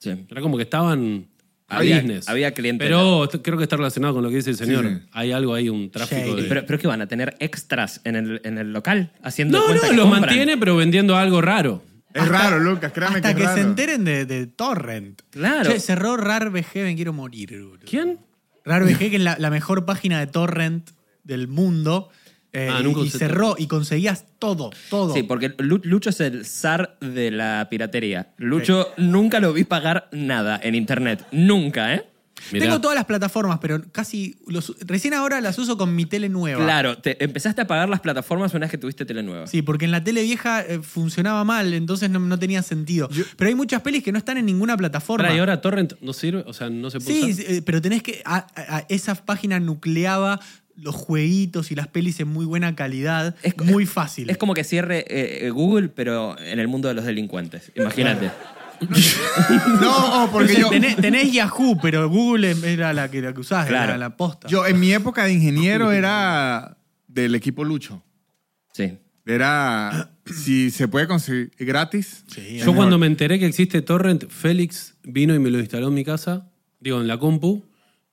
[SPEAKER 2] Sí.
[SPEAKER 3] Era como que estaban a
[SPEAKER 2] Había-
[SPEAKER 3] business.
[SPEAKER 2] había clientela.
[SPEAKER 3] Pero t- creo que está relacionado con lo que dice el señor.
[SPEAKER 4] Sí.
[SPEAKER 3] Hay algo ahí, un tráfico
[SPEAKER 1] Shady.
[SPEAKER 3] de...
[SPEAKER 2] Pero, pero que van a tener extras en el, en el local haciendo.
[SPEAKER 3] no,
[SPEAKER 2] cuenta
[SPEAKER 3] no,
[SPEAKER 2] que
[SPEAKER 3] lo
[SPEAKER 2] compran.
[SPEAKER 3] mantiene pero vendiendo algo raro.
[SPEAKER 4] Es raro, Lucas, créame
[SPEAKER 1] Hasta
[SPEAKER 4] que
[SPEAKER 1] que,
[SPEAKER 4] es
[SPEAKER 1] se
[SPEAKER 4] raro.
[SPEAKER 1] enteren de, de Torrent.
[SPEAKER 2] Claro.
[SPEAKER 1] Che, cerró Rar VG, me quiero morir, boludo.
[SPEAKER 3] ¿Quién?
[SPEAKER 1] Rar VG, que es la, la mejor página de Torrent del mundo. eh,
[SPEAKER 3] Ah, nunca
[SPEAKER 1] y, y
[SPEAKER 3] usé
[SPEAKER 1] cerró y conseguías todo, todo.
[SPEAKER 2] Sí, pues, porque Lu- Lucho es el zar de la piratería. Lucho nunca lo vi pagar nada en internet. Nunca, ¿eh?
[SPEAKER 3] Mirá.
[SPEAKER 1] Tengo todas las plataformas, pero casi. los- recién ahora las uso con mi tele nueva.
[SPEAKER 2] Claro, te empezaste a pagar las plataformas una vez que tuviste Telenueva.
[SPEAKER 1] Sí, porque en la tele vieja eh, funcionaba mal, entonces no, no tenía sentido. pero hay muchas pelis que no están en ninguna plataforma.
[SPEAKER 3] Pará, ¿Y ahora Torrent no sirve? O sea, no se puede
[SPEAKER 1] Sí,
[SPEAKER 3] usar?
[SPEAKER 1] sí, eh, pero tenés que. A, a- a esa página nucleaba los jueguitos y las pelis en muy buena calidad.
[SPEAKER 2] Es co-
[SPEAKER 1] muy fácil.
[SPEAKER 2] Es como que cierre eh, eh, Google, pero en el mundo de los delincuentes. Imagínate.
[SPEAKER 4] No, oh, porque yo,
[SPEAKER 1] tenés, tenés Yahoo, pero Google era la que, la que usabas,
[SPEAKER 2] Claro.
[SPEAKER 1] era la posta.
[SPEAKER 4] yo en mi época de ingeniero era del equipo Lucho.
[SPEAKER 2] Sí.
[SPEAKER 4] Era si se puede conseguir gratis.
[SPEAKER 1] Sí,
[SPEAKER 4] es
[SPEAKER 3] Yo cuando
[SPEAKER 4] mejor.
[SPEAKER 3] me enteré que existe Torrent, Félix vino y me lo instaló en mi casa, digo, en la compu,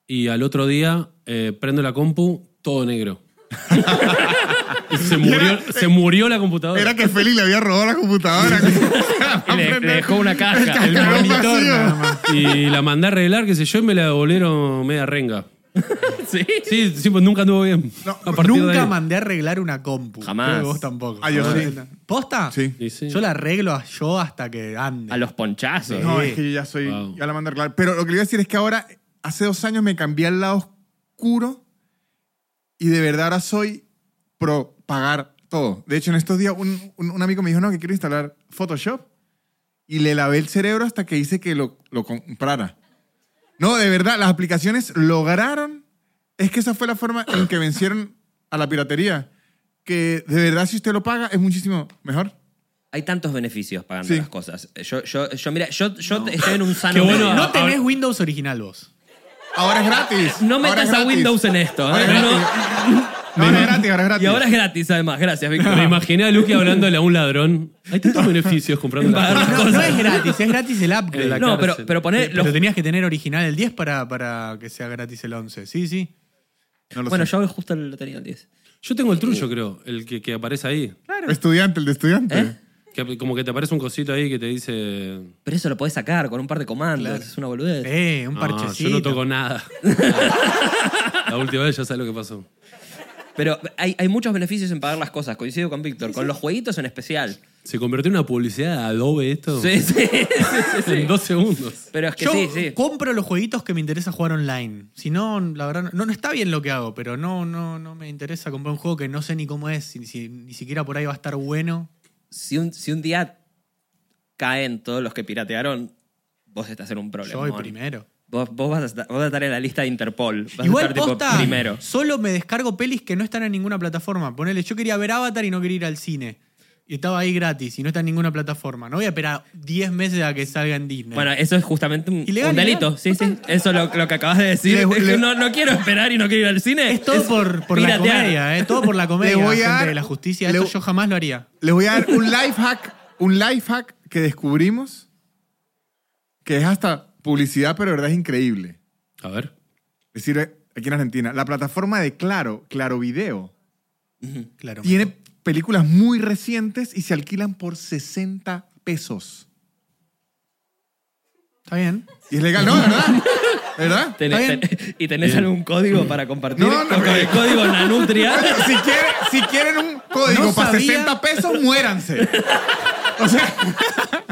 [SPEAKER 3] y al otro día eh, prendo la compu, todo negro. Se murió, se murió la computadora.
[SPEAKER 4] Era que Feli le había robado la computadora.
[SPEAKER 2] Y le, le dejó una caja.
[SPEAKER 1] El
[SPEAKER 4] Quedó
[SPEAKER 1] monitor
[SPEAKER 4] vacío.
[SPEAKER 1] nada más.
[SPEAKER 3] Y la mandé a arreglar, qué sé yo, y me la devolvieron media renga.
[SPEAKER 2] Sí.
[SPEAKER 3] Sí, sí, pues nunca anduvo bien.
[SPEAKER 4] No,
[SPEAKER 3] A partir de
[SPEAKER 1] Nunca
[SPEAKER 3] ahí.
[SPEAKER 1] mandé a arreglar una compu.
[SPEAKER 2] Jamás.
[SPEAKER 1] Creo que vos tampoco.
[SPEAKER 4] Ah, yo sí.
[SPEAKER 1] ¿Posta?
[SPEAKER 4] Sí.
[SPEAKER 3] Y sí.
[SPEAKER 1] Yo la arreglo a- yo hasta que ande.
[SPEAKER 2] A los ponchazos.
[SPEAKER 4] No,
[SPEAKER 1] Sí.
[SPEAKER 4] es que yo ya soy.
[SPEAKER 3] Wow.
[SPEAKER 4] Ya la mandé a arreglar. Pero lo que le iba a decir es que ahora, hace dos años me cambié al lado oscuro y de verdad ahora soy pro pagar todo. De hecho, en estos días un, un- un amigo me dijo, no, que quiero instalar Photoshop y le lavé el cerebro hasta que hice que lo, lo comprara. No, de verdad, las aplicaciones lograron. Es que esa fue la forma en que vencieron a la piratería. Que de verdad, si usted lo paga, es muchísimo mejor.
[SPEAKER 2] Hay tantos beneficios pagando
[SPEAKER 4] Sí.
[SPEAKER 2] las cosas. Yo, yo, yo mira, yo, yo te- estoy en un sano.
[SPEAKER 3] Qué bueno.
[SPEAKER 2] medio.
[SPEAKER 1] No tenés Windows original vos.
[SPEAKER 4] Ahora es gratis.
[SPEAKER 2] No
[SPEAKER 4] Ahora es
[SPEAKER 2] metas a
[SPEAKER 4] gratis.
[SPEAKER 2] Windows en esto. ¿eh?
[SPEAKER 4] Ahora es
[SPEAKER 2] No, no.
[SPEAKER 4] No, ahora es gratis, ahora es gratis.
[SPEAKER 2] Y ahora es gratis, además. Gracias,
[SPEAKER 3] Me
[SPEAKER 2] Víctor.
[SPEAKER 3] imaginé a Luque hablándole a un ladrón. Hay tantos beneficios comprando las
[SPEAKER 2] Pagar
[SPEAKER 3] cosas.
[SPEAKER 1] No, no es gratis, es gratis el upgrade.
[SPEAKER 3] En la
[SPEAKER 2] No, pero,
[SPEAKER 3] cárcel.
[SPEAKER 2] pero poner
[SPEAKER 1] Pero
[SPEAKER 2] los-
[SPEAKER 1] tenías que tener original el 10 para, para que sea gratis el 11. Sí, sí.
[SPEAKER 4] No lo
[SPEAKER 2] Bueno,
[SPEAKER 4] sé.
[SPEAKER 2] yo justo lo tenía el 10.
[SPEAKER 3] Yo tengo el truyo, creo, el que, que aparece ahí.
[SPEAKER 4] Estudiante, el de estudiante.
[SPEAKER 2] ¿Eh?
[SPEAKER 3] Que como que te aparece un cosito ahí que te dice.
[SPEAKER 2] Pero eso lo podés sacar con un par de comandos. Es una boludez.
[SPEAKER 1] Eh, un
[SPEAKER 3] "No,
[SPEAKER 1] parchecito.
[SPEAKER 3] yo no toco nada. la última vez ya sabes lo que pasó.
[SPEAKER 2] Pero hay, hay muchos beneficios en pagar las cosas. Coincido con Víctor. Con los jueguitos en especial.
[SPEAKER 3] ¿Se convirtió en una publicidad de Adobe esto?
[SPEAKER 2] Sí, sí.
[SPEAKER 3] En dos segundos.
[SPEAKER 2] Pero es que
[SPEAKER 1] Yo
[SPEAKER 2] sí, sí.
[SPEAKER 1] compro los jueguitos que me interesa jugar online. Si no, la verdad, no, no está bien lo que hago, pero no, no, no me interesa comprar un juego que no sé ni cómo es, si- si- ni siquiera por ahí va a estar bueno.
[SPEAKER 2] Si un, si un día caen todos los que piratearon, vos estás en un problema.
[SPEAKER 1] Yo voy primero.
[SPEAKER 2] Vos, vos vas, a estar, vas a estar en la lista de Interpol. Vas a
[SPEAKER 1] Igual
[SPEAKER 2] estar tipo,
[SPEAKER 1] posta,
[SPEAKER 2] primero.
[SPEAKER 1] solo me descargo pelis que no están en ninguna plataforma. Ponele, yo quería ver Avatar y no quería ir al cine. Y estaba ahí gratis y no está en ninguna plataforma. No voy a esperar 10 meses a que salga en Disney.
[SPEAKER 2] Bueno, eso es justamente un,
[SPEAKER 1] Ilegal,
[SPEAKER 2] un delito.
[SPEAKER 1] ilegal.
[SPEAKER 2] Sí, sí. Eso lo, lo que acabas de decir.
[SPEAKER 4] Le-
[SPEAKER 2] Es que
[SPEAKER 4] le-
[SPEAKER 2] no, no quiero esperar y no quiero ir al cine.
[SPEAKER 1] es todo
[SPEAKER 2] Es
[SPEAKER 1] por, por la
[SPEAKER 2] piratear.
[SPEAKER 1] comedia, ¿eh? Todo por la comedia,
[SPEAKER 4] Le voy a
[SPEAKER 1] gente
[SPEAKER 4] dar-
[SPEAKER 1] de la justicia.
[SPEAKER 4] le-
[SPEAKER 1] Esto yo jamás lo haría.
[SPEAKER 4] Les voy a dar un life hack, un life hack que descubrimos que es hasta publicidad, pero de verdad es increíble.
[SPEAKER 3] A ver.
[SPEAKER 4] Es decir, eh, aquí en Argentina, la plataforma de Claro, Claro Video,
[SPEAKER 1] Claro.
[SPEAKER 4] tiene películas muy recientes y se alquilan por 60 pesos.
[SPEAKER 1] Está bien.
[SPEAKER 4] Y es legal, ¿no? ¿Verdad? ¿Verdad?
[SPEAKER 2] Tenés-
[SPEAKER 1] Está bien.
[SPEAKER 2] ten- ¿Y tenés algún código para compartir?
[SPEAKER 4] No, no,
[SPEAKER 2] con el
[SPEAKER 4] no.
[SPEAKER 2] código Nanutria.
[SPEAKER 4] Coño, si, quieren, si quieren un código
[SPEAKER 1] No
[SPEAKER 4] para
[SPEAKER 1] sabía.
[SPEAKER 4] 60 pesos, muéranse. O sea,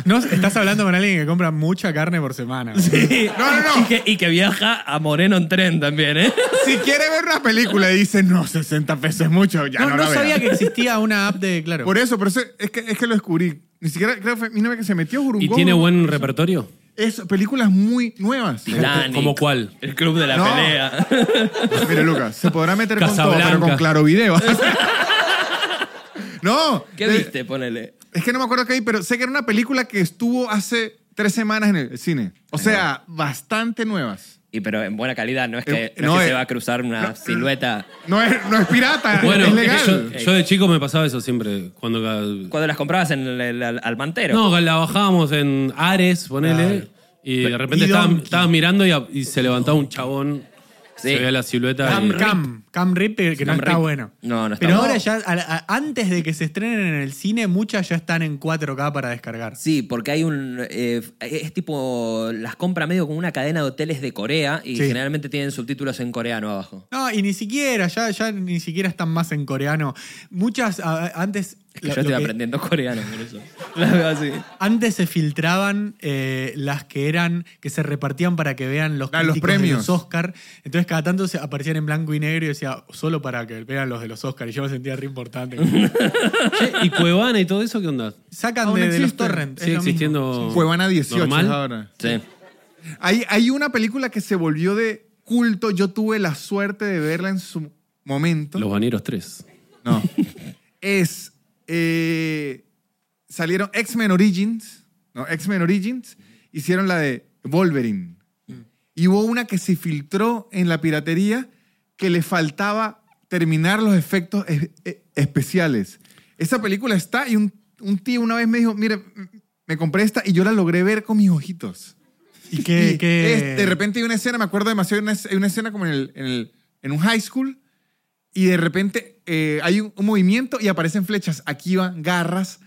[SPEAKER 1] No, estás hablando con alguien que compra mucha carne por semana.
[SPEAKER 4] No, no, no.
[SPEAKER 2] Y que, y que viaja a Moreno en tren también, ¿eh?
[SPEAKER 4] si quiere ver una película y dice, no, 60 pesos es mucho, ya
[SPEAKER 1] No,
[SPEAKER 4] no,
[SPEAKER 1] no,
[SPEAKER 4] la veo".
[SPEAKER 1] sabía que existía una app de Claro.
[SPEAKER 4] Por eso, pero eso- es, que, es que lo descubrí. Ni siquiera, creo que fue mi novia que se metió
[SPEAKER 3] ¿Y
[SPEAKER 4] Jurungó.
[SPEAKER 3] tiene buen repertorio?
[SPEAKER 4] Es películas muy nuevas.
[SPEAKER 2] Titanic.
[SPEAKER 3] ¿Cómo cuál?
[SPEAKER 2] El club de la
[SPEAKER 4] No.
[SPEAKER 2] pelea.
[SPEAKER 4] Mire, Lucas, se podrá meter con todo,
[SPEAKER 3] Casablanca.
[SPEAKER 4] pero con claro video. no.
[SPEAKER 2] ¿Qué
[SPEAKER 4] eh,
[SPEAKER 2] viste? Ponele.
[SPEAKER 4] Es que no me acuerdo qué vi, pero sé que era una película que estuvo hace tres semanas en el cine. O sea, bastante nuevas.
[SPEAKER 2] Y pero en buena calidad, no es que,
[SPEAKER 4] Eh,
[SPEAKER 2] no es
[SPEAKER 4] no,
[SPEAKER 2] que
[SPEAKER 4] eh,
[SPEAKER 2] se va a cruzar una silueta.
[SPEAKER 4] No es, no es pirata,
[SPEAKER 3] Bueno,
[SPEAKER 4] es legal.
[SPEAKER 3] yo, yo de chico me pasaba eso siempre. Cuando la-
[SPEAKER 2] Cuando las comprabas en el, el- al- al mantero.
[SPEAKER 3] No, la bajábamos en Ares, ponele. Y de repente
[SPEAKER 1] Y
[SPEAKER 3] estabas
[SPEAKER 1] Donkey.
[SPEAKER 3] estabas mirando y, a- y se levantaba un chabón.
[SPEAKER 2] Sí.
[SPEAKER 3] Se veía la silueta.
[SPEAKER 1] Cam,
[SPEAKER 3] y-
[SPEAKER 1] Cam, Cam Rip, eh, que no
[SPEAKER 2] Cam
[SPEAKER 1] está
[SPEAKER 2] Rip.
[SPEAKER 1] bueno.
[SPEAKER 2] No, no está
[SPEAKER 1] Pero
[SPEAKER 2] bueno.
[SPEAKER 1] ahora ya, a- a- antes de que se estrenen en el cine, muchas ya están en 4K para descargar.
[SPEAKER 2] Sí, porque hay un. eh, es tipo. Las compra medio como una cadena de hoteles de Corea y
[SPEAKER 1] Sí.
[SPEAKER 2] generalmente tienen subtítulos en coreano abajo.
[SPEAKER 1] No, y ni siquiera, ya, ya ni siquiera están más en coreano. Muchas, a- antes...
[SPEAKER 2] Es que yo
[SPEAKER 1] lo- lo
[SPEAKER 2] estoy
[SPEAKER 1] que-
[SPEAKER 2] aprendiendo coreano por eso. Las veo así.
[SPEAKER 1] Antes se filtraban eh, las que eran, que se repartían para que vean los,
[SPEAKER 4] Ah, los
[SPEAKER 1] críticos de
[SPEAKER 4] premios.
[SPEAKER 1] los Oscar. Entonces cada tanto se aparecían en blanco y negro y decía, solo para que vean los de los Oscar. Y yo me sentía re importante.
[SPEAKER 3] Che, ¿Y Cuevana y todo eso qué onda?
[SPEAKER 1] Sacan
[SPEAKER 4] Aún
[SPEAKER 1] de, de los
[SPEAKER 4] existe.
[SPEAKER 1] torrents.
[SPEAKER 3] Sigue existiendo.
[SPEAKER 4] Cuevana 18 es
[SPEAKER 3] normal?
[SPEAKER 4] ahora.
[SPEAKER 2] Sí.
[SPEAKER 4] Hay, hay una película que se volvió de culto. Yo tuve la suerte de verla en su momento.
[SPEAKER 3] Los Baneros 3.
[SPEAKER 4] No. es. eh, salieron X-Men Origins. No, X-Men Origins. Hicieron la de Wolverine. Y hubo una que se filtró en la piratería que le faltaba terminar los efectos es- e- especiales. Esa película está y un, un tío una vez me dijo, mire, me compré esta y yo la logré ver con mis ojitos.
[SPEAKER 1] Y que,
[SPEAKER 4] Y
[SPEAKER 1] que-
[SPEAKER 4] es- de repente hay una escena, me acuerdo demasiado, hay una, hay una escena como en, el- en el- en un high school y de repente eh, hay un, un movimiento y aparecen flechas. Aquí van garras,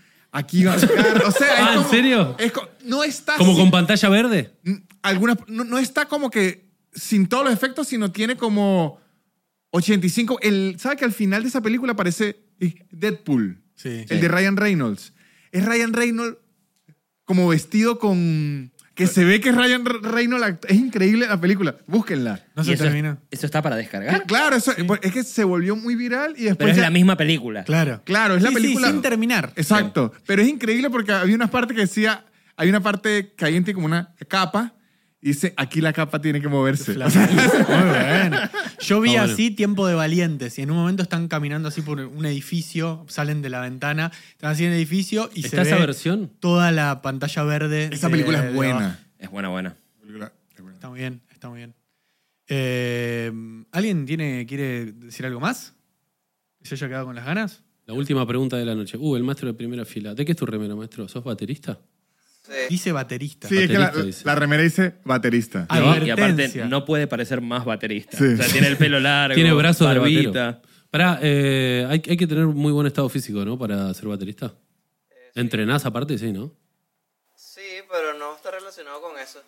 [SPEAKER 4] aquí van garras. O sea, es
[SPEAKER 3] Ah, ¿en
[SPEAKER 4] como-
[SPEAKER 3] serio?
[SPEAKER 4] es co- no está
[SPEAKER 3] ¿Como
[SPEAKER 4] sin-
[SPEAKER 3] con pantalla verde?
[SPEAKER 4] n- algunas no, no está como que sin todos los efectos, sino tiene como 85. El, ¿Sabe que al final de esa película aparece eh, Deadpool?
[SPEAKER 1] Sí.
[SPEAKER 4] El de Ryan Reynolds. Es Ryan Reynolds como vestido con... Que se ve que es Ryan Re- Reynolds. act- Es increíble la película. Búsquenla. Ah,
[SPEAKER 1] No
[SPEAKER 2] Y
[SPEAKER 1] se
[SPEAKER 2] eso,
[SPEAKER 1] termina.
[SPEAKER 2] ¿Eso está para descargar?
[SPEAKER 4] Claro, eso- pues, es que se volvió muy viral y después...
[SPEAKER 2] Pero es
[SPEAKER 4] ya-
[SPEAKER 2] la misma película.
[SPEAKER 1] Claro.
[SPEAKER 4] Claro, es la
[SPEAKER 1] Sí, sí,
[SPEAKER 4] película...
[SPEAKER 1] sin terminar.
[SPEAKER 4] Exacto. Pero es increíble porque había una parte que decía, hay una parte caliente como una capa. Y dice, aquí la capa tiene que moverse.
[SPEAKER 1] Muy bueno. Yo vi
[SPEAKER 3] Ah, bueno.
[SPEAKER 1] así Tiempo de Valientes y en un momento están caminando así por un edificio, salen de la ventana, están así en el edificio y
[SPEAKER 3] ¿Está
[SPEAKER 1] se
[SPEAKER 3] esa
[SPEAKER 1] ve
[SPEAKER 3] versión?
[SPEAKER 1] toda la pantalla verde.
[SPEAKER 4] Esa
[SPEAKER 1] de-
[SPEAKER 4] película
[SPEAKER 1] de
[SPEAKER 4] es buena.
[SPEAKER 1] abajo.
[SPEAKER 2] Es buena, buena.
[SPEAKER 4] Película es buena.
[SPEAKER 1] Está muy bien, está muy bien. Eh, ¿Alguien tiene, quiere decir algo más? ¿Se haya quedado con las ganas?
[SPEAKER 3] La última pregunta de la noche. Uh, el maestro de primera fila. ¿De qué es tu remera, maestro? ¿Sos baterista?
[SPEAKER 1] Dice baterista.
[SPEAKER 4] Sí, es que la,
[SPEAKER 3] Baterista, dice.
[SPEAKER 4] la remera dice baterista.
[SPEAKER 1] Ah,
[SPEAKER 2] Y
[SPEAKER 1] Advertencia.
[SPEAKER 2] aparte, no puede parecer más baterista.
[SPEAKER 4] Sí.
[SPEAKER 2] O sea, tiene el pelo largo.
[SPEAKER 3] Tiene brazos de
[SPEAKER 2] barbita.
[SPEAKER 3] batero. Pará, eh, hay, hay que tener muy buen estado físico, ¿no? Para ser baterista. ¿Entrenás aparte? Sí, ¿no?
[SPEAKER 6] Sí, pero no está relacionado con eso.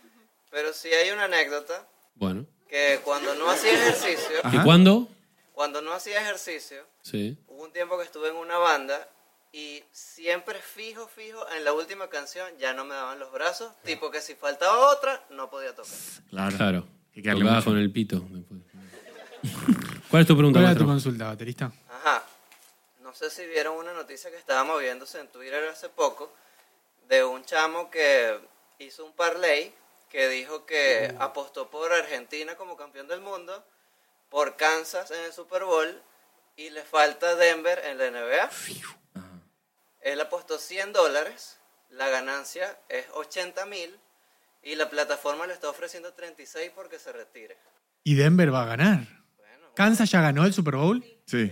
[SPEAKER 6] Pero sí hay una anécdota
[SPEAKER 3] Bueno.
[SPEAKER 6] que cuando no hacía ejercicio,
[SPEAKER 3] ¿Y cuándo?
[SPEAKER 6] cuando no hacía ejercicio,
[SPEAKER 3] Sí.
[SPEAKER 6] hubo un tiempo que estuve en una banda y siempre fijo, fijo, en la última canción ya no me daban los brazos, tipo que si faltaba otra no podía tocar.
[SPEAKER 3] Claro.
[SPEAKER 4] Hay que darle
[SPEAKER 3] Tocabas
[SPEAKER 4] mucho.
[SPEAKER 3] con el pito. después. ¿Cuál es tu pregunta,
[SPEAKER 1] ¿Cuál era tu
[SPEAKER 3] maestro?
[SPEAKER 1] consulta, baterista?
[SPEAKER 6] Ajá. No sé si vieron una noticia que estaba moviéndose en Twitter hace poco de un chamo que hizo un parlay que dijo que apostó por Argentina como campeón del mundo, por Kansas en el Super Bowl y le falta Denver en la NBA. Él apostó 100 dólares, la ganancia es 80 mil y la plataforma le está ofreciendo 36 porque se retire.
[SPEAKER 1] Y Denver va a ganar.
[SPEAKER 6] Bueno,
[SPEAKER 1] ¿Kansas ya ganó el Super Bowl?
[SPEAKER 4] Sí.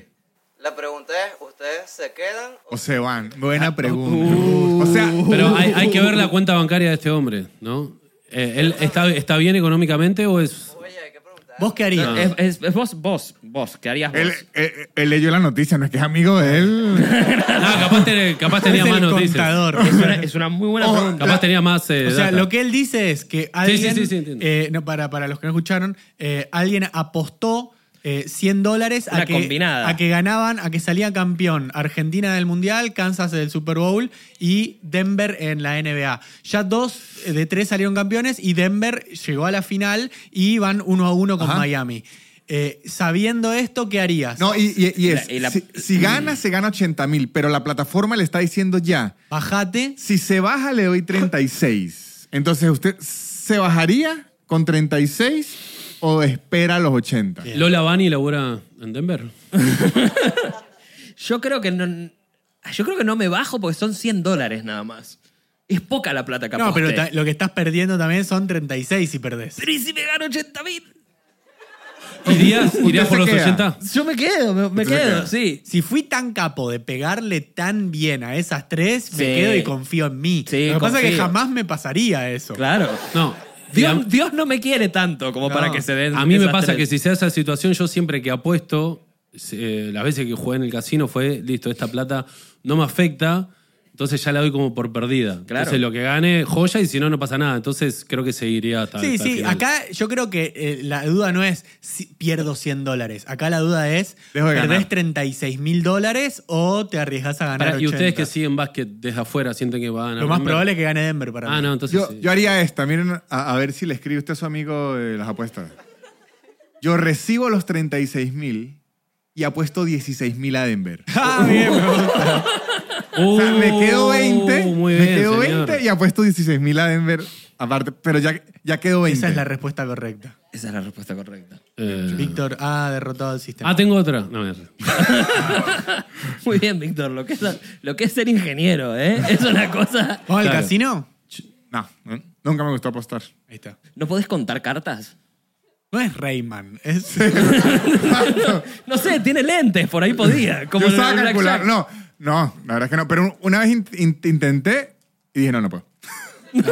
[SPEAKER 6] la pregunta es, ¿ustedes se quedan
[SPEAKER 4] O se van.
[SPEAKER 1] Ah,
[SPEAKER 4] Buena pregunta.
[SPEAKER 1] uh.
[SPEAKER 4] o sea,
[SPEAKER 3] Pero hay, hay que ver la cuenta bancaria de este hombre, ¿no? Eh, ¿Él está, está bien económicamente o es...?
[SPEAKER 6] Oye, hay que preguntar.
[SPEAKER 1] ¿Vos qué harías?
[SPEAKER 2] Es, es- es vos, vos, vos. ¿Qué harías vos?
[SPEAKER 4] él, él- él leyó la noticia, no es que es amigo de él.
[SPEAKER 3] Ah, capaz, te- capaz tenía
[SPEAKER 1] es
[SPEAKER 3] más
[SPEAKER 1] el
[SPEAKER 3] noticias.
[SPEAKER 1] contador.
[SPEAKER 2] Es una, es una muy buena
[SPEAKER 4] Oh,
[SPEAKER 2] pregunta.
[SPEAKER 3] Oh, Capaz tenía más eh,
[SPEAKER 1] O sea,
[SPEAKER 3] data.
[SPEAKER 1] lo que él dice es que alguien,
[SPEAKER 3] sí, sí, entiendo.
[SPEAKER 1] eh, no, para, para los que no escucharon, eh, alguien apostó eh, 100 dólares a
[SPEAKER 2] Una
[SPEAKER 1] que,
[SPEAKER 2] combinada.
[SPEAKER 1] a que ganaban, a que salía campeón Argentina del Mundial, Kansas del Super Bowl y Denver en la NBA. Ya dos eh, de tres salieron campeones y Denver llegó a la final y van uno a uno con
[SPEAKER 4] Ajá.
[SPEAKER 1] Miami. Eh, sabiendo esto, ¿qué harías?
[SPEAKER 4] No, y, y- y es,
[SPEAKER 2] Y la- y la-
[SPEAKER 4] si, si gana, se gana 80 mil, pero la plataforma le está diciendo ya,
[SPEAKER 1] Bajate.
[SPEAKER 4] si se baja le doy 36. Entonces, ¿usted se bajaría con 36 o espera los 80?
[SPEAKER 3] Lola Bunny labura en Denver.
[SPEAKER 2] Yo creo que no. Yo creo que no me bajo porque son 100 dólares nada más. Es poca la plata que
[SPEAKER 1] No, pero
[SPEAKER 2] aposté.
[SPEAKER 1] ta- lo que estás perdiendo también son 36 si perdés.
[SPEAKER 2] Pero ¿y si me gano 80 mil?
[SPEAKER 3] ¿Irías,
[SPEAKER 4] Usted
[SPEAKER 3] irías por
[SPEAKER 4] se
[SPEAKER 3] los
[SPEAKER 4] queda.
[SPEAKER 3] 80?
[SPEAKER 2] Yo me quedo, me, me
[SPEAKER 4] Entonces,
[SPEAKER 2] quedo,
[SPEAKER 4] ¿qué?
[SPEAKER 2] sí.
[SPEAKER 1] Si fui tan capo de pegarle tan bien a esas tres,
[SPEAKER 2] Sí.
[SPEAKER 1] me quedo y confío en mí.
[SPEAKER 2] Sí,
[SPEAKER 1] Lo que pasa es que
[SPEAKER 2] confío.
[SPEAKER 1] jamás me pasaría eso.
[SPEAKER 2] Claro.
[SPEAKER 3] No.
[SPEAKER 2] Dios,
[SPEAKER 3] Mira,
[SPEAKER 2] Dios no me quiere tanto como
[SPEAKER 1] No.
[SPEAKER 2] para que se den.
[SPEAKER 3] A mí me
[SPEAKER 2] esas
[SPEAKER 3] pasa que
[SPEAKER 2] tres.
[SPEAKER 3] si se da esa situación, yo siempre que apuesto, eh, las veces que jugué en el casino fue, listo, esta plata no me afecta, entonces ya la doy como por perdida.
[SPEAKER 2] Claro.
[SPEAKER 3] Entonces lo que gane, joya, y si no, no pasa nada. Entonces creo que seguiría hasta
[SPEAKER 1] Sí,
[SPEAKER 3] hasta el
[SPEAKER 1] sí,
[SPEAKER 3] final.
[SPEAKER 1] acá yo creo que eh, la duda no es si pierdo 100 dólares. Acá la duda es,
[SPEAKER 4] Dejo de
[SPEAKER 1] ¿perdés
[SPEAKER 4] ganar.
[SPEAKER 1] 36 mil dólares o te arriesgas a ganar
[SPEAKER 3] Pará,
[SPEAKER 1] 80?
[SPEAKER 3] y ustedes que siguen básquet desde afuera sienten que van a ganar.
[SPEAKER 1] Lo más
[SPEAKER 3] Denver.
[SPEAKER 1] probable es que gane Denver para
[SPEAKER 3] Ah,
[SPEAKER 1] mí.
[SPEAKER 3] no, entonces
[SPEAKER 4] Yo,
[SPEAKER 3] sí.
[SPEAKER 4] yo haría esta, miren, a, a ver si le escribe usted a su amigo de las apuestas. Yo recibo los 36 mil y apuesto 16 mil a Denver.
[SPEAKER 1] Ah, bien, me gusta.
[SPEAKER 4] O sea, me quedo 20,
[SPEAKER 3] Uh,
[SPEAKER 4] me
[SPEAKER 3] muy bien,
[SPEAKER 4] quedo
[SPEAKER 3] señor.
[SPEAKER 4] 20 y apuesto 16 mil a Denver aparte, pero ya, ya quedó 20.
[SPEAKER 1] Esa es la respuesta correcta.
[SPEAKER 2] Esa es la respuesta correcta.
[SPEAKER 3] Eh,
[SPEAKER 1] Víctor ha derrotado el sistema.
[SPEAKER 3] Ah, tengo otra. No, me
[SPEAKER 2] Muy bien, Víctor. Lo que, es, lo que es ser ingeniero, ¿eh? Es una cosa.
[SPEAKER 1] ¿Vamos al
[SPEAKER 3] Claro.
[SPEAKER 1] casino?
[SPEAKER 4] No, no, nunca me gustó apostar.
[SPEAKER 1] Ahí está.
[SPEAKER 2] ¿No podés contar cartas?
[SPEAKER 1] No es Rayman, es...
[SPEAKER 2] No sé, tiene lentes, por ahí podía. Como en
[SPEAKER 4] Yo
[SPEAKER 2] el
[SPEAKER 4] estaba
[SPEAKER 2] Blackjack.
[SPEAKER 4] calcular. No, no, la verdad es que no. Pero un- una vez in- in- intenté y dije, no, no puedo.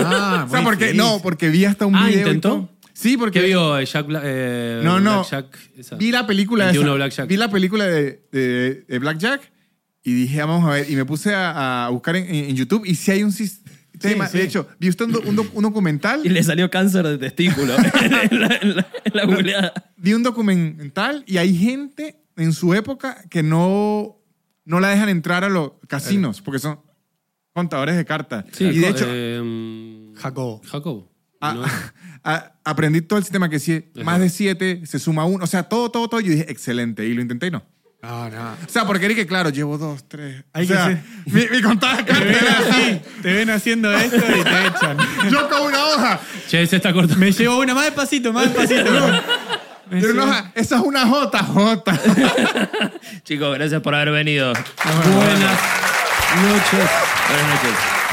[SPEAKER 1] Ah,
[SPEAKER 4] O sea,
[SPEAKER 1] muy
[SPEAKER 4] porque,
[SPEAKER 1] difícil.
[SPEAKER 4] no, porque vi hasta un
[SPEAKER 3] Ah,
[SPEAKER 4] video. y
[SPEAKER 3] ¿intentó?
[SPEAKER 4] todo. Sí, porque
[SPEAKER 3] ¿Qué vio eh, Jack Bla- eh,
[SPEAKER 4] No, no.
[SPEAKER 3] Black Jack? Esa.
[SPEAKER 4] vi la película
[SPEAKER 3] 21
[SPEAKER 4] esa.
[SPEAKER 3] Black Jack.
[SPEAKER 4] Vi la película de, de, de Black Jack y dije, vamos a ver. Y me puse a, a buscar en, en YouTube y si hay un sistema.
[SPEAKER 1] Sí,
[SPEAKER 4] De
[SPEAKER 1] sí.
[SPEAKER 4] hecho, vi usted un, do- un doc- un documental.
[SPEAKER 2] Y le salió cáncer de testículo en la, en la- en la googleada.
[SPEAKER 4] vi un documental y hay gente en su época que no, no la dejan entrar a los casinos porque son contadores de cartas.
[SPEAKER 3] Sí,
[SPEAKER 4] y de hecho,
[SPEAKER 3] eh,
[SPEAKER 1] Jacobo.
[SPEAKER 3] Jacobo.
[SPEAKER 4] a-
[SPEAKER 3] ¿no?
[SPEAKER 4] a- aprendí todo el sistema que si más de siete se suma uno. O sea, todo, todo, todo. Yo dije, excelente. Y lo intenté y no.
[SPEAKER 1] No, no.
[SPEAKER 4] O sea, porque dije, claro, llevo dos, tres.
[SPEAKER 1] Hay
[SPEAKER 4] o
[SPEAKER 1] que
[SPEAKER 4] sea,
[SPEAKER 1] ser-
[SPEAKER 4] mi, mi contada de
[SPEAKER 1] Te
[SPEAKER 4] cartas
[SPEAKER 1] ven
[SPEAKER 4] era
[SPEAKER 1] así,
[SPEAKER 4] así.
[SPEAKER 1] te ven haciendo esto y te echan.
[SPEAKER 4] Yo con una hoja.
[SPEAKER 3] Che, se está cortando.
[SPEAKER 1] Me llevo una más despacito, más despacito. Me llevo-
[SPEAKER 4] Pero una hoja. Esa es una J, J.
[SPEAKER 2] Chicos, gracias por haber venido.
[SPEAKER 3] Buenas noches.
[SPEAKER 2] Buenas noches.